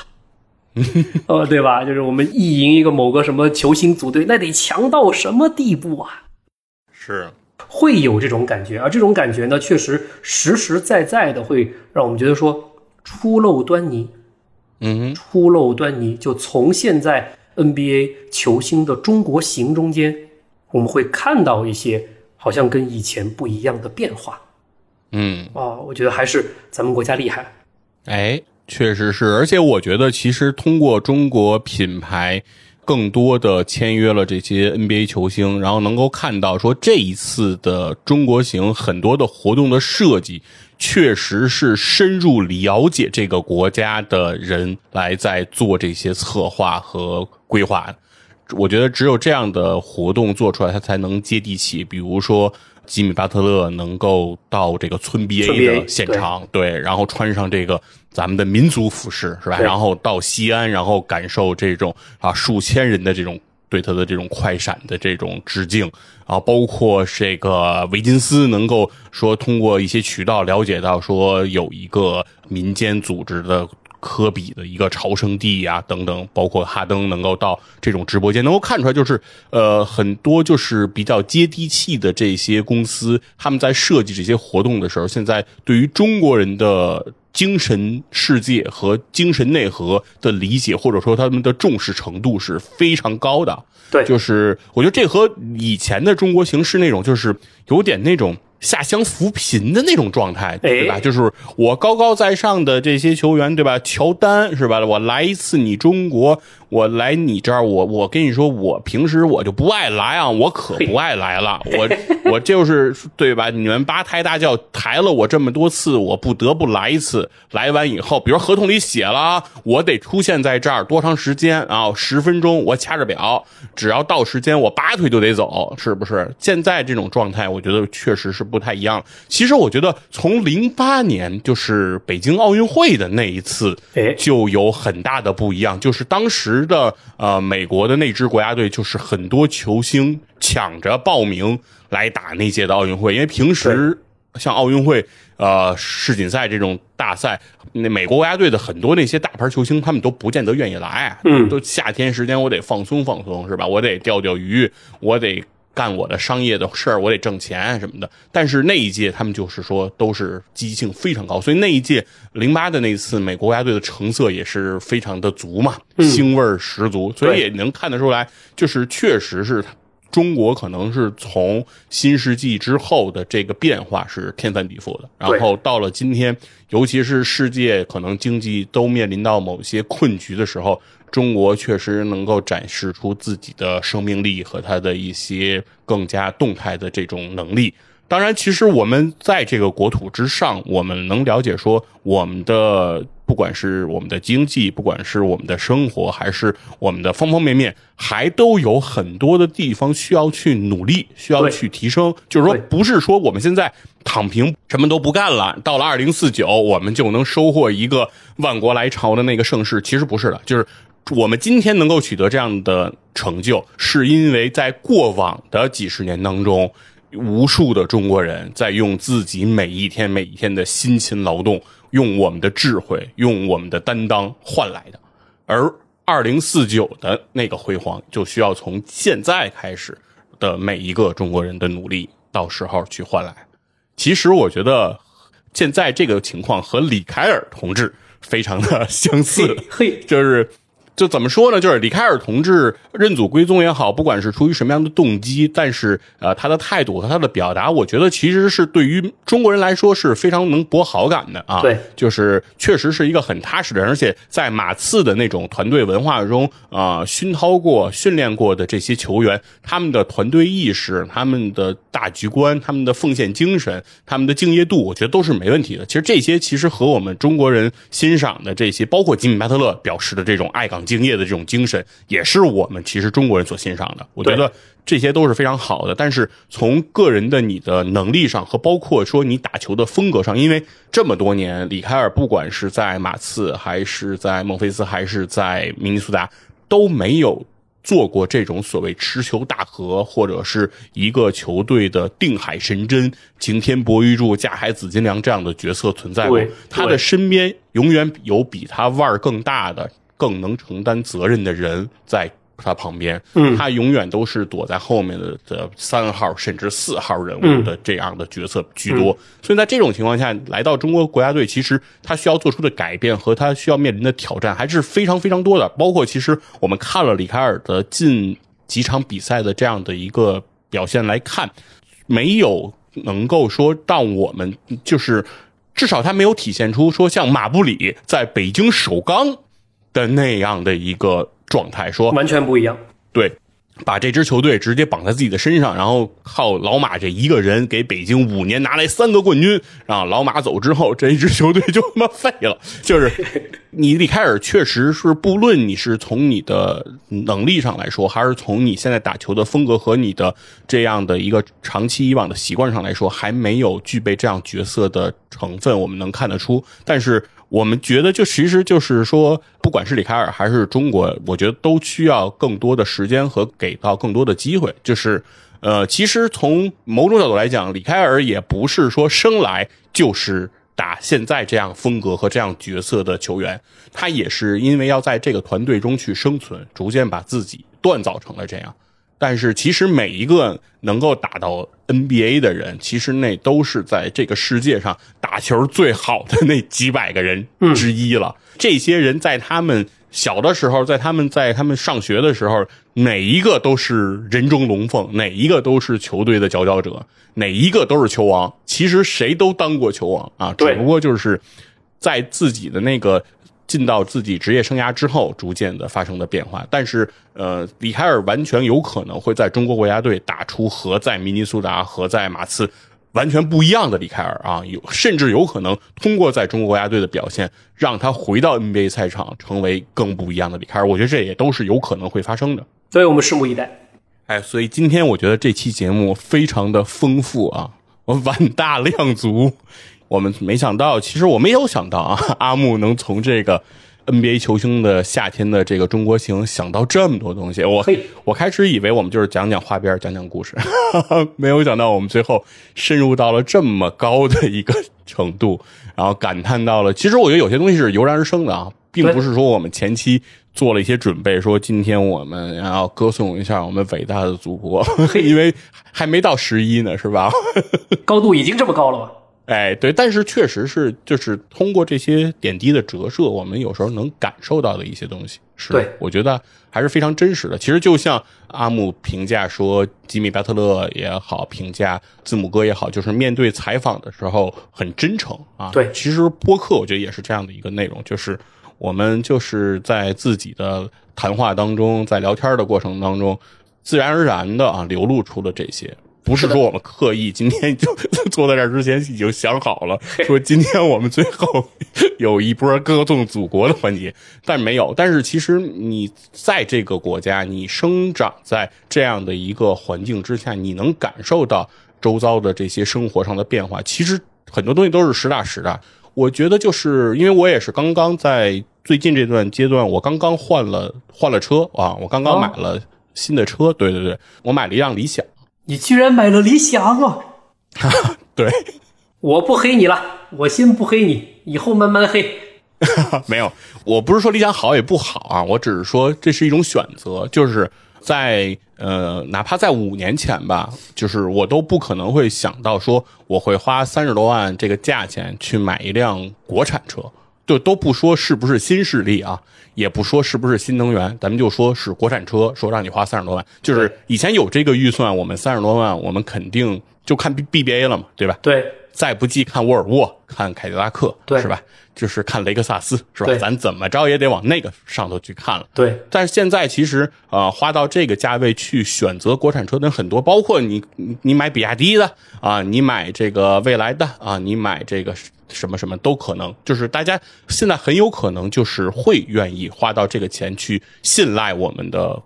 S2: 呃，对吧？就是我们意淫一个某个什么球星组队，那得强到什么地步啊？
S1: 是
S2: 会有这种感觉，而这种感觉呢，确实实实在在的会让我们觉得说初露端倪，
S1: 嗯哼，
S2: 初露端倪。就从现在 NBA 球星的中国行中间，我们会看到一些好像跟以前不一样的变化
S1: 嗯，
S2: 啊、我觉得还是咱们国家厉害。
S1: 哎，确实是，而且我觉得其实通过中国品牌。更多的签约了这些 NBA 球星，然后能够看到说这一次的中国行很多的活动的设计，确实是深入了解这个国家的人来在做这些策划和规划的。我觉得只有这样的活动做出来，它才能接地气。比如说，吉米巴特勒能够到这个村 BA 的
S2: BA
S1: 现场，对然后穿上这个咱们的民族服饰，是吧？
S2: 对
S1: 然后到西安，然后感受这种啊数千人的这种对他的这种快闪的这种致敬啊，包括这个维金斯能够说通过一些渠道了解到说有一个民间组织的科比的一个朝圣地呀、等等，包括哈登能够到这种直播间，能够看出来，就是呃，很多就是比较接地气的这些公司，他们在设计这些活动的时候，现在对于中国人的精神世界和精神内核的理解，或者说他们的重视程度是非常高的。
S2: 对，
S1: 就是我觉得这和以前的中国形式那种，就是有点那种下乡扶贫的那种状态，对吧？
S2: 哎
S1: 就是我高高在上的这些球员，对吧？乔丹是吧？我来一次你中国，我来你这儿，我我跟你说，我平时我就不爱来啊，我可不爱来 了，我我就是对吧？你们八抬大轿抬了我这么多次，我不得不来一次。来完以后，比如合同里写了啊，我得出现在这儿多长时间啊？十分钟，我掐着表，只要到时间，我拔腿就得走，是不是？现在这种状态，我觉得确实是不太一样。其实我觉得从零八年就是北京奥运会的那一次，
S2: 哎
S1: 就有很大的不一样。就是当时的呃美国的那支国家队，就是很多球星抢着报名来打那届的奥运会，因为平时像奥运会、呃世锦赛这种大赛，那美国国家队的很多那些大牌球星，他们都不见得愿意来。
S2: 嗯
S1: 都夏天时间我得放松放松，是吧？我得钓钓鱼，我得。干我的商业的事儿，我得挣钱什么的。但是那一届他们就是说都是积极性非常高，所以那一届零八的那次美国国家队的成色也是非常的足嘛，腥味儿十足，所以
S2: 嗯对
S1: 也能看得出来，就是确实是中国可能是从新世纪之后的这个变化是天翻地覆的，然
S2: 对
S1: 后到了今天，尤其是世界可能经济都面临到某些困局的时候，中国确实能够展示出自己的生命力和它的一些更加动态的这种能力。当然，其实我们在这个国土之上，我们能了解说我们的。不管是我们的经济，不管是我们的生活，还是我们的方方面面，还都有很多的地方需要去努力，需要
S2: 对
S1: 去提升。就是说
S2: 对，
S1: 不是说我们现在躺平什么都不干了，到了二零四九我们就能收获一个万国来朝的那个盛世，其实不是的，就是。我们今天能够取得这样的成就，是因为在过往的几十年当中，无数的中国人在用自己每一天每一天的辛勤劳动，用我们的智慧，用我们的担当换来的。而二零四九的那个辉煌，就需要从现在开始的每一个中国人的努力，到时候去换来。其实我觉得现在这个情况和李凯尔同志非常的相似
S2: 嘿，嘿，
S1: 就是。就怎么说呢？就是李凯尔同志认祖归宗也好，不管是出于什么样的动机，但是呃，他的态度和他的表达，我觉得其实是对于中国人来说是非常能博好感的啊。
S2: 对
S1: 就是确实是一个很踏实的人，而且在马刺的那种团队文化中啊、熏陶过、训练过的这些球员，他们的团队意识、他们的大局观、他们的奉献精神、他们的敬业度，我觉得都是没问题的。其实这些其实和我们中国人欣赏的这些，包括吉米巴特勒表示的这种爱岗敬业的这种精神，也是我们其实中国人所欣赏的。我觉
S2: 对
S1: 得这些都是非常好的。但是从个人的你的能力上和包括说你打球的风格上，因为这么多年，里凯尔不管是在马刺，还是在孟菲斯，还是在明尼苏达，都没有。做过这种所谓持球大和，或者是一个球队的定海神针、擎天博玉柱、架海紫金梁这样的角色存在过
S2: 对。
S1: 他的
S2: 对
S1: 身边永远有比他腕儿更大的、更能承担责任的人在他旁边。
S2: 嗯
S1: 他永远都是躲在后面的的三号甚至四号人
S2: 嗯
S1: 物的这样的角色居多。所以在这种情况下，来到中国国家队，其实他需要做出的改变和他需要面临的挑战还是非常非常多的。包括其实我们看了里凯尔的近几场比赛的这样的一个表现来看，没有能够说让我们就是至少他没有体现出说像马布里在北京首钢的那样的一个状态，说
S2: 完全不一样。
S1: 对，把这支球队直接绑在自己的身上，然后靠老马这一个人给北京五年拿来三个冠军，然后老马走之后，这一支球队就他妈废了。就是你李凯尔确实是，不论你是从你的能力上来说，还是从你现在打球的风格和你的这样的一个长期以往的习惯上来说，还没有具备这样角色的成分，我们能看得出。但是我们觉得，就其实就是说，不管是里凯尔还是中国，我觉得都需要更多的时间和给到更多的机会。就是，呃，其实从某种角度来讲，里凯尔也不是说生来就是打现在这样风格和这样角色的球员，他也是因为要在这个团队中去生存，逐渐把自己锻造成了这样。但是其实每一个能够打到 NBA 的人，其实那都是在这个世界上打球最好的那几百个人之一了。这些人在他们小的时候，在他们在他们上学的时候，哪一个都是人中龙凤，哪一个都是球队的佼佼者，哪一个都是球王。其实谁都当过球王啊，只
S2: 对
S1: 不过就是在自己的那个进到自己职业生涯之后，逐渐的发生的变化。但是，呃，里凯尔完全有可能会在中国国家队打出和在明尼苏达、和在马刺完全不一样的里凯尔啊，有甚至有可能通过在中国国家队的表现，让他回到 NBA 赛场，成为更不一样的里凯尔。我觉得这也都是有可能会发生的。
S2: 所以我们拭目以待。
S1: 哎，所以今天我觉得这期节目非常的丰富啊，我碗大量足。我们没想到，其实我没有想到啊，阿木能从这个 NBA 球星的夏天的这个中国行想到这么多东西。我
S2: 嘿
S1: 我开始以为我们就是讲讲花边，讲讲故事， 没有想到我们最后深入到了这么高的一个程度，然后感叹到了。其实我觉得有些东西是油然而生的啊，并
S2: 对
S1: 不是说我们前期做了一些准备，说今天我们要歌颂一下我们伟大的祖国， 因为还没到十一呢，是吧？
S2: 高度已经这么高了吗？
S1: 哎，对，但是确实是，就是通过这些点滴的折射，我们有时候能感受到的一些东西，是
S2: 对
S1: 我觉得还是非常真实的。其实就像阿姆评价说，吉米巴特勒也好，评价字母哥也好，就是面对采访的时候很真诚啊。
S2: 对
S1: 其实播客我觉得也是这样的一个内容，就是我们就是在自己的谈话当中，在聊天的过程当中，自然而然的啊流露出了这些。不是说我们刻 意今天就坐在这儿之前已经想好了，说今天我们最后有一波歌颂祖国的环节，但没有。但是其实你在这个国家，你生长在这样的一个环境之下，你能感受到周遭的这些生活上的变化。其实很多东西都是实打实的。我觉得就是因为我也是刚刚在最近这段阶段，我刚刚换了换了车啊，我刚刚
S2: 哦
S1: 买了新的车，对对对，我买了一辆理想。
S2: 你居然买了理想啊！
S1: 对，
S2: 我不黑你了，我先不黑你，以后慢慢黑。
S1: 没有，我不是说理想好也不好啊，我只是说这是一种选择，就是在呃，哪怕在五年前吧，就是我都不可能会想到说我会花三十多万这个价钱去买一辆国产车，就都不说是不是新势力啊，也不说是不是新能源，咱们就说是国产车，说让你花三十多万，就是以前有这个预算，我们三十多万，我们肯定就看 B B B A 了嘛，对吧？
S2: 对，
S1: 再不济看沃尔沃，看凯迪拉克，
S2: 对
S1: 是吧？就是看雷克萨斯，是吧
S2: 对？
S1: 咱怎么着也得往那个上头去看了。
S2: 对，
S1: 但是现在其实呃，花到这个价位去选择国产车的人很多，包括你你你买比亚迪的啊，你买这个蔚来的啊，你买这个什么什么都可能，就是大家现在很有可能就是会愿意花到这个钱去信赖我们的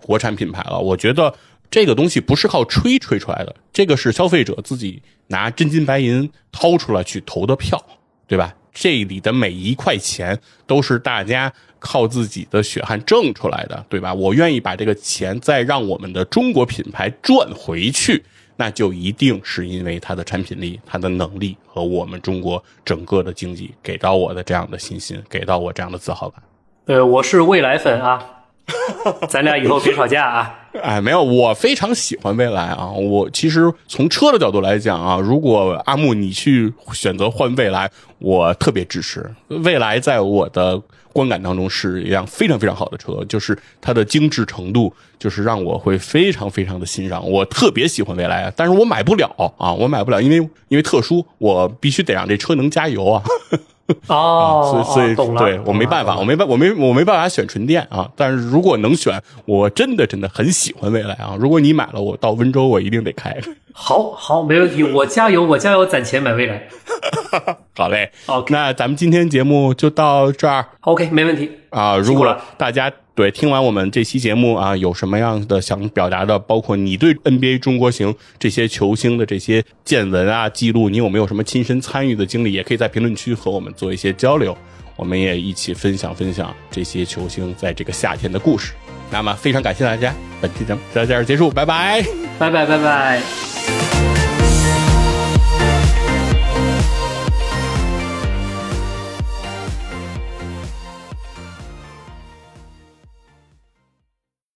S1: 国产品牌了。我觉得这个东西不是靠吹吹出来的，这个是消费者自己拿真金白银掏出来去投的票。对吧？这里的每一块钱都是大家靠自己的血汗挣出来的，对吧？我愿意把这个钱再让我们的中国品牌赚回去，那就一定是因为它的产品力、它的能力和我们中国整个的经济给到我的这样的信心，给到我这样的自豪感。
S2: 呃，我是未来粉啊， 咱俩以后别吵架啊。
S1: 哎，没有，我非常喜欢蔚来啊！我其实从车的角度来讲啊，如果阿木你去选择换蔚来，我特别支持。蔚来在我的观感当中是一辆非常非常好的车，就是它的精致程度，就是让我会非常非常的欣赏。我特别喜欢蔚来，但是我买不了啊，我买不了，因为因为特殊，我必须得让这车能加油啊。所
S2: 哦
S1: 以，所以、
S2: 哦懂了，
S1: 对我没办法，我没办，我没我没办法选纯电啊。但是如果能选，我真的真的很喜欢蔚来啊。如果你买了我，到温州我一定得开。
S2: 好好，没问题，我加油，我加油，攒钱买未来。
S1: 好嘞
S2: OK
S1: 那咱们今天节目就到这儿
S2: OK，没问题。
S1: 啊。如
S2: 辛苦
S1: 果
S2: 了
S1: 大家对听完我们这期节目啊，有什么样的想表达的，包括你对 NBA 中国行这些球星的这些见闻啊、记录，你有没有什么亲身参与的经历，也可以在评论区和我们做一些交流。我们也一起分享分享这些球星在这个夏天的故事。那么非常感谢大家，本期节目到这儿结束，拜拜。
S2: 拜拜拜拜。